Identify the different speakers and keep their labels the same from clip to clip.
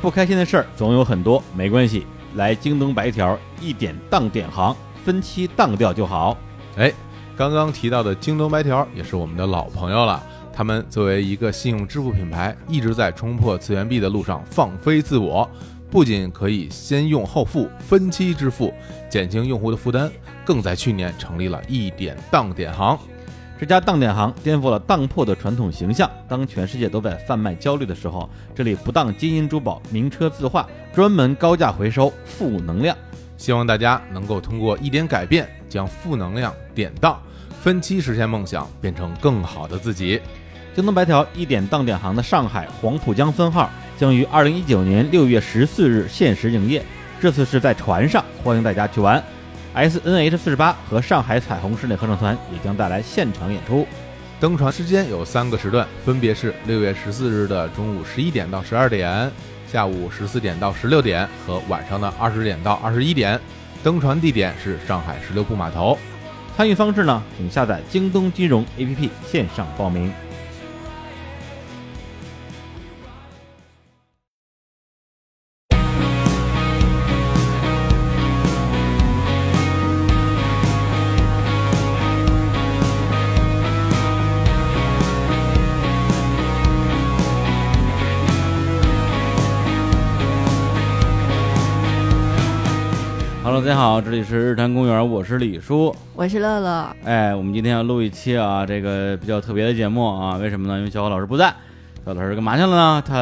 Speaker 1: 不开心的事儿总有很多，没关系，来京东白条一点当点行，分期当掉就好。
Speaker 2: 哎，刚刚提到的京东白条也是我们的老朋友了。他们作为一个信用支付品牌，一直在冲破次元壁的路上放飞自我，不仅可以先用后付、分期支付，减轻用户的负担，更在去年成立了一点当点行。
Speaker 1: 这家当点行颠覆了当铺的传统形象。当全世界都在贩卖焦虑的时候，这里不当金银珠宝、名车字画，专门高价回收负能量。
Speaker 2: 希望大家能够通过一点改变，将负能量典当，分期实现梦想，变成更好的自己。
Speaker 1: 京东白条一点当点行的上海黄浦江分号将于二零一九年六月十四日限时营业，这次是在船上，欢迎大家去玩。S N H 四十八和上海彩虹室内合唱团也将带来现场演出。
Speaker 2: 登船时间有三个时段，分别是六月十四日的中午十一点到十二点，下午十四点到十六点和晚上的二十点到二十一点。登船地点是上海十六铺码头。
Speaker 1: 参与方式呢，请下载京东金融 A P P 线上报名。Hello，大家好，这里是日坛公园，我是李叔。
Speaker 3: 我是乐乐，
Speaker 1: 哎，我们今天要录一期啊，这个比较特别的节目啊，为什么呢？因为小火老师不在，小火老师干嘛去了呢？他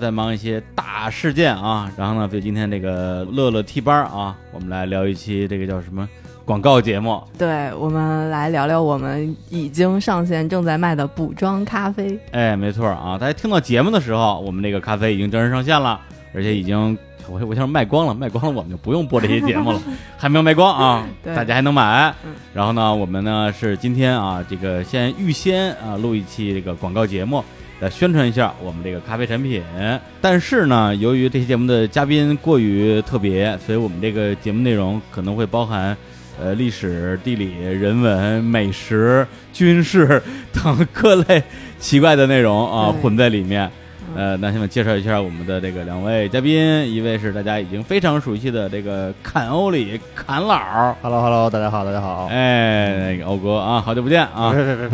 Speaker 1: 在忙一些大事件啊。然后呢，所以今天这个乐乐替班儿啊，我们来聊一期这个叫什么广告节目。
Speaker 3: 对我们来聊聊我们已经上线正在卖的补妆咖啡。
Speaker 1: 哎，没错啊，大家听到节目的时候，我们这个咖啡已经正式上线了，而且已经我我想卖光了，卖光了我们就不用播这些节 目了，还没有卖光啊，
Speaker 3: 对
Speaker 1: 大家还能买啊
Speaker 3: 嗯。
Speaker 1: 然后呢，我们呢是今天啊，这个先预先啊录一期这个广告节目。来宣传一下我们这个咖啡产品，但是呢，由于这期节目的嘉宾过于特别，所以我们这个节目内容可能会包含，呃，历史、地理、人文、美食、军事等各类奇怪的内容啊
Speaker 3: 对
Speaker 1: 混在里面。
Speaker 3: 嗯
Speaker 1: 呃，那下面介绍一下我们的这个两位嘉宾，一位是大家已经非常熟悉的这个侃欧里侃老儿，
Speaker 4: Hello Hello，大家好，大家好。
Speaker 1: 哎，那个欧哥啊，好久不见啊！
Speaker 4: 别别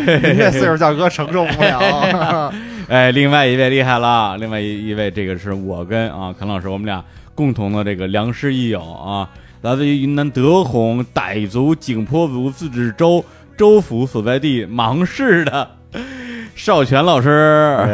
Speaker 4: 别别，您 这岁数叫哥承受不了。
Speaker 1: 哎，另外一位厉害了，啊另外一一位这个是我跟啊侃老师我们俩共同的这个良师益友啊，来自于云南德宏傣族景颇族自治州州府所在地芒市的邵泉老师。
Speaker 4: 大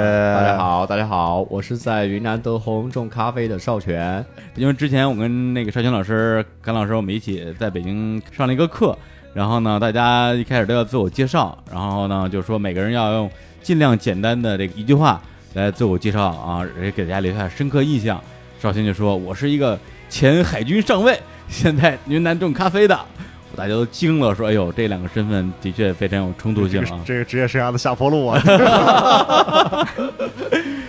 Speaker 5: 大家，好，大家好，我是在云南德宏种咖啡的邵泉。
Speaker 1: 因为之前我跟那个邵群老师、甘老师，我们一起在北京上了一个课，然后呢，大家一开始都要自我介绍，然后呢，就说每个人要用尽量简单的这个一句话来自我介绍啊，也给大家留下深刻印象。邵群就说：“我是一个前海军上尉，现在云南种咖啡的。”大家都惊了，说：“哎呦，这两个身份的确非常有冲突性啊！”
Speaker 4: 这个职业生涯的下坡路啊！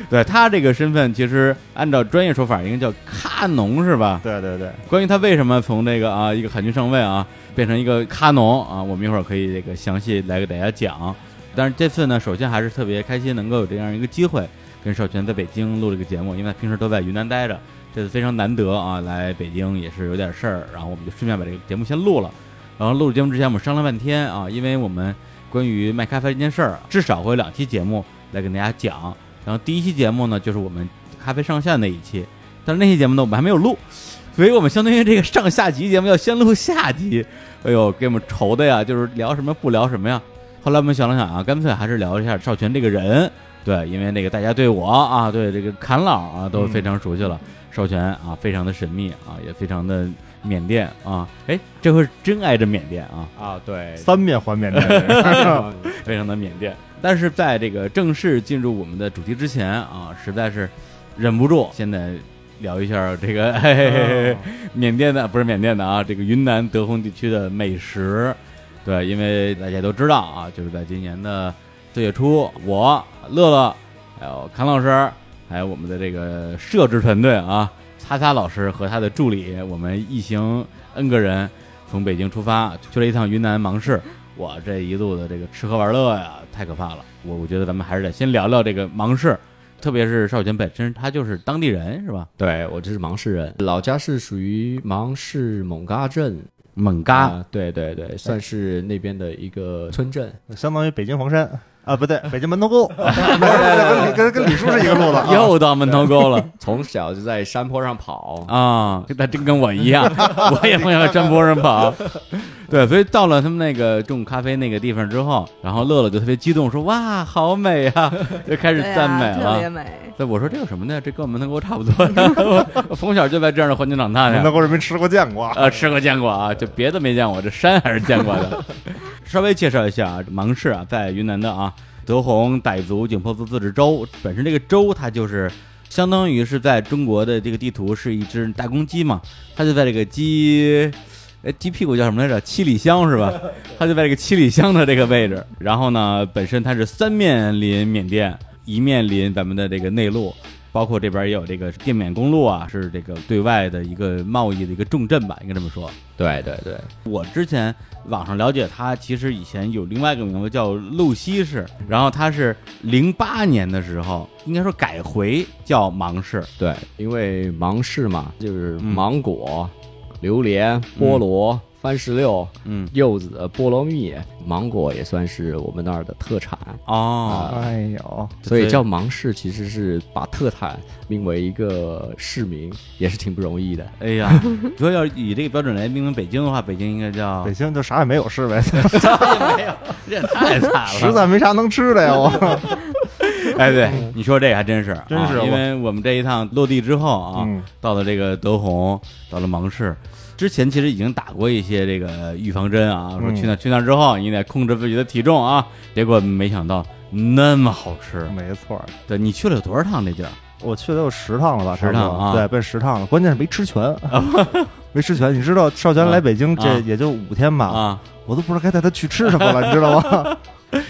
Speaker 1: 对他这个身份，其实按照专业说法，应该叫咖农是吧？
Speaker 4: 对对对，
Speaker 1: 关于他为什么从这个啊一个海军上尉啊变成一个咖农啊，我们一会儿可以这个详细来给大家讲。但是这次呢，首先还是特别开心能够有这样一个机会跟少泉在北京录这个节目，因为他平时都在云南待着，这次非常难得啊来北京也是有点事儿，然后我们就顺便把这个节目先录了。然后录节目之前我们商量半天啊，因为我们关于卖咖啡这件事儿，啊至少会有两期节目来跟大家讲。然后第一期节目呢，就是我们咖啡上线那一期，但是那期节目呢，我们还没有录，所以我们相当于这个上下集节目要先录下集，哎呦，给我们愁的呀，就是聊什么不聊什么呀。后来我们想了想啊，干脆还是聊一下少泉这个人，对，因为那个大家对我啊，对这个侃老啊都非常熟悉了，少泉啊非常的神秘啊，也非常的缅甸啊，哎，这回是真挨着缅甸啊，
Speaker 5: 啊，对，
Speaker 4: 三面环面的。
Speaker 1: 非常的缅甸。但是在这个正式进入我们的主题之前啊，实在是忍不住，现在聊一下这个、嘿嘿嘿嘿 缅甸的，不是缅甸的啊，这个云南德宏地区的美食。对，因为大家都知道啊，就是在今年的四月初，我乐乐，还有侃老师，还有我们的这个摄制团队啊，擦擦老师和他的助理，我们一行 N 个人从北京出发，去了一趟云南芒市。我这一路的这个吃喝玩乐呀，太可怕了。我我觉得咱们还是得先聊聊这个芒市特别是邵泉本身他就是当地人是吧？
Speaker 6: 对我就是芒市人，老家是属于芒市勐嘎镇，
Speaker 1: 勐嘎、
Speaker 6: 啊对对对，算是那边的一个 村镇。
Speaker 4: 相当于北京房山啊，不对，北京门头 沟，跟跟跟李叔是一个路子 啊。
Speaker 1: 又到门头沟了
Speaker 6: 从小就在山坡上跑，
Speaker 1: 啊！他真跟我一样，我也会往山坡上跑。 对，所以到了他们那个种咖啡那个地方之后，然后乐乐就特别激动，说：“哇，好美 啊！”就开始
Speaker 3: 对
Speaker 1: 赞美
Speaker 3: 啊，特别
Speaker 1: 了。
Speaker 3: 美。
Speaker 1: 对，我说这有什么呢？这跟我们门头沟差不多， 我从小就在这样的环境长大的
Speaker 4: 门。头沟人民吃过见过，
Speaker 1: 呃，吃过见过啊，就别的没见过，这山还是见过 的。稍微介绍一下啊，芒市啊，在云南的啊，德宏傣族景颇族自治州，本身这个州它就是。相当于是在中国的这个地图是一只大公鸡嘛，它就在这个鸡，哎，鸡屁股叫什么来着？七里香是吧？它就在这个七里香的这个位置。然后呢，本身它是三面临缅甸，一面临咱们的这个内陆，包括这边也有这个滇缅公路啊，是这个对外的一个贸易的一个重镇吧，应该这么说。
Speaker 6: 对对对，
Speaker 1: 我之前网上了解它，其实以前有另外一个名字叫露西市，然后它是零八年的时候，应该说改回叫芒市。
Speaker 6: 对，因为芒市嘛，就是
Speaker 1: 嗯
Speaker 6: 芒果、榴莲、菠萝、番石榴、
Speaker 1: 嗯，
Speaker 6: 柚子、菠萝蜜，芒果也算是我们那儿的特产。
Speaker 1: 哦，
Speaker 4: 哎呦，
Speaker 6: 所以叫芒市其实是把特产命为一个市民，也是挺不容易的。
Speaker 1: 哎呀， 如果要以这个标准来命名北京的话，北京应该叫
Speaker 4: 北京就啥也没有吃 呗，
Speaker 1: 这也 太惨了，
Speaker 4: 实在没啥能吃的呀，我。
Speaker 1: 哎，对，你说这个还真是啊，
Speaker 4: 真是
Speaker 1: 因为我们这一趟落地之后啊，
Speaker 4: 嗯
Speaker 1: 到了这个德宏，到了芒市。之前其实已经打过一些这个预防针啊，说
Speaker 4: 嗯
Speaker 1: 去那、去那之后，你得控制自己的体重啊。结果没想到那么好吃，
Speaker 4: 没错儿，
Speaker 1: 对你去了有多少趟这地儿？
Speaker 4: 我去得有十趟了吧？差不多
Speaker 1: 十趟啊
Speaker 4: 对，奔十趟了，关键是没吃 全，没吃全。你知道少泉来北京
Speaker 1: 啊
Speaker 4: 这也就五天吧，
Speaker 1: 啊，
Speaker 4: 我都不知道该带他去吃什么了，你知道吗？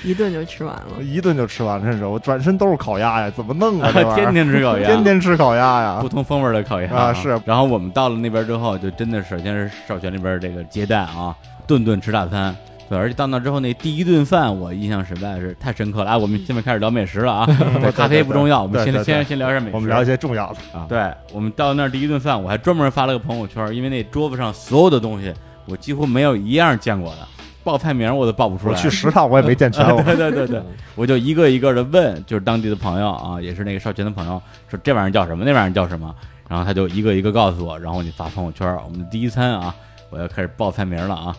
Speaker 3: 一顿就吃完了
Speaker 4: 我。一顿就吃完，真是我转身都是烤鸭呀，怎么弄 啊？这玩意儿
Speaker 1: 天天吃烤鸭，
Speaker 4: 天天吃烤鸭呀
Speaker 1: 不，同风味儿的烤鸭
Speaker 4: 啊是
Speaker 1: 然后我们到了那边之后，就真的是先是少泉那边这个接待啊，顿顿吃大餐。对，而且到那之后，那第一顿饭我印象实在是太深刻了。啊，我们现在开始聊美食了 啊，对咖啡不重要，我们
Speaker 4: 对
Speaker 1: 先
Speaker 4: 对
Speaker 1: 先
Speaker 4: 对
Speaker 1: 先聊一下美食。
Speaker 4: 我们聊一些重要的。
Speaker 1: 对，我们到那儿第一顿饭，我还专门发了个朋友圈，因为那桌子上所有的东西，我几乎没有一样见过的，报菜名我都报不出
Speaker 4: 我
Speaker 1: 来。
Speaker 4: 去十趟我也没见 全，我
Speaker 1: 对对对对，我就一个一个的问，就是当地的朋友啊，也是那个少泉的朋友，说这玩意儿叫什么，那玩意儿叫什么，然后他就一个一个告诉我，然后我就发朋友圈，我们的第一餐啊，我要开始报菜名了啊。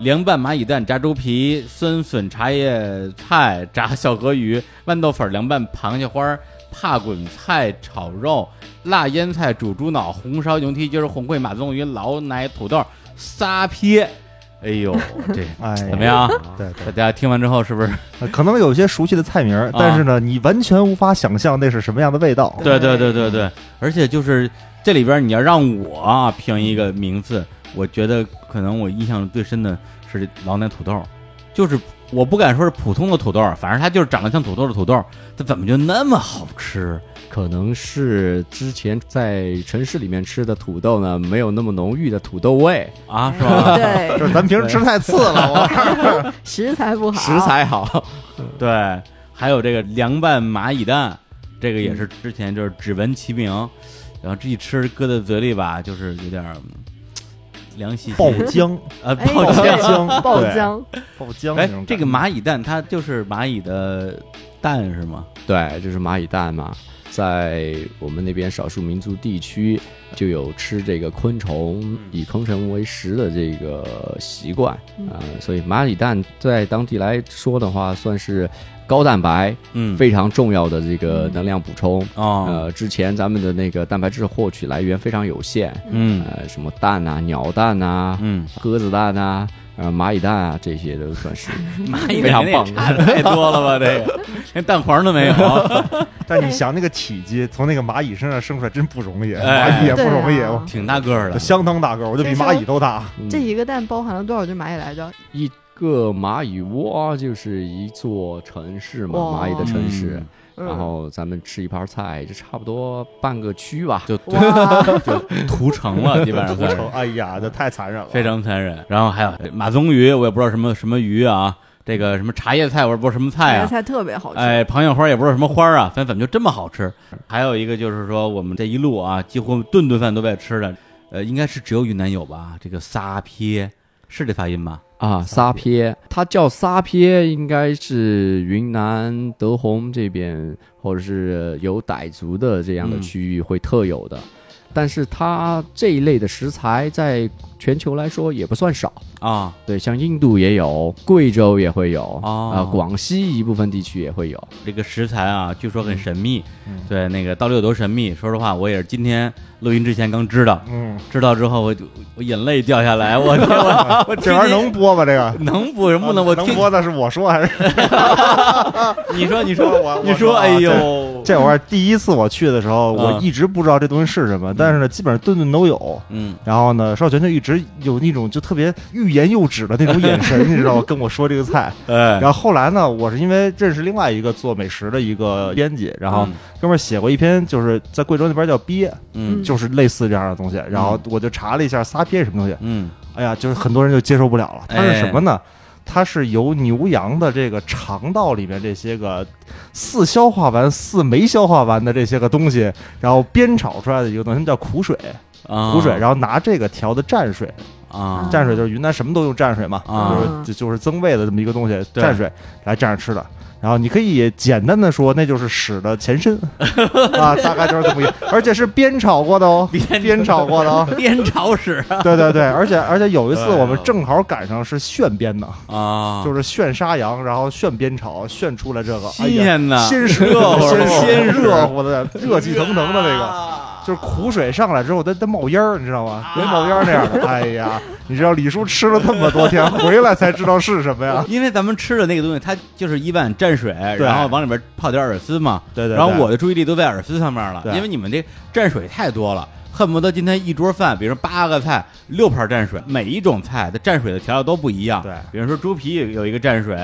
Speaker 1: 凉拌蚂蚁蛋、炸猪皮、酸笋茶叶菜、炸小河鱼、豌豆粉、凉拌螃蟹花儿、帕滚菜炒肉、辣腌菜煮猪脑、红烧牛蹄筋儿、红烩马鬃鱼、老奶土豆、撒撇。哎呦，这
Speaker 4: 哎，
Speaker 1: 怎么？样？
Speaker 4: 对
Speaker 1: 大家听完之后是不是
Speaker 4: 对，可能有些熟悉的菜名儿，但是呢，你完全无法想象那是什么样的味 道。
Speaker 1: 对对嗯
Speaker 3: 对
Speaker 1: 对对对，而且就是这里边你要让我啊评一个名字，我觉得可能我印象最深的是老奶土豆，就是我不敢说是普通的土豆，反正它就是长得像土豆的土豆，它怎么就那么好吃？
Speaker 6: 可能是之前在城市里面吃的土豆呢，没有那么浓郁的土豆味，
Speaker 1: 啊，是吧？
Speaker 4: 就
Speaker 3: 对，
Speaker 4: 是咱平时吃太次 了，我
Speaker 3: 食材不好，
Speaker 6: 食材好。
Speaker 1: 对，还有这个凉拌蚂蚁蛋，这个也是之前就是只闻其名，然后这一吃搁在嘴里吧，就是有点儿嗯凉兮兮
Speaker 4: 爆浆，
Speaker 1: 啊
Speaker 3: 哎
Speaker 1: 爆
Speaker 4: 浆
Speaker 1: 浆。
Speaker 4: 浆
Speaker 3: 爆
Speaker 4: 对
Speaker 3: 浆，
Speaker 4: 爆浆那
Speaker 1: 哎
Speaker 4: 种感觉。，
Speaker 1: 这个蚂蚁蛋它就是蚂蚁的蛋是吗？
Speaker 6: 对，就是蚂蚁蛋嘛，在我们那边少数民族地区就有吃这个昆虫，以昆虫为食的这个习惯
Speaker 3: 嗯
Speaker 6: 啊、呃所以蚂蚁蛋在当地来说的话，算是高蛋白
Speaker 1: 嗯，
Speaker 6: 非常重要的这个能量补充。
Speaker 1: 哦，
Speaker 6: 呃，之前咱们的那个蛋白质获取来源非常有限，
Speaker 1: 嗯
Speaker 6: 呃，什么蛋呐、鸟蛋 呐、
Speaker 1: 嗯，
Speaker 6: 鸽子蛋呐、呃，蚂蚁蛋啊，这些都算是
Speaker 1: 蚂蚁
Speaker 6: 非常
Speaker 1: 蛋
Speaker 6: 棒
Speaker 1: 差的太多了吧？这 个连蛋黄都 没有，
Speaker 4: 但你想那个体积，从那个蚂蚁身上生出来真不容易，
Speaker 1: 哎
Speaker 4: 蚂蚁也不容易，
Speaker 3: 对啊
Speaker 4: 我
Speaker 1: 挺大个儿 的。
Speaker 4: 相当大个儿，我就比蚂蚁都大。
Speaker 6: 嗯
Speaker 3: 这一个蛋包含了多少只蚂蚁来着？
Speaker 6: 一个蚂蚁窝就是一座城市嘛，
Speaker 3: 哇
Speaker 6: 蚂蚁的城市。
Speaker 3: 嗯
Speaker 6: 然后咱们吃一盘菜，就差不多半个区吧。
Speaker 1: 就
Speaker 3: 哇，
Speaker 1: 就屠城了，基本上算是
Speaker 4: 哎呀，这太残忍了，
Speaker 1: 非常残忍。然后还有马鬃鱼，我也不知道什么什么鱼啊，
Speaker 5: 这个什么茶叶菜，我说不是什么菜
Speaker 3: 白
Speaker 5: 啊，
Speaker 3: 菜特别好吃。
Speaker 5: 哎，螃蟹花也不知道什么花啊，但怎么就这么好吃？还有一个就是说，我们这一路啊，几乎顿顿饭都在吃的，呃，应该是只有云南有吧？这个撒撇是这发音吧？
Speaker 6: 啊，撒撇，它叫撒撇，应该是云南德宏这边或者是有傣族的这样的
Speaker 5: 嗯
Speaker 6: 区域会特有的，但是它这一类的食材在全球来说也不算少。
Speaker 5: 啊，
Speaker 6: 对，像印度也有，贵州也会有，啊、
Speaker 5: 哦
Speaker 6: 广西一部分地区也会有。
Speaker 5: 这个食材啊，据说很神秘，
Speaker 4: 嗯
Speaker 5: 对，那个到底有多神秘？说实话，我也是今天录音之前刚知道，
Speaker 4: 嗯，
Speaker 5: 知道之后我就我眼泪掉下来，我 我我
Speaker 4: 这玩意儿能播吗？这个
Speaker 5: 能不能不能？我
Speaker 4: 啊能
Speaker 5: 听
Speaker 4: 播的是我说还是
Speaker 5: 你 说你说
Speaker 4: 我我
Speaker 5: 你说，
Speaker 4: 啊
Speaker 5: 哎
Speaker 4: 这
Speaker 5: 呦，
Speaker 4: 这玩意儿？第一次我去的时候，
Speaker 5: 啊
Speaker 4: 我一直不知道这东西是什么，但是呢，基本上顿顿都有。
Speaker 5: 嗯，
Speaker 4: 然后呢，邵全就一直有那种就特别欲言又止的那种眼 神，你知道吗？跟我说这个菜。
Speaker 5: 哎，
Speaker 4: 然后后来呢，我是因为认识另外一个做美食的一个编辑，然后哥们儿写过一篇，就是在贵州那边叫鳖，
Speaker 5: 嗯
Speaker 4: 就是类似这样的东西。然后我就查了一下撒鳖是什么东西，
Speaker 5: 嗯哎
Speaker 4: 哎呀，就是很多人就接受不了了。它是什么呢？它是由牛羊的这个肠道里面这些个似消化完、似没消化完的这些个东西，然后煸炒出来的一个东西，它们叫苦水，
Speaker 5: 啊，
Speaker 4: 苦水，然后拿这个调的蘸水，
Speaker 5: 啊，
Speaker 4: 蘸水就是云南什么都用蘸水嘛，
Speaker 5: 啊
Speaker 4: 就是就就是增味的这么一个东西，
Speaker 5: 对
Speaker 4: 蘸水来蘸着吃的。然后你可以简单的说，那就是屎的前 身啊，大概就是这么一个，而且是煸炒过的哦，煸炒过的 哦，
Speaker 5: 边朝使
Speaker 4: 对对对，而且而且有一次我们
Speaker 2: 哎呦
Speaker 4: 正好赶上是炫煸的，
Speaker 5: 啊，
Speaker 4: 就是炫杀羊，然后炫煸炒，炫出来这个，哎
Speaker 5: 新
Speaker 4: 呀，
Speaker 5: 鲜的，
Speaker 4: 鲜热
Speaker 5: 热乎
Speaker 4: 鲜
Speaker 5: 鲜
Speaker 4: 鲜
Speaker 5: 热
Speaker 4: 热乎的，热气腾腾的那个。
Speaker 5: 个
Speaker 4: 就是苦水上来之后，它它冒烟儿，你知道吗？跟冒烟儿那样的。哎呀，你知道李叔吃了这么多天， 回来才知道是什么呀？
Speaker 5: 因为咱们吃的那个东西，它就是一碗蘸水，然后往里边泡点饵丝嘛。
Speaker 4: 对对
Speaker 5: 然后我的注意力都在饵丝上面了，
Speaker 4: 对
Speaker 5: 因为你们这蘸水太多了，恨不得今天一桌饭，比如说八个菜，六盘蘸水，每一种菜的蘸水的调料都不一样。
Speaker 4: 对
Speaker 5: 比如说猪皮有有一个蘸水，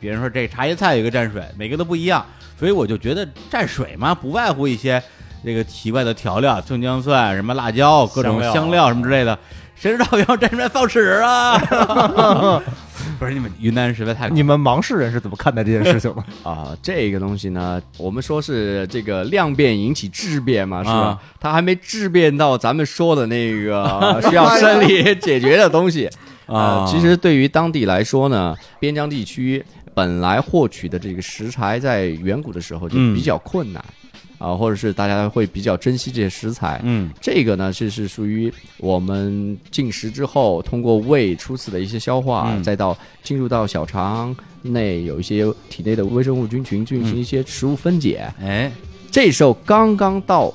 Speaker 5: 比如说这茶叶菜有一个蘸水，每个都不一样。所以我就觉得蘸水嘛，不外乎一些这个奇怪的调料，葱姜蒜、什么辣椒、各种
Speaker 4: 香料
Speaker 5: 香料什么之类的。谁知道要蘸出来放屎 啊？ 不是你们云南人实在太
Speaker 4: 你们芒市人是怎么看待这件事情的？
Speaker 6: 啊、这个东西呢，我们说是这个量变引起质变嘛，是吧？
Speaker 5: 啊
Speaker 6: 它还没质变到咱们说的那 个需要生理解决的东西啊、其实对于当地来说呢，边疆地区本来获取的这个食材，在远古的时候就
Speaker 5: 嗯
Speaker 6: 比较困难啊、或者是大家会比较珍惜这些食材。
Speaker 5: 嗯
Speaker 6: 这个呢，是是属于我们进食之后，通过胃初次的一些消化，
Speaker 5: 嗯
Speaker 6: 再到进入到小肠内有一些体内的微生物菌群进行一些食物分解。
Speaker 5: 哎
Speaker 6: 这时候刚刚到，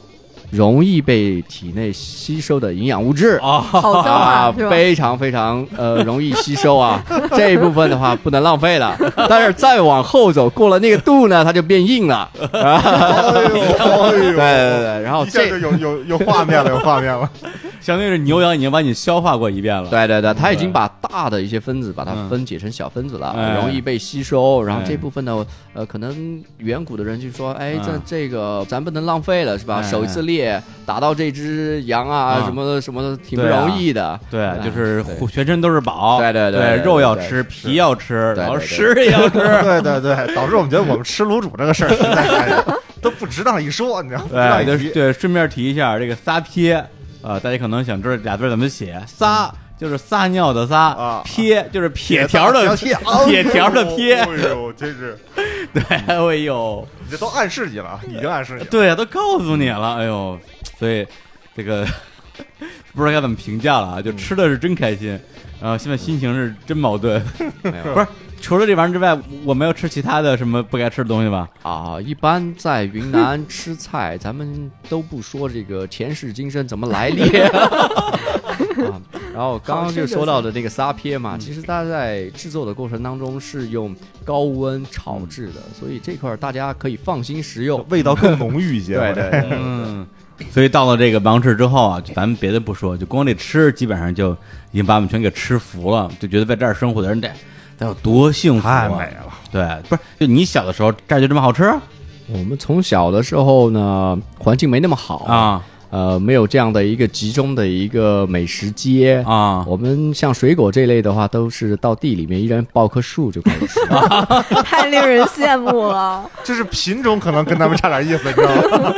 Speaker 6: 容易被体内吸收的营养物质。
Speaker 5: 哦
Speaker 3: 好脏啊， 是吧？
Speaker 6: 非常非常呃容易吸收啊， 这一部分的话不能浪费了。但是再往后走，过了那个度呢，它就变硬了。
Speaker 4: 哎呦，哎
Speaker 6: 对对对，然后
Speaker 4: 一下
Speaker 6: 这
Speaker 4: 就有 有有画面了，有画面了。
Speaker 5: 相当于是牛羊已经把你消化过一遍了。
Speaker 6: 对对对，它已经把大的一些分子把它
Speaker 5: 嗯
Speaker 6: 分解成小分子了，
Speaker 5: 哎
Speaker 6: 容易被吸收。然后
Speaker 5: 哎
Speaker 6: 这部分呢，呃，可能远古的人就说，哎，
Speaker 5: 嗯
Speaker 6: 这这个咱不能浪费了，是吧？
Speaker 5: 哎
Speaker 6: 手一次猎打到这只羊啊
Speaker 5: 啊，
Speaker 6: 什么什么的，挺不
Speaker 5: 对啊
Speaker 6: 容易的。
Speaker 5: 对，
Speaker 6: 嗯
Speaker 5: 就是
Speaker 6: 对
Speaker 5: 互全身都是宝。
Speaker 6: 对对
Speaker 5: 对
Speaker 6: 对对对
Speaker 5: 肉要
Speaker 6: 对
Speaker 5: 吃，皮要吃，
Speaker 6: 对对
Speaker 5: 然后
Speaker 6: 对
Speaker 5: 屎也 要吃。
Speaker 4: 对对对，导致我们觉得我们吃卤煮这个事儿实在是都不值当一说，你知道吗？不值当
Speaker 5: 对，就
Speaker 4: 一
Speaker 5: 是
Speaker 4: 提。
Speaker 5: 对，顺便提一下这个撒撇，啊，大家可能想知道俩字儿怎么写，
Speaker 6: 嗯
Speaker 5: 撒。就是撒尿的撒
Speaker 4: 啊，
Speaker 5: 撇就是撇条
Speaker 6: 啊
Speaker 5: 的
Speaker 4: 铁条
Speaker 5: 撇条的撇
Speaker 4: 哎，
Speaker 6: 哦
Speaker 4: 呦，真是，
Speaker 5: 对，哎呦，
Speaker 4: 你这都暗示你了，已经暗示你了。
Speaker 5: 对啊，都告诉你了，哎呦，所以这个 不知道该怎么评价了啊，
Speaker 1: 嗯
Speaker 5: 就吃的是真开心，然后现在心情是真矛盾，
Speaker 6: 没有
Speaker 5: 不是除了这玩意儿之外，我没有吃其他的什么不该吃的东西吧？
Speaker 6: 啊，一般在云南吃菜，咱们都不说这个前世今生怎么来历。啊，然后刚刚就说到的那个撒撇嘛，其实它在制作的过程当中是用高温炒制的，所以这块儿大家可以放心食用。
Speaker 4: 味道更浓郁一些，
Speaker 6: 对对对，
Speaker 5: 嗯，所以到了这个芒市之后啊，就咱们别的不说，就光这吃，基本上就已经把我们全给吃服了，就觉得在这儿生活的人得得有多幸福、啊，
Speaker 4: 太美了。
Speaker 5: 对，不是就你小的时候这儿就这么好吃
Speaker 6: 我们从小的时候呢，环境没那么好
Speaker 5: 啊？
Speaker 6: 呃没有这样的一个集中的一个美食街。
Speaker 5: 啊，
Speaker 6: 我们像水果这类的话，都是到地里面一人抱棵树就可以吃。
Speaker 3: 太令人羡慕了。
Speaker 4: 就是品种可能跟咱们差点意思，你知道 吗？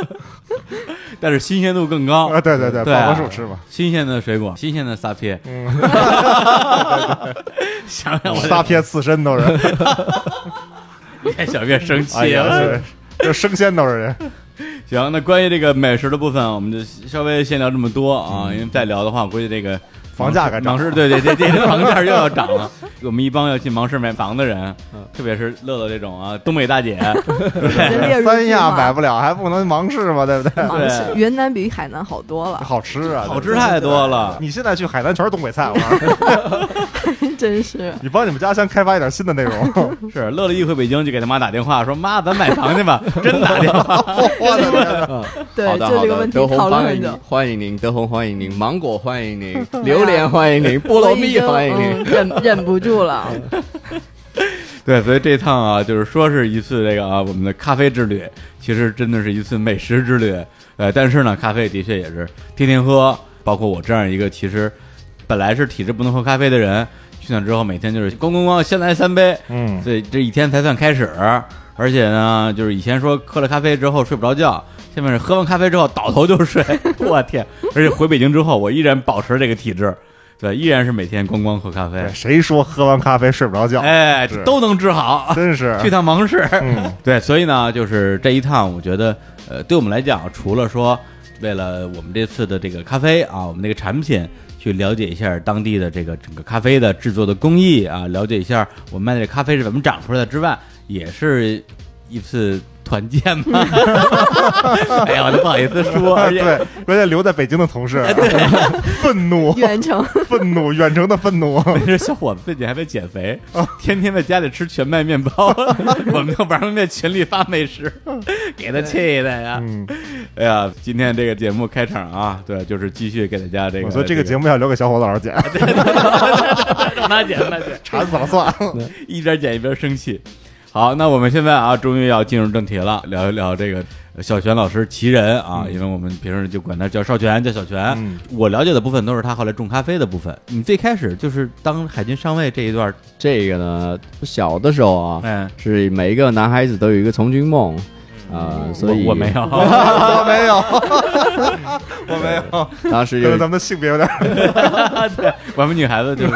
Speaker 5: 但是新鲜度更 高
Speaker 4: 啊，，对对对，
Speaker 5: 对啊
Speaker 4: 抱棵树吃 吧，
Speaker 5: 新鲜的水果，新鲜的撒撇，
Speaker 4: 嗯，
Speaker 5: 想想我
Speaker 4: 撒撇刺身都是，
Speaker 5: 越想越生
Speaker 4: 哎
Speaker 5: 气
Speaker 4: 呀，
Speaker 5: 了。
Speaker 4: 对就生鲜都是人，
Speaker 5: 行，那关于这个美食的部分，我们就稍微先聊这么多啊，因为再聊的话，我估计这个
Speaker 4: 嗯房价该涨
Speaker 5: 芒市对对对，这这房价又要涨了。我们一帮要去芒市买房的人，
Speaker 4: 嗯
Speaker 5: 特别是乐乐这种啊，东北大姐，
Speaker 3: 已经 列入
Speaker 4: 三
Speaker 3: 计
Speaker 4: 亚
Speaker 3: 划
Speaker 4: 买不了，还不能芒市吗？对不对？
Speaker 3: 啊
Speaker 5: 对
Speaker 3: 是云南比海南好多了，
Speaker 4: 好吃啊，
Speaker 5: 好
Speaker 4: 对不
Speaker 5: 吃
Speaker 4: 对
Speaker 5: 太多了。
Speaker 4: 你现在去海南全是东北菜，我告诉你
Speaker 3: 真是。
Speaker 4: 你帮你们家乡开发一点新的内 容。
Speaker 5: 是乐乐一回北京就给他妈打电话说：“妈，咱买房去吧。”真打电话，
Speaker 4: 我的天哪！
Speaker 3: 对
Speaker 6: 好，的，
Speaker 3: 就
Speaker 6: 好
Speaker 3: 这个
Speaker 6: 的，
Speaker 3: 问题
Speaker 6: 德
Speaker 3: 讨
Speaker 6: 宏
Speaker 3: 论
Speaker 6: 欢
Speaker 3: 很
Speaker 6: 迎
Speaker 3: 久
Speaker 6: 您，。欢迎您，德宏 欢迎您，芒果欢迎您，榴莲欢迎您，菠
Speaker 3: 啊我
Speaker 6: 萝
Speaker 3: 已
Speaker 6: 蜜
Speaker 3: 经
Speaker 6: 欢迎您。
Speaker 3: 嗯 忍忍不住了。
Speaker 5: 对，所以这趟啊，就是说是一次这个啊，我们的咖啡之旅，其实真的是一次美食之旅。呃，但是呢，咖啡的确也是天天喝，包括我这样一个其实本来是体质不能喝咖啡的人，去那之后每天就是咣咣咣先来三杯，
Speaker 4: 嗯，
Speaker 5: 所以这一天才算开始。而且 呢，啊嗯就是以前说喝了咖啡之后睡不着觉，现在是喝完咖啡之后倒头就睡。 我天！而且回北京之后，我依然保持这个体质，对，依然是每天咣咣喝咖啡
Speaker 4: 对，，谁说喝完咖啡睡不着觉？
Speaker 5: 哎，
Speaker 4: 是
Speaker 5: 都能治好。
Speaker 4: 真是
Speaker 5: 去。趟芒市，
Speaker 4: 嗯，
Speaker 5: 对，所以呢，就是这一趟，我觉得，呃，对我们来讲，除了说为了我们这次的这个咖啡啊，我们这个产品去了解一下当地的这个整个咖啡的制作的工艺啊，了解一下我们卖的这咖啡是怎么长出来的之外，也是一次团建嘛。 哎呀，我都不好意思说，而且
Speaker 4: 对，关键留在北京的同事，
Speaker 5: 哎
Speaker 4: 愤怒，
Speaker 3: 远程
Speaker 4: 愤怒，远程的愤怒。
Speaker 5: 那这小伙子最近还在减肥，
Speaker 4: 哦
Speaker 5: 天天在家里吃全麦面包， 我们就玩命在群里发美食，给他气的呀！
Speaker 4: 嗯，
Speaker 5: 哎呀，今天这个节目开场啊，对，就是继续给大家这个，啊
Speaker 4: 我觉得嗯这个节
Speaker 5: 目
Speaker 4: 目要留给小伙子老师剪，
Speaker 5: 让他剪吧，剪
Speaker 4: 查早算。
Speaker 5: 一边剪一边生气。好，那我们现在啊，终于要进入正题了，聊一聊这个小泉老师奇人啊，因为我们平时就管他叫少泉，叫小泉。
Speaker 4: 嗯
Speaker 5: 我了解的部分都是他后来种咖啡的部分。你最开始就是当海军上尉这一段，
Speaker 6: 这个呢，我小的时候啊，
Speaker 5: 嗯，
Speaker 6: 是每一个男孩子都有一个从军梦，啊、
Speaker 3: 嗯
Speaker 6: 所以
Speaker 5: 我我没，有， 啊
Speaker 4: 我没有，我没有，
Speaker 6: 当 时
Speaker 4: 可能
Speaker 6: 就
Speaker 4: 咱们的性别有点
Speaker 5: 我们女孩子就是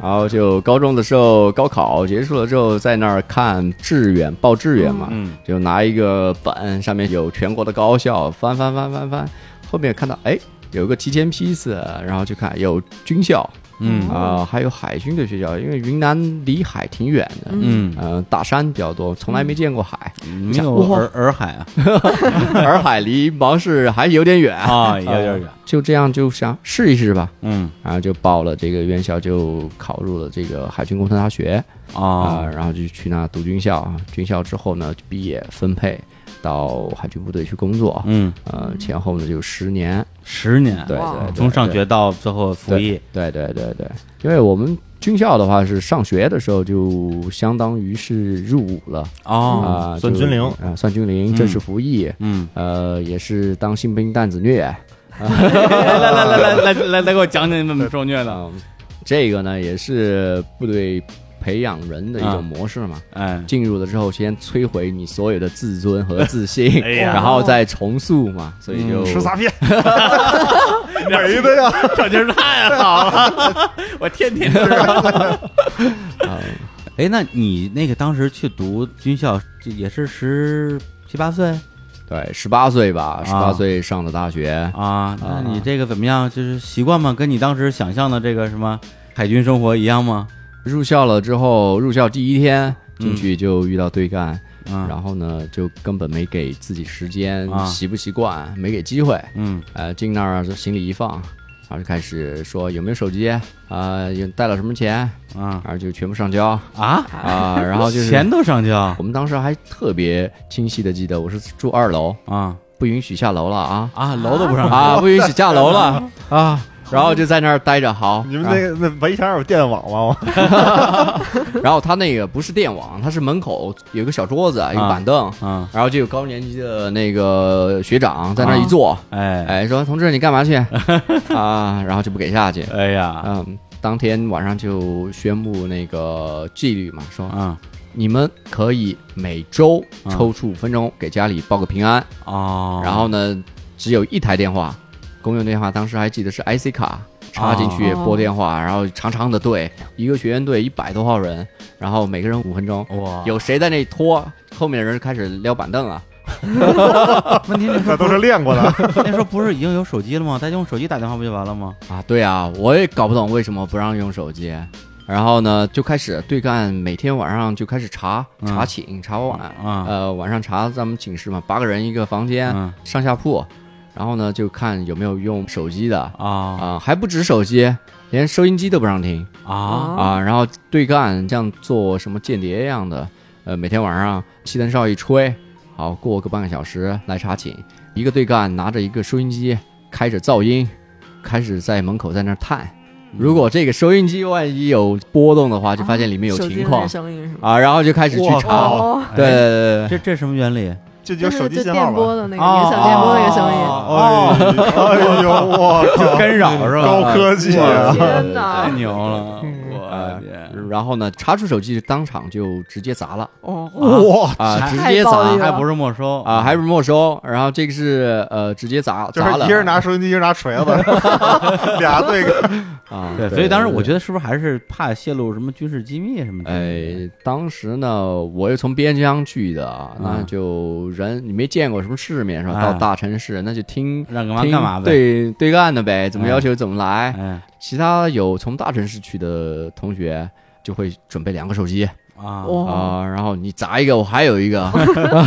Speaker 6: 然后就高中的时候高考结束了之后，在那儿看志愿报志愿嘛，
Speaker 5: 嗯
Speaker 6: 就拿一个本，上面有全国的高校，翻翻翻翻翻，后面看到哎有个提前批次，然后就看有军校
Speaker 5: 嗯
Speaker 6: 啊、还有海军的学校，因为云南离海挺远的，嗯、
Speaker 5: 嗯，
Speaker 6: 大山比较多，从来没见过海，
Speaker 5: 没 有洱洱海啊，
Speaker 6: 洱海离芒市还有点 远
Speaker 5: 啊，有点远，
Speaker 6: 就这样就想试一试吧，
Speaker 5: 嗯
Speaker 6: 然后就报了这个院校，就考入了这个海军工程大学啊、
Speaker 5: 啊，
Speaker 6: 然后就去那读军校，啊军校之后呢，就毕业分配到海军部队去工作，
Speaker 5: 嗯，
Speaker 6: 呃，前后呢就十年，
Speaker 5: 十年，
Speaker 6: 对
Speaker 3: 哇
Speaker 6: 对对，
Speaker 5: 从上
Speaker 6: 对
Speaker 5: 学到最后服役，
Speaker 6: 对对对对，因为我们军校的话是上学的时候就相当于是入伍了
Speaker 5: 哦，
Speaker 6: 啊、
Speaker 4: 算
Speaker 6: 就
Speaker 4: 军龄
Speaker 6: 啊、算军龄，正式服役，
Speaker 5: 嗯，
Speaker 6: 呃，也是当新兵蛋子虐，
Speaker 5: 来来来来来来来来，给我讲讲你怎么受虐的，
Speaker 6: 嗯，这个呢也是部队培养人的一
Speaker 5: 啊
Speaker 6: 种模式嘛。
Speaker 5: 哎，
Speaker 6: 进入了之后，先摧毁你所有的自尊和自信，
Speaker 5: 哎呀嗯
Speaker 6: 然后再重塑嘛，所以
Speaker 5: 哦
Speaker 6: 就、
Speaker 4: 吃 撒片，没的呀，
Speaker 5: 这劲儿太好了， 我天天吃。
Speaker 6: 啊、
Speaker 5: 哎，那你那个当时去读军校，这也是十七八岁
Speaker 6: 对，十八岁吧，十
Speaker 5: 啊
Speaker 6: 八岁上的大学，
Speaker 5: 啊？那你这个怎么样？就是习惯吗？跟你当时想象的这个什么海军生活一样吗？
Speaker 6: 入校了之后，入校第一天
Speaker 5: 嗯
Speaker 6: 进去就遇到对干，
Speaker 5: 啊，
Speaker 6: 然后呢就根本没给自己时间，
Speaker 5: 啊
Speaker 6: 习不习惯，没给机会，
Speaker 5: 嗯
Speaker 6: 呃，进那儿就行李一放，然后就开始说有没有手机啊、有带了什么钱，
Speaker 5: 啊
Speaker 6: 然后就全部上交
Speaker 5: 啊，
Speaker 6: 啊，然后就是
Speaker 5: 钱都上交
Speaker 6: 我们当时还特别清晰的记得，我是住二楼，
Speaker 5: 啊
Speaker 6: 不允许下楼了 啊
Speaker 5: 啊，楼都不上交
Speaker 6: 啊，不允许下楼了啊，然后就在那儿待着好。
Speaker 4: 你们那个那围墙有电网吗？
Speaker 6: 然后，然后他那个不是电网，他是门口有一个小桌子，
Speaker 3: 啊
Speaker 6: 一个板凳，
Speaker 5: 嗯，
Speaker 6: 然后就有高年级的那个学长在那儿一坐，
Speaker 3: 啊
Speaker 5: 哎
Speaker 6: 哎，说同志你干嘛去 啊？然后就不给下去。
Speaker 5: 哎呀，
Speaker 6: 嗯，当天晚上就宣布那个纪律嘛，说
Speaker 3: 啊
Speaker 5: 嗯
Speaker 6: 你们可以每周抽出五分钟给家里报个平安，
Speaker 5: 哦，
Speaker 6: 然后呢，只有一台电话，公用电话，当时还记得是 IC 卡，插进去
Speaker 3: 哦
Speaker 6: 拨电话，然后长长的队，一个学员队一百多号人，然后每个人五分钟，
Speaker 5: 哇，
Speaker 6: 有谁在那拖，后面的人开始撩板凳啊，
Speaker 5: 问题那时
Speaker 4: 那
Speaker 5: 候
Speaker 4: 都是练过的，
Speaker 5: 那时候不是已经有手机了吗？大家用手机打电话不就完了吗？
Speaker 6: 啊，对啊，我也搞不懂为什么不让用手机。然后呢，就开始对干，每天晚上就开始查
Speaker 5: 嗯
Speaker 6: 查寝、查晚，
Speaker 5: 啊
Speaker 6: 呃，晚上查咱们寝室嘛，八个人一个房间，
Speaker 5: 嗯
Speaker 6: 上下铺，然后呢就看有没有用手机的啊、
Speaker 5: 啊
Speaker 6: 还不止手机，连收音机都不让听
Speaker 5: 啊
Speaker 3: 哦
Speaker 6: 啊、然后对干像做什么间谍一样的，呃，每天晚上气灯哨一吹，好过个半个小时来查寝，一个对干拿着一个收音机开着噪音，开始在门口在那儿探，
Speaker 3: 嗯
Speaker 6: 如果这个收音机万一有波动的话，就发现里面有
Speaker 3: 啊手
Speaker 6: 情
Speaker 3: 机
Speaker 6: 况
Speaker 3: 的声音是吗？
Speaker 6: 啊，然后就开始去
Speaker 4: 哇哎
Speaker 6: 查，
Speaker 3: 哦，
Speaker 6: 对对对对对。
Speaker 5: 这这什么原理？
Speaker 4: 就有
Speaker 3: 就是
Speaker 4: 手
Speaker 3: 就
Speaker 4: 机信号
Speaker 3: 电波
Speaker 4: 了。
Speaker 3: 的那个
Speaker 6: 啊
Speaker 3: 影响电波那个声音。
Speaker 5: 哦
Speaker 4: 哎 呦哎呦，我
Speaker 5: 就
Speaker 4: 靠，
Speaker 5: 干扰是吧？
Speaker 4: 高科技啊！
Speaker 3: 天哪
Speaker 5: 太牛了！
Speaker 4: 嗯
Speaker 5: 我天，
Speaker 6: 然后呢，查出手机当场就直接砸了
Speaker 3: 哦，
Speaker 4: 哇，
Speaker 6: 啊，直
Speaker 3: 太
Speaker 6: 接
Speaker 3: 暴力
Speaker 6: 砸
Speaker 3: 了
Speaker 5: 还不是没收
Speaker 6: 啊，还不是没收。然后这个是呃，直接砸
Speaker 4: 就
Speaker 6: 砸
Speaker 4: 是
Speaker 6: 了，
Speaker 4: 一人拿收音机，一人拿锤子， 俩对个
Speaker 6: 啊，
Speaker 5: 对，所以当时我觉
Speaker 6: 得。
Speaker 5: 得是不是还是怕泄露什么军事机密什么之类的？
Speaker 6: 哎，当时呢，我又从边疆去的啊，
Speaker 5: 嗯
Speaker 6: 那就人你没见过什么世面是吧？
Speaker 5: 哎
Speaker 6: 到大城市那就听
Speaker 5: 让干嘛
Speaker 6: 听
Speaker 5: 干嘛呗。，
Speaker 6: 对对干的呗，怎么
Speaker 5: 哎
Speaker 6: 要求怎么来。
Speaker 5: 哎
Speaker 6: 其他有从大城市去的同学就会准备两个手机
Speaker 5: 啊，
Speaker 3: 哇，
Speaker 6: 啊，然后你砸一个，我还有一个，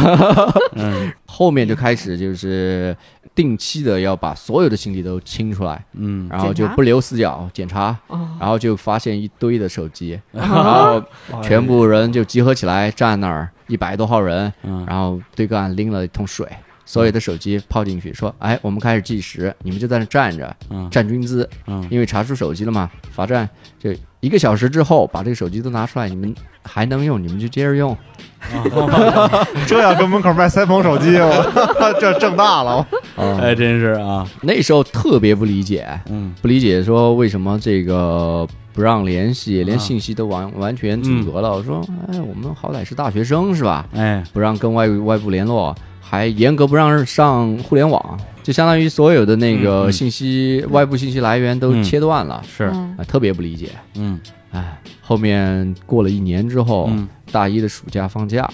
Speaker 5: 嗯
Speaker 6: 后面就开始就是定期的要把所有的行李都清出来，
Speaker 5: 嗯，
Speaker 6: 然后就
Speaker 3: 检查
Speaker 6: 不留死角检查，
Speaker 3: 哦
Speaker 6: 然后就发现一堆的手机，然
Speaker 3: 啊
Speaker 6: 后全部人就集合起来站那儿，一百多号人，
Speaker 5: 嗯
Speaker 6: 然后对个岸拎了一桶水，所有的手机泡进去，说：“哎，我们开始计时，你们就在那站着，
Speaker 5: 嗯
Speaker 6: 站军姿，
Speaker 5: 嗯
Speaker 6: 因为查出手机了嘛，罚站。就一个小时之后把这个手机都拿出来，你们还能用，你们就接着用。
Speaker 4: 这要跟门口卖三鹏手机，我 这挣大了。
Speaker 6: 啊
Speaker 5: 哎，真是啊，
Speaker 6: 那时候特别不理解，
Speaker 5: 嗯
Speaker 6: 不理解说为什么这个不让联系，
Speaker 5: 嗯
Speaker 6: 连信息都完完全阻隔了。我说，哎，我们好歹是大学生是吧？
Speaker 5: 哎
Speaker 6: 不让跟外外部联络，还严格不让上互联网，就相当于所有的那
Speaker 5: 嗯
Speaker 6: 个
Speaker 5: 嗯
Speaker 6: 信息、外部信息来源都
Speaker 5: 嗯
Speaker 6: 切断了。
Speaker 5: 是
Speaker 3: 嗯
Speaker 6: 啊，特别不理解。
Speaker 5: 嗯
Speaker 6: 哎，后面过了一年之后，
Speaker 5: 嗯
Speaker 6: 大一的暑假放假。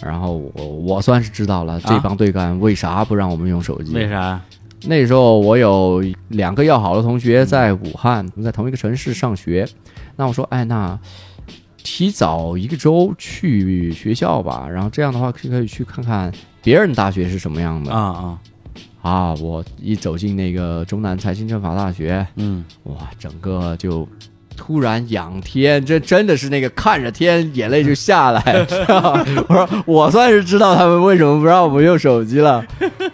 Speaker 6: 然后我我算是知道了
Speaker 5: 啊
Speaker 6: 这帮对干为啥不让我们用手机，
Speaker 5: 为啥？
Speaker 6: 那时候我有两个要好的同
Speaker 5: 嗯
Speaker 6: 学在武汉，我们在同一个城市上学。那我说，哎，那提早一个周去学校吧，然后这样的话就可以去看看别人大学是什么样的
Speaker 5: 啊啊
Speaker 6: 啊！我一走进那个中南财经政法大学，
Speaker 5: 嗯
Speaker 6: 哇，整个就突然仰天，这真的是那个看着天眼泪就下来。 我说我算是知道他们为什么不让我们用手机了。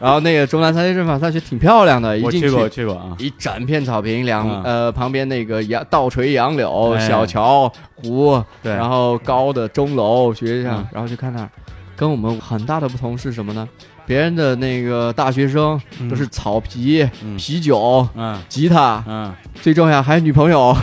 Speaker 6: 然后那个中南财经政法大学挺漂亮的，一
Speaker 5: 我
Speaker 6: 进
Speaker 5: 去过，我去过啊，
Speaker 6: 一整片草坪，两、
Speaker 5: 嗯
Speaker 6: 呃旁边那个杨倒垂杨柳、
Speaker 5: 哎
Speaker 6: 小桥、湖，
Speaker 5: 对
Speaker 6: 然后高的钟楼、学校，
Speaker 5: 嗯
Speaker 6: 然后就看那儿。跟我们很大的不同是什么呢？别人的那个大学生都是草皮、
Speaker 5: 嗯
Speaker 6: 啤酒、
Speaker 5: 嗯
Speaker 6: 吉他，
Speaker 5: 嗯，
Speaker 6: 最重要还有女 朋友。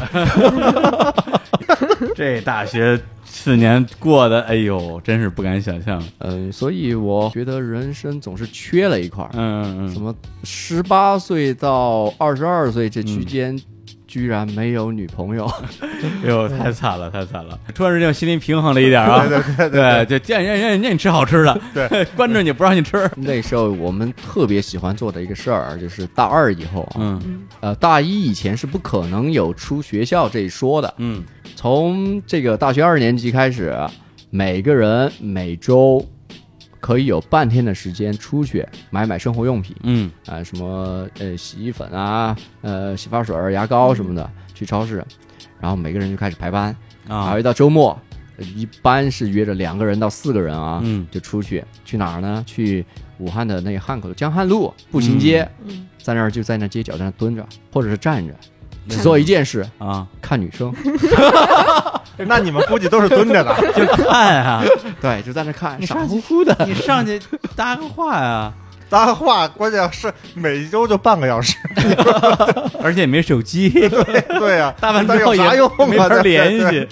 Speaker 5: 这大学四年过的，哎呦，真是不敢想象。
Speaker 6: 嗯，所以我觉得人生总是缺了一块儿。
Speaker 5: 嗯
Speaker 6: 什
Speaker 5: 嗯
Speaker 6: 么十八岁到二十二岁这区间，居然没有女朋友，
Speaker 5: 嗯，哎呦，太惨了，太惨了！突然之间心里平衡了一点啊。
Speaker 4: 对对对
Speaker 5: 对，就见人人家你吃好吃的，对， 关着你不让你吃。
Speaker 6: 那时候我们特别喜欢做的一个事儿，啊就是大二以后啊，
Speaker 5: 嗯
Speaker 6: 呃，大一以前是不可能有出学校这一说的。
Speaker 5: 嗯
Speaker 6: 从这个大学二年级开始，啊每个人每周可以有半天的时间出去买买生活用品。
Speaker 5: 嗯
Speaker 6: 啊、什么呃洗衣粉啊，呃洗发水儿、牙膏什么的，去超市，然后每个人就开始排班，然
Speaker 5: 啊
Speaker 6: 后一到周末，呃一般是约着两个人到四个人啊，
Speaker 5: 嗯
Speaker 6: 就出去去哪儿呢？去武汉的那个汉口的江汉路步行街，
Speaker 3: 嗯，
Speaker 6: 在那儿就在那街角在那蹲着，或者是站着，只
Speaker 5: 嗯
Speaker 6: 做一件事，
Speaker 5: 啊，
Speaker 6: 看女生。
Speaker 4: 那你们估计都是蹲着的，
Speaker 5: 就看啊，
Speaker 6: 对，就在那看，
Speaker 5: 你
Speaker 6: 傻
Speaker 5: 上
Speaker 6: 乎
Speaker 5: 去
Speaker 6: 乎的。
Speaker 5: 你上去搭个话呀，
Speaker 4: 搭话关键是每周就半个小时，
Speaker 5: 而且也没手机，
Speaker 4: 对呀、
Speaker 5: 搭完
Speaker 4: 那
Speaker 5: 之后
Speaker 4: 有
Speaker 5: 也
Speaker 4: 啥用啊？
Speaker 5: 没法
Speaker 4: 对
Speaker 5: 联。
Speaker 4: 对
Speaker 5: 系。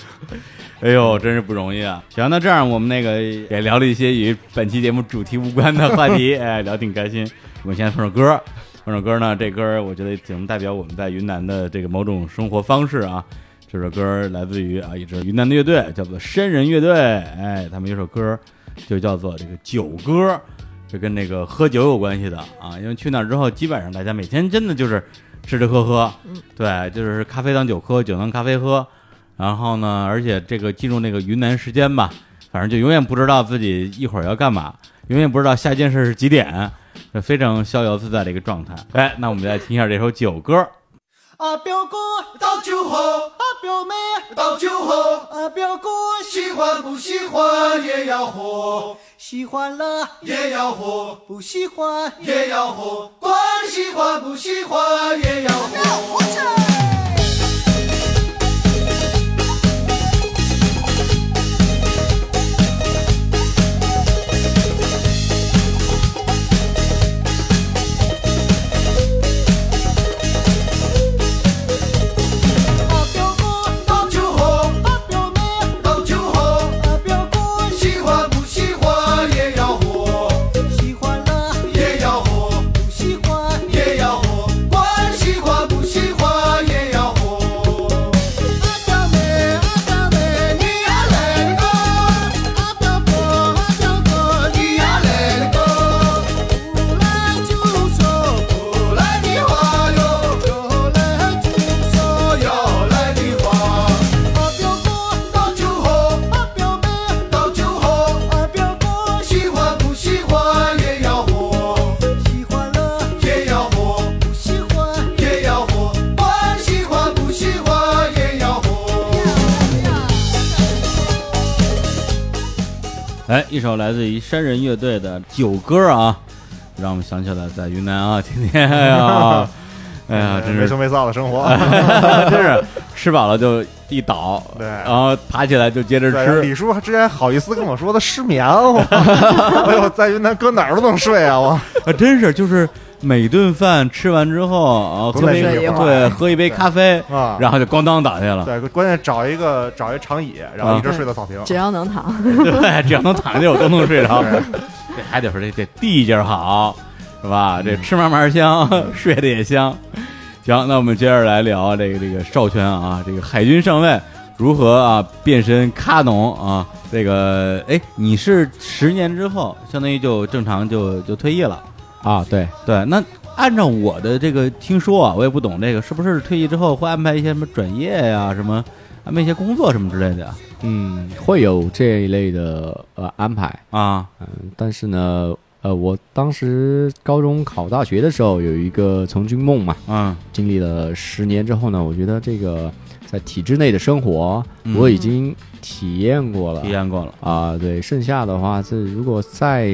Speaker 5: 哎呦，真是不容易啊！行，那这样我们那个也聊了一些与本期节目主题无关的话题，哎，聊挺开心。我们先放首歌，放首歌呢，这歌我觉得挺能代表我们在云南的这个某种生活方式啊。这首歌来自于啊一支云南的乐队，叫做山人乐队，哎，他们有首歌就叫做这个酒歌。就跟那个喝酒有关系的啊，因为去那儿之后，基本上大家每天真的就是吃吃喝喝，对，就是咖啡当酒喝，酒当咖啡喝。然后呢，而且这个进入那个云南时间吧，反正就永远不知道自己一会儿要干嘛，永远不知道下一件事是几点，就非常逍遥自在的一个状态。哎，那我们来听一下这首酒歌。
Speaker 7: 啊，表哥倒酒喝，啊，表妹倒酒喝，啊，表哥喜欢不喜欢也要喝，喜欢了也要喝，不喜欢也要喝，管喜欢不喜欢也要喝。啊，表哥倒酒喝，啊，表妹倒酒喝，啊，表哥喜欢不喜欢也要喝，喜欢了也要喝，不喜欢也要喝，管喜欢不喜欢也要喝。啊，表妹啊，表妹你呀来了个，啊，表哥啊，表哥你呀来了个。不来就说不来的话哟，有来就说有来的话。啊，表哥倒酒喝，啊，表妹倒酒喝，啊，表哥喜欢不喜欢也要喝，喜欢了也要喝，不喜欢也要喝，管喜欢不喜欢也要喝。
Speaker 5: 哎，一首来自于山人乐队的酒歌啊，让我们想起了在云南啊，天天 哎呀，哎呀，真
Speaker 4: 呃没
Speaker 5: 是哎
Speaker 4: 羞没臊的生活，
Speaker 5: 真是吃饱了就一倒，
Speaker 4: 对
Speaker 5: 然后爬起来就接着
Speaker 4: 对，
Speaker 5: 吃。
Speaker 4: 李叔还之前好意思跟我说他失眠了， 我哎呦，在云南搁哪儿都能睡啊，我
Speaker 5: 啊，真是就是每顿饭吃完之后，啊，
Speaker 4: 都
Speaker 5: 喝
Speaker 4: 得
Speaker 5: 杯
Speaker 4: 睡一会儿
Speaker 5: 对，喝一杯咖啡，
Speaker 4: 啊，
Speaker 5: 然后就咣当倒下了。
Speaker 4: 对，关键找一个找一长椅，然后一直
Speaker 3: 啊
Speaker 4: 睡到草坪，
Speaker 3: 只要能躺，
Speaker 5: 对，只要能躺下我都能睡着。
Speaker 4: 对
Speaker 5: 这还得说这这地界儿好，是吧？这吃嘛嘛香， 睡得也香。行，那我们接着来聊这个这个少圈啊，这个海军上尉如何啊变身咖农啊？这个哎，你是十年之后，相当于就正常就就退役了。
Speaker 6: 啊，对，
Speaker 5: 对，那按照我的这个听说啊，我也不懂这个，是不是退役之后会安排一些什么转业呀、什么安排一些工作什么之类的
Speaker 6: 嗯，会有这一类的呃安排，
Speaker 5: 啊？
Speaker 6: 但是呢，呃，我当时高中考大学的时候有一个从军梦嘛，
Speaker 5: 嗯
Speaker 6: 经历了十年之后呢，我觉得这个在体制内的生活
Speaker 5: 嗯
Speaker 6: 我已经体验过了，
Speaker 5: 体验过了，
Speaker 6: 啊、对，剩下的话，这如果再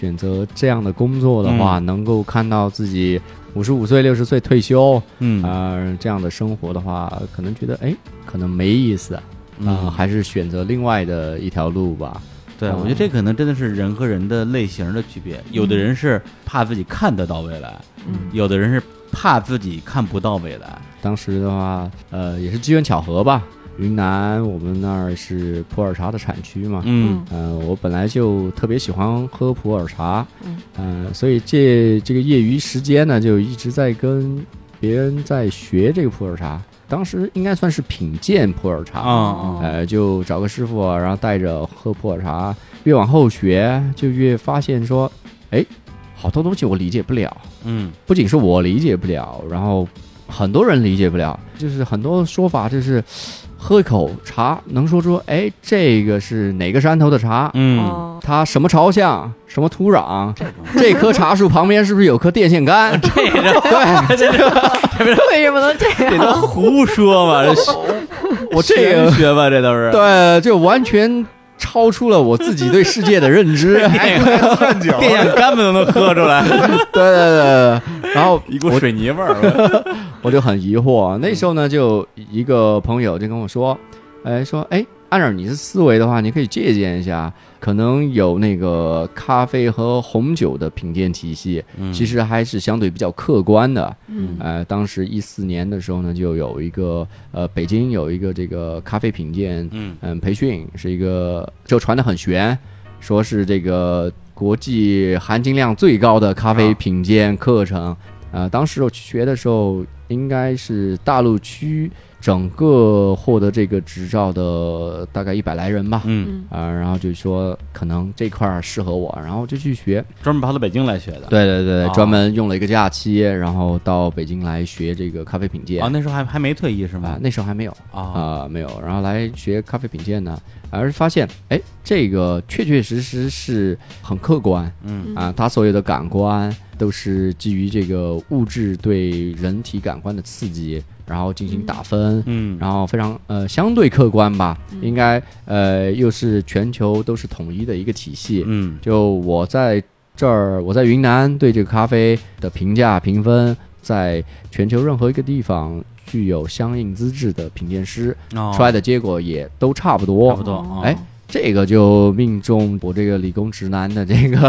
Speaker 6: 选择这样的工作的
Speaker 5: 嗯
Speaker 6: 话，能够看到自己五十五岁、六十岁退休
Speaker 5: 嗯
Speaker 6: 啊、这样的生活的话，可能觉得哎，可能没意思啊、
Speaker 5: 嗯
Speaker 6: 还是选择另外的一条路吧。
Speaker 5: 对，
Speaker 6: 哦
Speaker 5: 我觉得这可能真的是人和人的类型的区别。有的人是怕自己看得到未来，
Speaker 3: 嗯
Speaker 5: 有的人是怕自己看不到未来。
Speaker 6: 当时的话，呃，也是机缘巧合吧。云南我们那儿是普洱茶的产区嘛，
Speaker 5: 嗯
Speaker 6: 嗯、我本来就特别喜欢喝普洱茶，
Speaker 3: 嗯
Speaker 6: 嗯、所以这这个业余时间呢，就一直在跟别人在学这个普洱茶。当时应该算是品鉴普洱茶，
Speaker 5: 啊
Speaker 3: 嗯哦
Speaker 5: 啊
Speaker 6: 呃，就找个师傅啊，然后带着喝普洱茶。越往后学，就越发现说，哎，好多东西我理解不了，
Speaker 5: 嗯
Speaker 6: 不仅是我理解不了，然后很多人理解不了，就是很多说法就是。喝一口茶，能说出哎，这个是哪个山头的茶？
Speaker 5: 嗯，
Speaker 3: 哦，
Speaker 6: 它什么朝向，什么土壤，这棵茶树旁边是不是有棵电线杆？这对，
Speaker 3: 为什么能这
Speaker 5: 这
Speaker 3: 样？
Speaker 5: 都胡说嘛！这
Speaker 6: 我这个
Speaker 5: 玄学吧，这都是
Speaker 6: 对，就完全超出了我自己对世界的认知。
Speaker 5: 电影
Speaker 4: 灌酒，
Speaker 5: 电影干巴都能喝出来，
Speaker 6: 对对对，然后
Speaker 5: 一股水泥味儿。
Speaker 6: 我就很疑惑。啊那时候呢，就一个朋友就跟我说，哎，说哎，按照你的思维的话，你可以借鉴一下，可能有那个咖啡和红酒的品鉴体系，
Speaker 5: 嗯
Speaker 6: 其实还是相对比较客观的。
Speaker 3: 嗯
Speaker 6: 呃，当时一四年的时候呢，就有一个呃，北京有一个这个咖啡品鉴
Speaker 5: 嗯
Speaker 6: 嗯培训，是一个就传的很悬，说是这个国际含金量最高的咖啡品鉴课程。呃，当时我学的时候，应该是大陆区整个获得这个执照的大概一百来人吧。
Speaker 5: 嗯，
Speaker 3: 嗯
Speaker 6: 啊、然后就说可能这块儿适合我，然后就去学。
Speaker 5: 专门跑到北京来学的。
Speaker 6: 对对对，
Speaker 5: 哦
Speaker 6: 专门用了一个假期，然后到北京来学这个咖啡品鉴
Speaker 5: 啊，那时候还还没退役是吗
Speaker 6: 啊？那时候还没有
Speaker 5: 啊，
Speaker 6: 啊、没有，然后来学咖啡品鉴呢，而是发现哎，这个确确实实是很客观
Speaker 5: 嗯
Speaker 6: 啊，他所有的感官都是基于这个物质对人体感官的刺激，然后进行打分。
Speaker 5: 嗯，
Speaker 6: 然后非常呃相对客观吧，应该呃又是全球都是统一的一个体系，
Speaker 5: 嗯
Speaker 6: 就我在这儿，我在云南对这个咖啡的评价评分，在全球任何一个地方具有相应资质的品鉴师
Speaker 5: 哦
Speaker 6: 出来的结果也都差不多。
Speaker 5: 差不多。
Speaker 6: 哎，这个就命中我这个理工直男的这个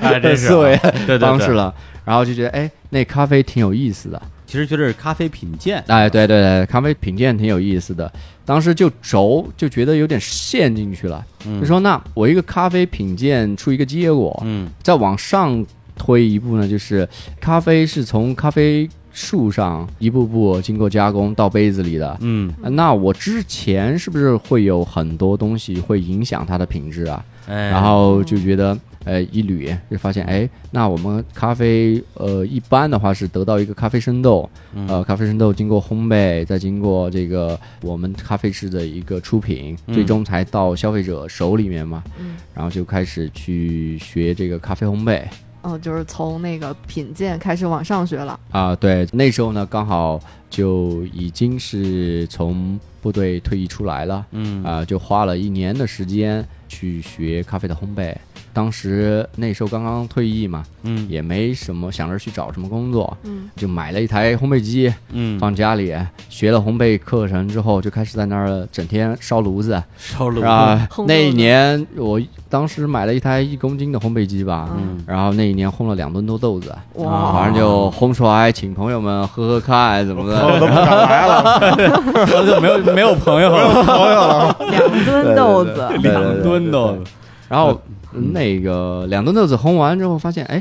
Speaker 5: 哎，这是啊
Speaker 6: 思维
Speaker 5: 对对对
Speaker 6: 方式了，然后就觉得哎，那咖啡挺有意思的。
Speaker 5: 其实觉得是咖啡品鉴。
Speaker 6: 哎，对对对，咖啡品鉴挺有意思的。当时就轴就觉得有点陷进去了，
Speaker 5: 嗯
Speaker 6: 就说那我一个咖啡品鉴出一个结果，
Speaker 5: 嗯
Speaker 6: 再往上推一步呢，就是咖啡是从咖啡树上一步步经过加工到杯子里的。
Speaker 5: 嗯，
Speaker 6: 呃那我之前是不是会有很多东西会影响它的品质啊？
Speaker 5: 哎，
Speaker 6: 然后就觉得，呃，一捋就发现，哎，那我们咖啡，呃，一般的话是得到一个咖啡生豆，呃，咖啡生豆经过烘焙，再经过这个我们咖啡师的一个出品，最终才到消费者手里面嘛。
Speaker 3: 嗯
Speaker 6: 然后就开始去学这个咖啡烘焙
Speaker 3: 哦，就是从那个品鉴开始往上学了。
Speaker 6: 啊、对，那时候呢，刚好就已经是从部队退役出来了。
Speaker 5: 嗯
Speaker 6: 啊、就花了一年的时间去学咖啡的烘焙。当时那时候刚刚退役嘛，
Speaker 5: 嗯
Speaker 6: 也没什么想着去找什么工作，
Speaker 3: 嗯
Speaker 6: 就买了一台烘焙机
Speaker 5: 嗯，
Speaker 6: 放家里，学了烘焙课程之后，就开始在那儿整天烧炉子
Speaker 5: 烧炉
Speaker 6: 啊
Speaker 3: 烘。
Speaker 6: 那
Speaker 3: 豆
Speaker 6: 一
Speaker 3: 子
Speaker 6: 年我当时买了一台一公斤的烘焙机吧，
Speaker 3: 嗯，
Speaker 6: 然后那一年烘了两吨多豆子，
Speaker 3: 哇，
Speaker 6: 反正就烘出来，请朋友们喝喝看，怎么的？
Speaker 4: 我都不敢来了，
Speaker 5: 就没有没有朋友了，
Speaker 4: 朋友了，
Speaker 3: 两吨豆子，
Speaker 6: 对对
Speaker 5: 两吨都
Speaker 6: 然后那个两吨豆子烘完之后，发现哎，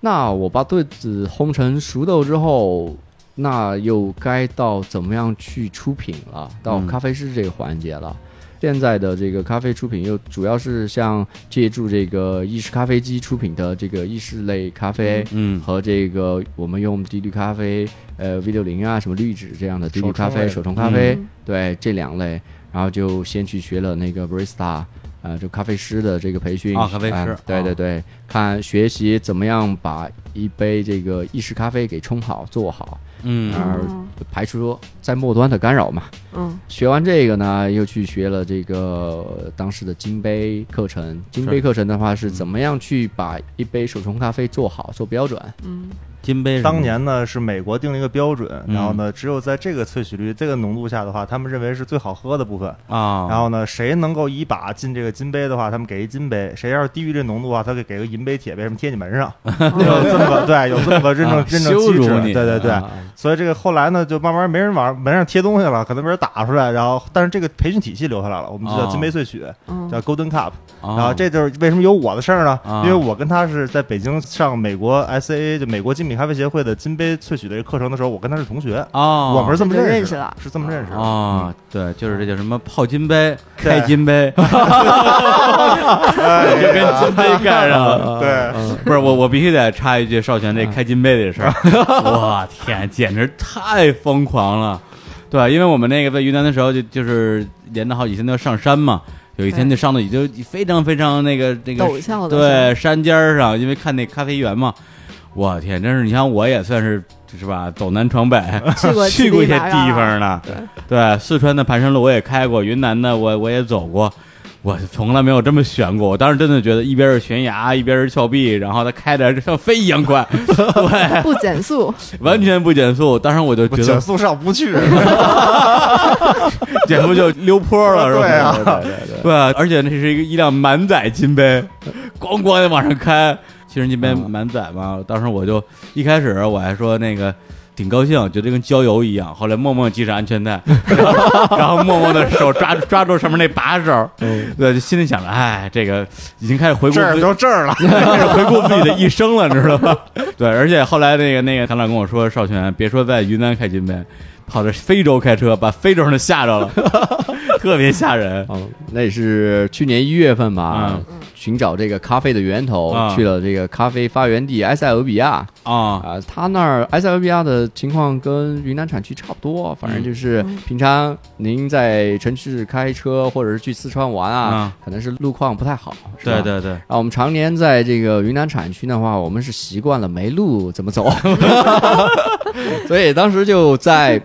Speaker 6: 那我把豆子烘成熟豆之后，那又该到怎么样去出品了？到
Speaker 5: 嗯
Speaker 6: 咖啡师这个环节了。现在的这个咖啡出品又主要是像借助这个意式咖啡机出品的这个意式类咖啡。
Speaker 5: 嗯
Speaker 6: 和这个我们用低滤咖啡，呃 V 六零啊，什么滤纸这样的低滤咖啡、手
Speaker 4: 手
Speaker 6: 冲咖啡，
Speaker 3: 嗯
Speaker 6: 对这两类，然后就先去学了那个 barista，呃，就咖啡师的这个培训
Speaker 5: 啊咖啡师
Speaker 6: 呃
Speaker 5: 啊
Speaker 6: 对对对，看学习怎么样把一杯这个意式咖啡给冲好、做好，
Speaker 5: 嗯
Speaker 6: 而
Speaker 3: 哦
Speaker 6: 排除在末端的干扰嘛。
Speaker 3: 嗯
Speaker 6: 学完这个呢，又去学了这个呃当时的金杯课程。金杯课程的话是怎么样去把一杯手冲咖啡做好、做标准？
Speaker 3: 嗯
Speaker 5: 金杯是吗
Speaker 4: 当年呢是美国定了一个标准，
Speaker 5: 嗯
Speaker 4: 然后呢，只有在这个萃取率、这个浓度下的话，他们认为是最好喝的部分。
Speaker 5: 啊，
Speaker 4: 然后呢，谁能够一把进这个金杯的话，他们给一金杯；谁要是低于这浓度啊，他给给个银杯、铁杯，什么贴你门 上，有这么个对，有这么个认证
Speaker 5: 啊
Speaker 4: 认证
Speaker 5: 羞
Speaker 4: 机
Speaker 5: 辱
Speaker 4: 制
Speaker 5: 你，
Speaker 4: 对对对。
Speaker 6: 啊
Speaker 4: 所以这个后来呢，就慢慢没人往门上贴东西了，可能没人打出来。然后，但是这个培训体系留下来了，我们就叫
Speaker 5: 哦
Speaker 4: 金杯萃取，
Speaker 3: 嗯
Speaker 4: 叫 Golden Cup。
Speaker 5: 啊
Speaker 4: 然后这就是为什么有我的事儿呢？
Speaker 5: 啊
Speaker 4: 因为我跟他是在北京上美国 SAA 就美国精品咖啡协会的金杯萃取的这个课程的时候，我跟他是同学，
Speaker 5: 啊，
Speaker 4: 我们是这么
Speaker 3: 就认
Speaker 4: 认
Speaker 3: 识了
Speaker 4: 是这么认识的。
Speaker 5: 啊，对，就是这叫什么泡金杯、开
Speaker 4: 对
Speaker 5: 金杯，
Speaker 4: 哎
Speaker 5: 就跟金杯干上了。
Speaker 4: 对，
Speaker 5: 不是我，我必须得插一句少泉这开金杯这事儿，我天，简直太疯狂了。对，因为我们那个在云南的时候就，就是连着好几天都要上山嘛，有一天就上到已经非常非常那个那个
Speaker 3: 陡峭的
Speaker 5: 对山尖儿上，因为看那咖啡园嘛。我天，真是你像我也算是是吧，走南闯北，
Speaker 3: 去 过
Speaker 5: 去过一些
Speaker 3: 七里八
Speaker 5: 地
Speaker 3: 绕
Speaker 5: 方呢。对，四川的盘山路我也开过，云南的我我也走过，我从来没有这么悬过。我当时真的觉得一边是悬崖，一边是峭壁，然后它开的像飞一样快， 对，
Speaker 3: 不减速，
Speaker 5: 完全不减速。当时我就觉
Speaker 4: 减
Speaker 5: 得啊
Speaker 4: 速上 不去，
Speaker 5: 减速就溜坡 了，是吧？
Speaker 4: 对啊
Speaker 6: 对对 对
Speaker 5: 对，而且那是一个一辆满载金杯， 咣咣的往上开，七十金杯
Speaker 6: 嗯
Speaker 5: 满载嘛。当时我就一开始我还说那个挺高兴，觉得跟郊游一样。后来默默系上安全带， 然后默默的手抓 抓住上面那把手，对，就心里想着，哎，这个已经开始回顾
Speaker 4: 这嗯儿
Speaker 5: 自己，
Speaker 4: 就这儿了。
Speaker 5: 开始回顾自己 的一生了，你知道吧？对，而且后来那个那个唐老跟我说，少泉，别说在云南开金杯，跑到非洲开车，把非洲人都吓着 了，特别吓人。
Speaker 6: 哦，那也是去年一月份吧
Speaker 5: 嗯，
Speaker 6: 寻找这个咖啡的源头，
Speaker 5: 啊
Speaker 6: 去了这个咖啡发源地埃塞俄比亚
Speaker 5: 啊、
Speaker 6: 啊、他那儿埃塞俄比亚的情况跟云南产区差不多，反
Speaker 5: 嗯
Speaker 6: 正就是平常您在城市开车或者是去四川玩啊，可能是路况不太好，是吧
Speaker 5: 嗯对。对对，
Speaker 6: 啊，我们常年在这个云南产区的话，我们是习惯了没路怎 么走， 所以当时就在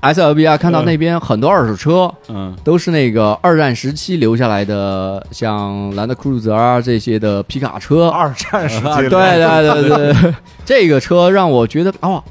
Speaker 6: 埃塞俄比亚看到那边很多二手车，
Speaker 5: 嗯
Speaker 6: 都是那个二战时期留下来的，像兰德酷路泽啊这些的皮卡车。
Speaker 4: 二 战时期
Speaker 5: 啊
Speaker 6: 啊对
Speaker 4: 的，
Speaker 6: 对对对对，这个车让我觉得哦，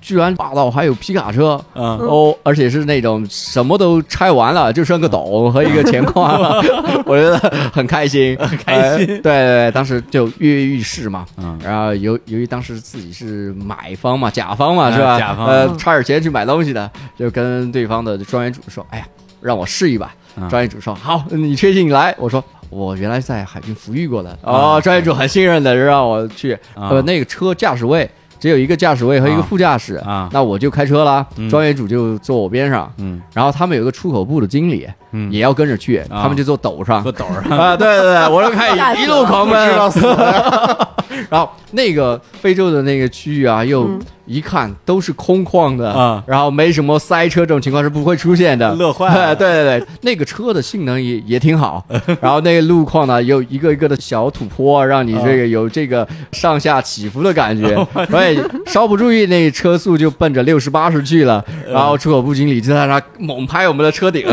Speaker 6: 居然霸道还有皮卡车。
Speaker 5: 嗯
Speaker 6: 哦，而且是那种什么都拆完了，就剩个斗和一个钱筐了，我觉得很 开心，很
Speaker 5: 开心
Speaker 6: 呃对对对，当时就跃跃欲试嘛，
Speaker 5: 嗯
Speaker 6: 然后由由于当时自己是买方嘛，甲方嘛，是吧？
Speaker 5: 哎甲方
Speaker 6: 呃，
Speaker 3: 嗯
Speaker 6: 差点钱去买东西的，就跟对方的专业主说：“哎呀，让我试一把。
Speaker 5: 嗯
Speaker 6: 专业主说：“好，你确定你来？”我说：“我原来在海军服役过的。”
Speaker 5: 啊
Speaker 6: 哦，专业主很信任的让我去，
Speaker 5: 啊
Speaker 6: 呃，那个车驾驶位只有一个驾驶位和一个
Speaker 5: 啊
Speaker 6: 副驾驶，
Speaker 5: 啊
Speaker 6: 那我就开车啦
Speaker 5: 嗯。
Speaker 6: 专业主就坐我边上，
Speaker 5: 嗯
Speaker 6: 然后他们有一个出口部的经理
Speaker 5: 嗯
Speaker 6: 也要跟着去，他们就坐斗上
Speaker 5: 个。斗儿
Speaker 6: 啊，对对对，我就开
Speaker 3: 吓死
Speaker 6: 始一路
Speaker 3: 了
Speaker 6: 狂奔，啊
Speaker 4: 知道死了，
Speaker 6: 然后那个非洲的那个区域啊，又
Speaker 3: 嗯
Speaker 6: 一看都是空旷的，
Speaker 5: 啊
Speaker 6: 然后没什么塞车这种情况是不会出现 的。
Speaker 5: 乐坏了
Speaker 6: 对对对，那个车的性能也也挺 好，然后那个路况呢，有一个一个的小土坡，让你这个有这个上下起伏的感 觉，所以稍不注意，那车速就奔着六十八十去 了。然后出口部经理就在那猛拍我们的车顶，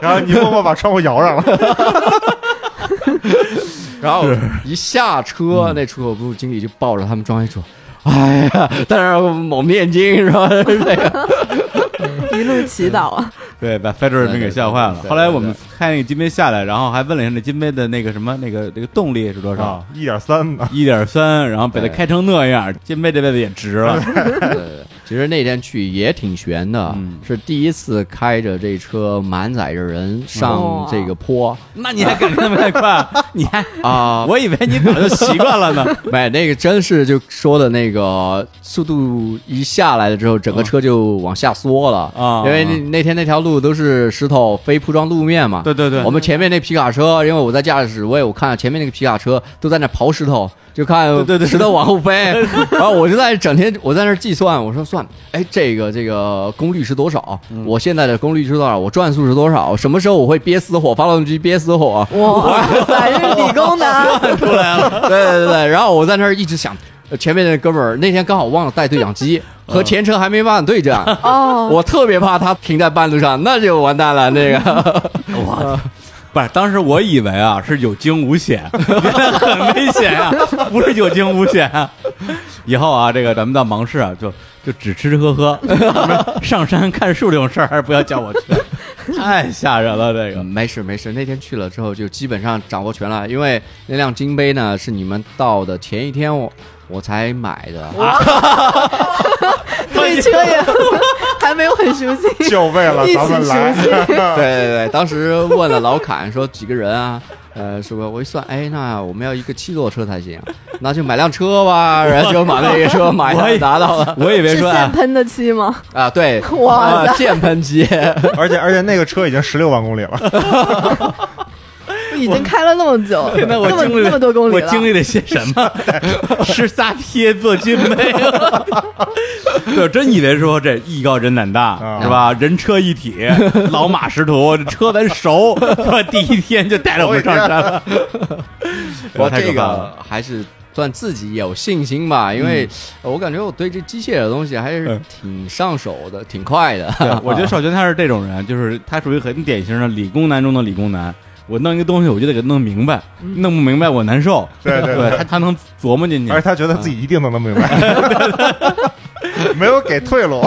Speaker 4: 然后你默默把窗户摇上了，
Speaker 6: 然后一下车，那出口部经理就抱着他们庄一说：“哎呀，在那儿猛念经是吧？ 那个
Speaker 3: 一路祈祷啊，
Speaker 5: 对，把 f e d e r 给吓坏了。后来我们开那个金杯下来，然后还问了一下那金杯的那个什么那个那个动力是多少，
Speaker 4: 啊，一点三呢，
Speaker 5: 一点三，然后把它开成那样，金杯这辈子也值了。
Speaker 6: 其实那天去也挺悬的，
Speaker 5: 嗯
Speaker 6: 是第一次开着这车满载着人上
Speaker 3: 哦
Speaker 6: 这个坡
Speaker 5: 那 你还敢跟他们太快？你还
Speaker 6: 啊。
Speaker 5: 我以为你早就习惯了呢。
Speaker 6: 买哎那个真是就说的那个速度一下来了之后，整个车就往下缩了
Speaker 5: 啊
Speaker 6: 因为那那天那条路都是石头非铺装路面嘛，
Speaker 5: 对对对
Speaker 6: 我，们前面那皮卡车，因为我在驾驶位，我看前面那个皮卡车都在那刨石头，就看
Speaker 5: 对对对
Speaker 6: 石头往后 飞，然后我就在整天我在那儿计算，我说算，哎，这个这个功率是多少？
Speaker 5: 嗯
Speaker 6: 我现在的功率是多少？我转速是多少？什么时候我会憋死火？发动机憋死火？
Speaker 3: 哇塞，这是理工男，
Speaker 5: 出来了。
Speaker 6: 对对对对，然后我在那儿一直想，呃前面那哥们儿那天刚好忘了带对讲机，和前车还没办法对战，
Speaker 3: 哦，
Speaker 6: 我特别怕他停在半路上，那就完蛋了。那个
Speaker 5: 我。不是，当时我以为啊是有惊无险，原来很危险啊，不是有惊无险、啊。以后啊，这个咱们到芒市啊，就就只吃吃喝喝，什么上山看树这种事儿不要叫我去，哎太吓人了。这个
Speaker 6: 嗯没事没事，那天去了之后就基本上掌握全了，因为那辆金杯呢是你们到的前一天我我才买 的，
Speaker 3: 对车也 还没有很熟悉，
Speaker 4: 就为了咱们
Speaker 3: 一起 熟悉
Speaker 6: 对
Speaker 4: 来，
Speaker 6: 对对，当时问了老坎说几个人啊，呃，说我一算，哎，那我们要一个七座车 才行，那就买辆车吧， 然后就把那个车买
Speaker 5: 我
Speaker 6: 了
Speaker 5: 也
Speaker 6: 拿到了
Speaker 5: 我以为
Speaker 3: 是
Speaker 5: 说、
Speaker 3: 现
Speaker 5: 啊、
Speaker 3: 喷的漆吗？
Speaker 6: 啊， 对，
Speaker 3: 哇
Speaker 6: 啊，键盘机。
Speaker 4: 而且而且那个车已经十六万公里了，
Speaker 3: 已经开了那么久，那
Speaker 5: 我
Speaker 3: 么
Speaker 5: 经历
Speaker 3: 那么多公里
Speaker 5: 我
Speaker 3: 了，
Speaker 5: 经历了些什么？吃撒撇做军备，对，真以为说这艺高人胆大
Speaker 4: 啊
Speaker 5: 是吧？人车一体，老马识途，这车咱熟，是吧？第一天就带着我们上山了，
Speaker 6: 我
Speaker 5: 太可
Speaker 6: 这
Speaker 5: 怕了。
Speaker 6: 个还是算自己有信心吧，因为我感觉我对这机械的东西还是
Speaker 5: 嗯
Speaker 6: 挺上手的，挺快的。
Speaker 5: 对，啊我觉得少轩他是这种人，就是他属于很典型的理工男中的理工男。我弄一个东西，我就得给弄明白，
Speaker 6: 嗯
Speaker 5: 弄不明白我难受。
Speaker 4: 对
Speaker 5: 对
Speaker 4: 对对
Speaker 5: 他他能琢磨进去
Speaker 4: 而且。他觉得自己一定能弄 明白，没有给退路。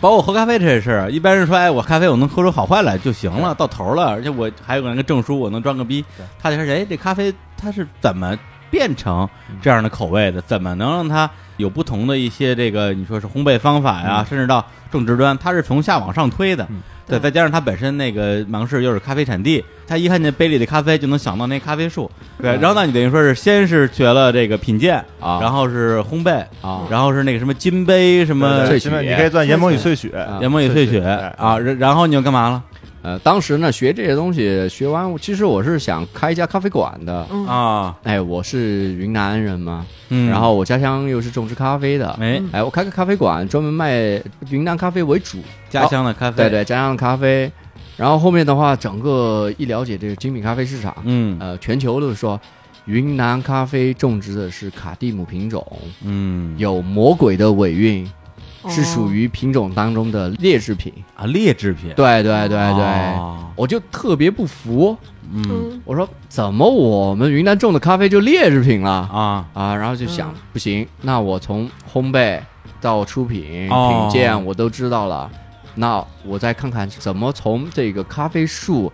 Speaker 5: 包括喝咖啡这些事儿，一般人说，哎，我咖啡我能喝出好坏来就行了，到头了。而且我还有个那个证书，我能装个逼。他就说，哎，这咖啡它是怎么变成这样的口味的？怎么能让它有不同的一些这个你说是烘焙方法呀，
Speaker 6: 嗯
Speaker 5: 甚至到种植端，它是从下往上推的。对，再加上它本身那个芒市又是咖啡产地，他一看见杯里的咖啡就能想到那咖啡树。对，然后那你等于说是先是学了这个品鉴
Speaker 6: 嗯啊
Speaker 5: 然后是烘焙
Speaker 6: 啊
Speaker 5: 然后是那个什么金杯什么
Speaker 6: 对萃取
Speaker 4: 现在你可以算研磨与萃取，
Speaker 6: 啊
Speaker 5: 研磨与萃取
Speaker 4: 哎
Speaker 5: 啊，然然后你又干嘛了
Speaker 6: 呃，当时呢学这些东西，学完我其实我是想开一家咖啡馆的。
Speaker 3: 嗯
Speaker 5: 啊？
Speaker 6: 哎，我是云南人嘛，
Speaker 5: 嗯，
Speaker 6: 然后我家乡又是种植咖啡的。
Speaker 5: 哎，
Speaker 6: 哎，我开个咖啡馆，专门卖云南咖啡为主，
Speaker 5: 家乡的咖啡，
Speaker 6: 对，对，加上咖啡。然后后面的话，整个一了解这个精品咖啡市场，
Speaker 5: 嗯
Speaker 6: 呃，全球都说云南咖啡种植的是卡蒂姆品种，
Speaker 5: 嗯，
Speaker 6: 有魔鬼的尾韵，是属
Speaker 3: 于
Speaker 6: 于品种当中的劣质品。
Speaker 5: 啊，劣质品，
Speaker 6: 对对对对，
Speaker 5: 哦
Speaker 6: 我就特别不服，
Speaker 5: 嗯
Speaker 6: 我说怎么我们云南种的咖啡就劣质品了
Speaker 5: 啊，
Speaker 6: 啊？然后就想、
Speaker 3: 嗯
Speaker 6: 不行，那我从烘焙到出品、
Speaker 5: 哦
Speaker 6: 品鉴我都知道了，那我再看看怎么从这个咖啡树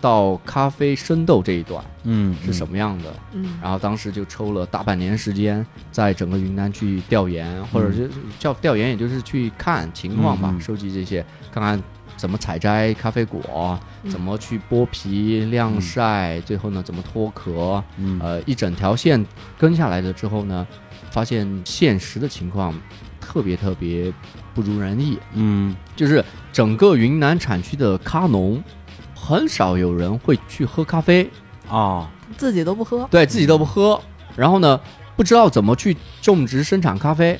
Speaker 6: 到咖啡生豆这一段
Speaker 5: 嗯，
Speaker 6: 是什么样的。
Speaker 3: 嗯
Speaker 6: 然后当时就抽了大半年时间，在整个云南去调研，或者就叫调研，也就是去看情况吧
Speaker 5: 嗯嗯，嗯
Speaker 6: 收集这些，看看怎么采摘咖啡果，
Speaker 3: 嗯
Speaker 6: 怎么去剥皮晾晒，最后呢怎么脱壳，
Speaker 5: 嗯？嗯
Speaker 6: 呃，一整条线跟下来了之后呢，发现现实的情况特别特别不如人意，
Speaker 5: 嗯
Speaker 6: 就是整个云南产区的咖农，很少有人会去喝咖啡，
Speaker 5: 哦，
Speaker 3: 自己都不喝，
Speaker 6: 对自己都不喝，然后呢，不知道怎么去种植生产咖啡。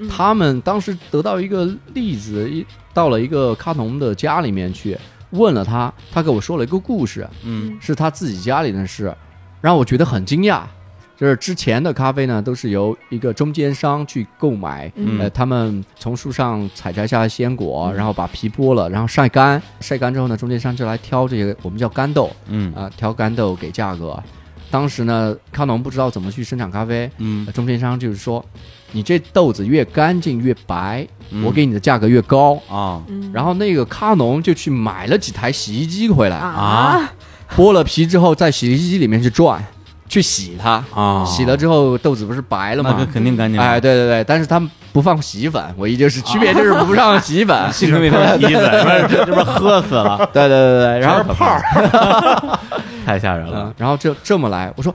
Speaker 3: 嗯
Speaker 6: 他们当时得到一个例子，一到了一个咖农的家里面去，问了他，他给我说了一个故事，
Speaker 5: 嗯
Speaker 6: 是他自己家里的事，让我觉得很惊讶。就是之前的咖啡呢，都是由一个中间商去购买，
Speaker 5: 嗯
Speaker 6: 呃，他们从树上采摘下来鲜果，然后把皮剥了，然后晒干，晒干之后呢，中间商就来挑这些我们叫干豆，
Speaker 5: 嗯
Speaker 6: 啊、挑干豆给价格。当时呢，康农不知道怎么去生产咖啡，
Speaker 5: 嗯
Speaker 6: 呃，中间商就是说，你这豆子越干净越白，
Speaker 5: 嗯
Speaker 6: 我给你的价格越高。
Speaker 5: 啊
Speaker 3: 嗯
Speaker 6: 然后那个咖农就去买了几台洗衣机回来，
Speaker 5: 啊
Speaker 3: 啊
Speaker 6: 剥了皮之后在洗衣机里面去转，去洗它，
Speaker 5: 啊，
Speaker 6: 洗了之后豆子不是白了
Speaker 5: 那就
Speaker 6: 吗？
Speaker 5: 肯定干净，
Speaker 6: 哎，，对对对，但是他们不放洗衣粉，唯一就是区别就是不放洗衣粉。
Speaker 5: 幸亏没穿衣服，这这这不是喝死了，
Speaker 6: 对对对对，然后
Speaker 5: 泡儿， 太吓人了
Speaker 6: 嗯，，然后这这么来，我说，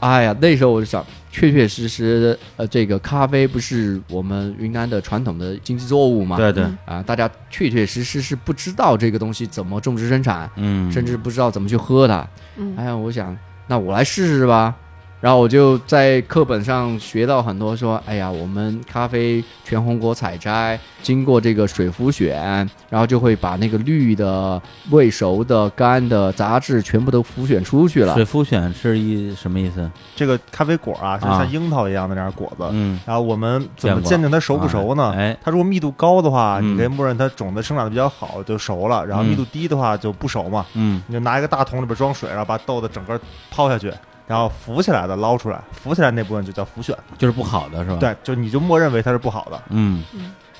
Speaker 6: 哎呀，那时候我就想，确确实实，呃，这个咖啡不是我们云南的传统的经济作物嘛？
Speaker 5: 对对，
Speaker 6: 啊，大家确确实实是不知道这个东西怎么种植生产，
Speaker 5: 嗯，
Speaker 6: 甚至不知道怎么去喝它。
Speaker 3: 嗯
Speaker 6: 哎呀，我想，那我来试试吧。然后我就在课本上学到很多，说，哎呀，我们咖啡全红果采摘，经过这个水浮选，然后就会把那个绿的、未熟的、干的杂质全部都浮选出去了。
Speaker 5: 水浮选是一什么意思？
Speaker 4: 这个咖啡果啊，是
Speaker 5: 啊
Speaker 4: 像樱桃一样的那样果子，
Speaker 5: 嗯，
Speaker 4: 然后我们怎么
Speaker 5: 见过
Speaker 4: 鉴定它熟不熟呢？
Speaker 5: 哎，
Speaker 4: 它如果密度高的话，
Speaker 5: 嗯
Speaker 4: 你可以默认它种子生长的比较好，就熟了；然后
Speaker 5: 嗯
Speaker 4: 密度低的话就不熟嘛。
Speaker 5: 嗯
Speaker 4: 你就拿一个大桶里边装水，然后把豆子整个抛下去，然后浮起来的捞出来，浮起来那部分就叫浮选。
Speaker 5: 就是不好的是吧？，
Speaker 4: 对，就你就默认为它是不好的。
Speaker 5: 嗯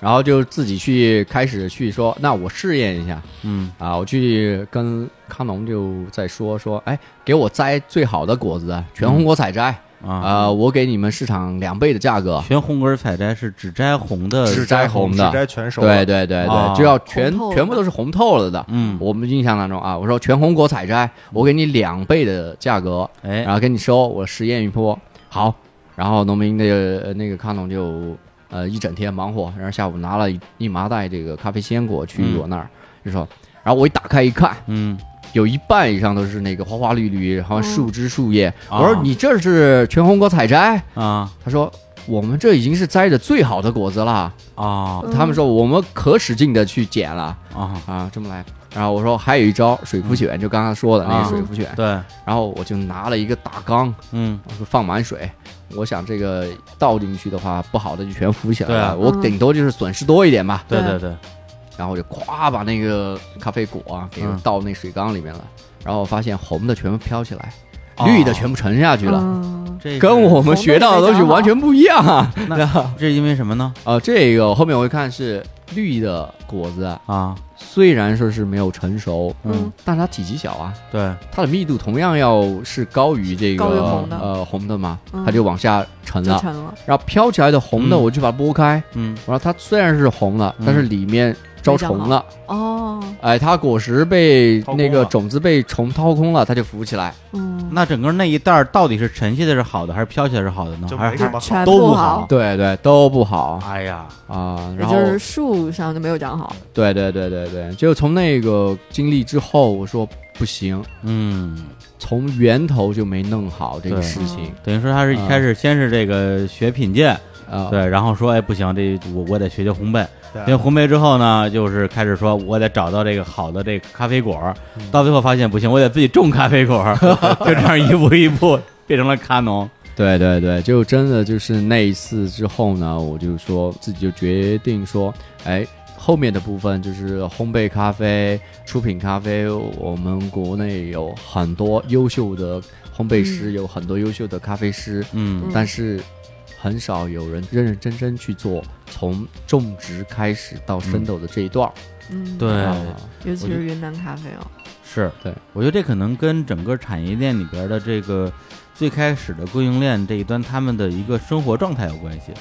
Speaker 6: 然后就自己去开始去说，那我试验一下
Speaker 5: 嗯
Speaker 6: 啊，我去跟康农就在说说，哎，给我摘最好的果子，全红果采摘，
Speaker 5: 嗯啊，
Speaker 6: 啊，我给你们市场两倍的价
Speaker 4: 啊
Speaker 6: 格，
Speaker 5: 全红格采摘是只摘红的，
Speaker 1: 呃
Speaker 6: 只摘红
Speaker 4: 只
Speaker 6: 的，
Speaker 4: 摘全熟
Speaker 6: 对
Speaker 4: 的。
Speaker 6: 对对
Speaker 5: 啊
Speaker 6: 对，就要全
Speaker 3: 红透的
Speaker 6: 全部都是红透了的。
Speaker 5: 嗯，
Speaker 6: 我们印象当中啊，我说全红果采摘，我给你两倍的价格，
Speaker 5: 哎
Speaker 6: 然后跟你收，我实验一波，好。然后农民那个那个康总就呃一整天忙活，然后下午拿了一一麻袋这个咖啡鲜果去
Speaker 5: 嗯
Speaker 6: 我那儿，就说，然后我一打开一看，
Speaker 5: 嗯
Speaker 6: 有一半以上都是那个花花绿绿，然后树枝树叶。
Speaker 5: 啊
Speaker 6: 我说你这是全红国采摘？
Speaker 5: 啊
Speaker 6: 他说我们这已经是摘的最好的果子了。
Speaker 5: 啊
Speaker 6: 他们说我们可使劲的去捡了
Speaker 5: 啊！
Speaker 6: 啊，这么来。然后我说还有一招水浮卷，就刚刚说的那
Speaker 5: 啊
Speaker 6: 个水浮卷。
Speaker 5: 对，
Speaker 6: 然后我就拿了一个大缸，
Speaker 5: 嗯
Speaker 6: 我说放满水。我想这个倒进去的话，不好的就全浮起来
Speaker 5: 对啊
Speaker 6: 了。我
Speaker 3: 嗯
Speaker 6: 顶多就是损失多一点吧。
Speaker 5: 对对
Speaker 3: 对
Speaker 5: 对，
Speaker 6: 然后我就咵把那个咖啡果啊给
Speaker 5: 嗯
Speaker 6: 倒那水缸里面了，然后我发现红的全部飘起来，
Speaker 5: 哦
Speaker 6: 绿的全部沉下去了，
Speaker 3: 嗯
Speaker 5: 这
Speaker 6: 跟我们
Speaker 3: 红的
Speaker 6: 学到的东西
Speaker 3: 也没长好
Speaker 6: 完全不一样啊！
Speaker 5: 那这是因为什么呢？
Speaker 6: 啊，这个后面我会看是绿的果子，啊，
Speaker 5: 啊，
Speaker 6: 虽然说是没有成熟，
Speaker 5: 嗯，
Speaker 6: 但它体积小啊，
Speaker 5: 对，
Speaker 6: 它的密度同样要是高于这个
Speaker 3: 高于红的
Speaker 6: 呃红的嘛，
Speaker 3: 嗯
Speaker 6: 它就往下沉
Speaker 3: 就
Speaker 6: 了。
Speaker 3: 沉了，
Speaker 6: 然后飘起来的红的，
Speaker 5: 嗯
Speaker 6: 我就把它拨开，
Speaker 5: 嗯
Speaker 6: 然后它虽然是红的，
Speaker 5: 嗯
Speaker 6: 但是里面招虫
Speaker 3: 没长
Speaker 6: 了。
Speaker 3: 哦，
Speaker 6: 哎，它果实被
Speaker 4: 掏空
Speaker 6: 那个
Speaker 4: 了
Speaker 6: 种子被虫掏空了，它就浮起来。
Speaker 3: 嗯，
Speaker 5: 那整个那一袋儿到底是沉下的是好的，还是飘起来是好的呢？
Speaker 4: 就
Speaker 5: 还
Speaker 4: 没
Speaker 5: 是
Speaker 4: 什么好
Speaker 3: 全
Speaker 5: 都不
Speaker 3: 不
Speaker 5: 好
Speaker 3: 好，
Speaker 6: 对对，都不好
Speaker 5: 哎呀，
Speaker 6: 啊。
Speaker 3: 也
Speaker 6: 然
Speaker 3: 就
Speaker 6: 后，
Speaker 3: 是树上就没有长好，
Speaker 6: 对对对对对，就从那个经历之后，我说不行，
Speaker 5: 嗯，
Speaker 6: 从源头就没弄好这个
Speaker 5: 对
Speaker 6: 事情
Speaker 5: 等于说他是
Speaker 6: 嗯
Speaker 5: 一开始先是这个学品鉴，
Speaker 3: 嗯
Speaker 6: 啊。
Speaker 5: 对，然后说哎不行，这我我得学学烘焙，
Speaker 4: 对
Speaker 5: 学烘焙之后呢，就是开始说我得找到这个好的这个咖啡果儿，到最后发现不行，我得自己种咖啡果儿，就这样一步一步变成了咖农，
Speaker 6: 对对对，就真的就是那一次之后呢，我就说自己就决定说，哎，后面的部分就是烘焙咖啡、出品咖啡，我们国内有很多优秀的烘焙师，有很多优秀的咖啡师，
Speaker 5: 嗯
Speaker 6: 但是很少有人认认真真去做从种植开始到生豆的这一段儿。
Speaker 3: 嗯，
Speaker 5: 对
Speaker 6: 啊
Speaker 3: 尤其是云南咖啡哦，
Speaker 5: 是
Speaker 6: 对，
Speaker 5: 我觉得这可能跟整个产业链里边的这个最开始的供应链这一端他们的一个生活状态有关系。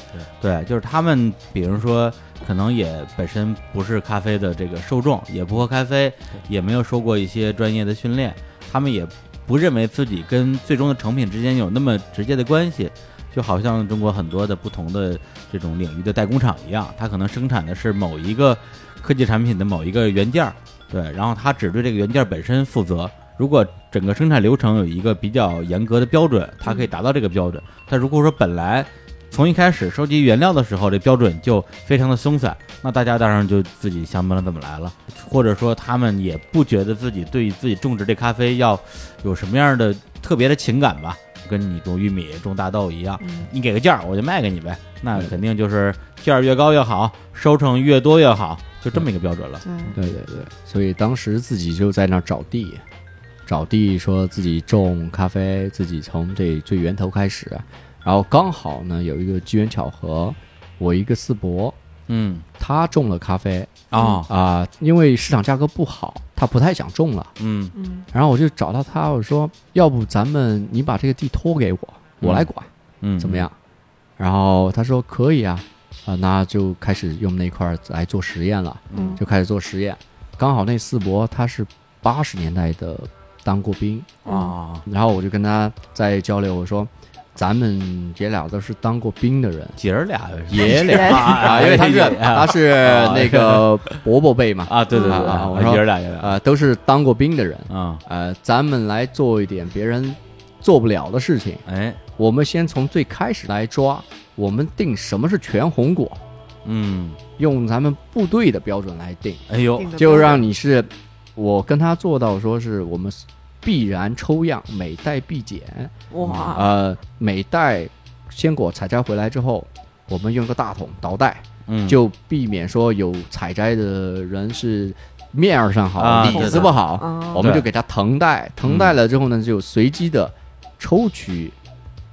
Speaker 5: 对，就是他们，比如说，可能也本身不是咖啡的这个受众，也不喝咖啡，也没有受过一些专业的训练，他们也不认为自己跟最终的成品之间有那么直接的关系。就好像中国很多的不同的这种领域的代工厂一样，它可能生产的是某一个科技产品的某一个元件儿，对，然后它只对这个元件本身负责。如果整个生产流程有一个比较严格的标准，它可以达到这个标准。但如果说本来从一开始收集原料的时候，这标准就非常的松散，那大家当然就自己想怎么来怎么来了，或者说他们也不觉得自己对于自己种植这咖啡要有什么样的特别的情感吧，跟你种玉米、种大豆一样，
Speaker 3: 嗯，
Speaker 5: 你给个价儿我就卖给你呗，
Speaker 6: 嗯
Speaker 5: 那肯定就是价儿越高越好，收成越多越好，就这么一个标准了。
Speaker 3: 对，
Speaker 6: 对对对，所以当时自己就在那儿找地，找地说自己种咖啡，自己从这最源头开始，然后刚好呢有一个机缘巧合，我一个四伯
Speaker 5: 嗯，
Speaker 6: 他种了咖啡
Speaker 5: 哦，
Speaker 6: 啊、因为市场价格不好，他不太想种了，
Speaker 5: 嗯
Speaker 3: 嗯
Speaker 6: 然后我就找到他，我说要不咱们你把这个地托给我，我来管、
Speaker 5: 嗯，
Speaker 6: 怎么样？然后他说可以啊，啊、那就开始用那块儿来做实验了。
Speaker 5: 嗯？
Speaker 6: 就开始做实验。刚好那四伯他是八十年代的当过兵，
Speaker 5: 嗯啊，
Speaker 6: 然后我就跟他在交流，我说咱们姐俩都是当过兵的人，
Speaker 5: 姐儿俩
Speaker 6: 爷俩
Speaker 3: 爷
Speaker 6: 啊， 因为他是他是那个伯伯辈嘛，
Speaker 5: 啊，对对对，
Speaker 6: 啊
Speaker 5: 啊
Speaker 6: 我说
Speaker 5: 爷儿俩爷儿俩
Speaker 6: 呃，都是当过兵的人，
Speaker 5: 啊，
Speaker 6: 呃，咱们来做一点别人做不了的事情，
Speaker 5: 哎，
Speaker 6: 我们先从最开始来抓，我们定什么是全红果，
Speaker 5: 嗯，
Speaker 6: 用咱们部队的标准来定。
Speaker 5: 哎呦，
Speaker 6: 就让你是，我跟他做到说是我们必然抽样，每袋必检，
Speaker 5: 啊
Speaker 3: 哇，
Speaker 6: 呃，每袋鲜果采摘回来之后，我们用个大桶倒袋，
Speaker 5: 嗯，
Speaker 6: 就避免说有采摘的人是面儿上
Speaker 5: 啊
Speaker 6: 好，里
Speaker 5: 对
Speaker 6: 子
Speaker 5: 的
Speaker 6: 不好，
Speaker 3: 嗯
Speaker 6: 我们
Speaker 5: 对
Speaker 6: 就给他腾袋，腾袋了之后呢，就随机的抽取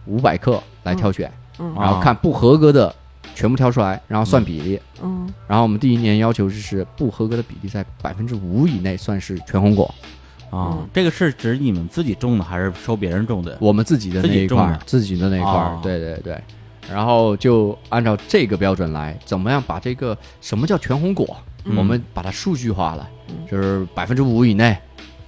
Speaker 6: 五百克来挑选，
Speaker 3: 嗯
Speaker 6: 然后看不合格的全部挑出来，然后算比例。
Speaker 3: 嗯，
Speaker 6: 然后我们第一年要求就是不合格的比例在百分之五以内算是全红果，
Speaker 5: 啊
Speaker 3: 嗯，
Speaker 5: 这个是指你们自己种的还是收别人种的？
Speaker 6: 我们自己的那一块儿，自己的那一块儿
Speaker 4: 啊
Speaker 5: 哦，
Speaker 6: 对对对。然后就按照这个标准来，怎么样把这个什么叫全红果，
Speaker 5: 嗯
Speaker 6: 我们把它数据化了，
Speaker 3: 嗯
Speaker 6: 就是百分之五以内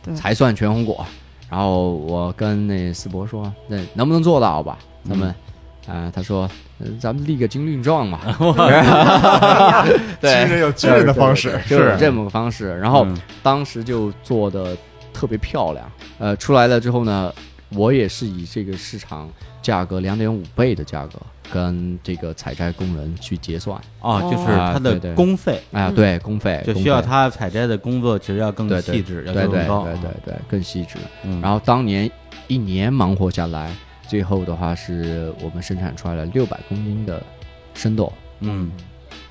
Speaker 3: 对
Speaker 6: 才算全红果。然后我跟那思博说，那能不能做到吧？
Speaker 4: 嗯
Speaker 6: 咱们，啊，他说，呃咱们立个军令 状嘛， 对，
Speaker 4: 人有军人的方式，
Speaker 6: 就是这么个方式。然后
Speaker 5: 嗯
Speaker 6: 当时就做的特别漂亮。呃，出来了之后呢，我也是以这个市场价格两点五倍的价格跟这个采摘工人去结算。
Speaker 5: 哦，就是它
Speaker 6: 啊对
Speaker 5: 的
Speaker 6: 对
Speaker 5: 工费，
Speaker 6: 哎、呀，
Speaker 3: 嗯
Speaker 6: 对，工费
Speaker 5: 就
Speaker 6: 工
Speaker 5: 需要
Speaker 6: 费
Speaker 5: 它采摘的工作其实要更
Speaker 6: 对对
Speaker 5: 细致，要
Speaker 6: 对
Speaker 5: 求
Speaker 6: 对
Speaker 5: 更高。
Speaker 6: 对对对，更细致。
Speaker 5: 嗯，
Speaker 6: 然后当年一年忙活下来，最后的话是我们生产出来了六百公斤的生豆，
Speaker 5: 嗯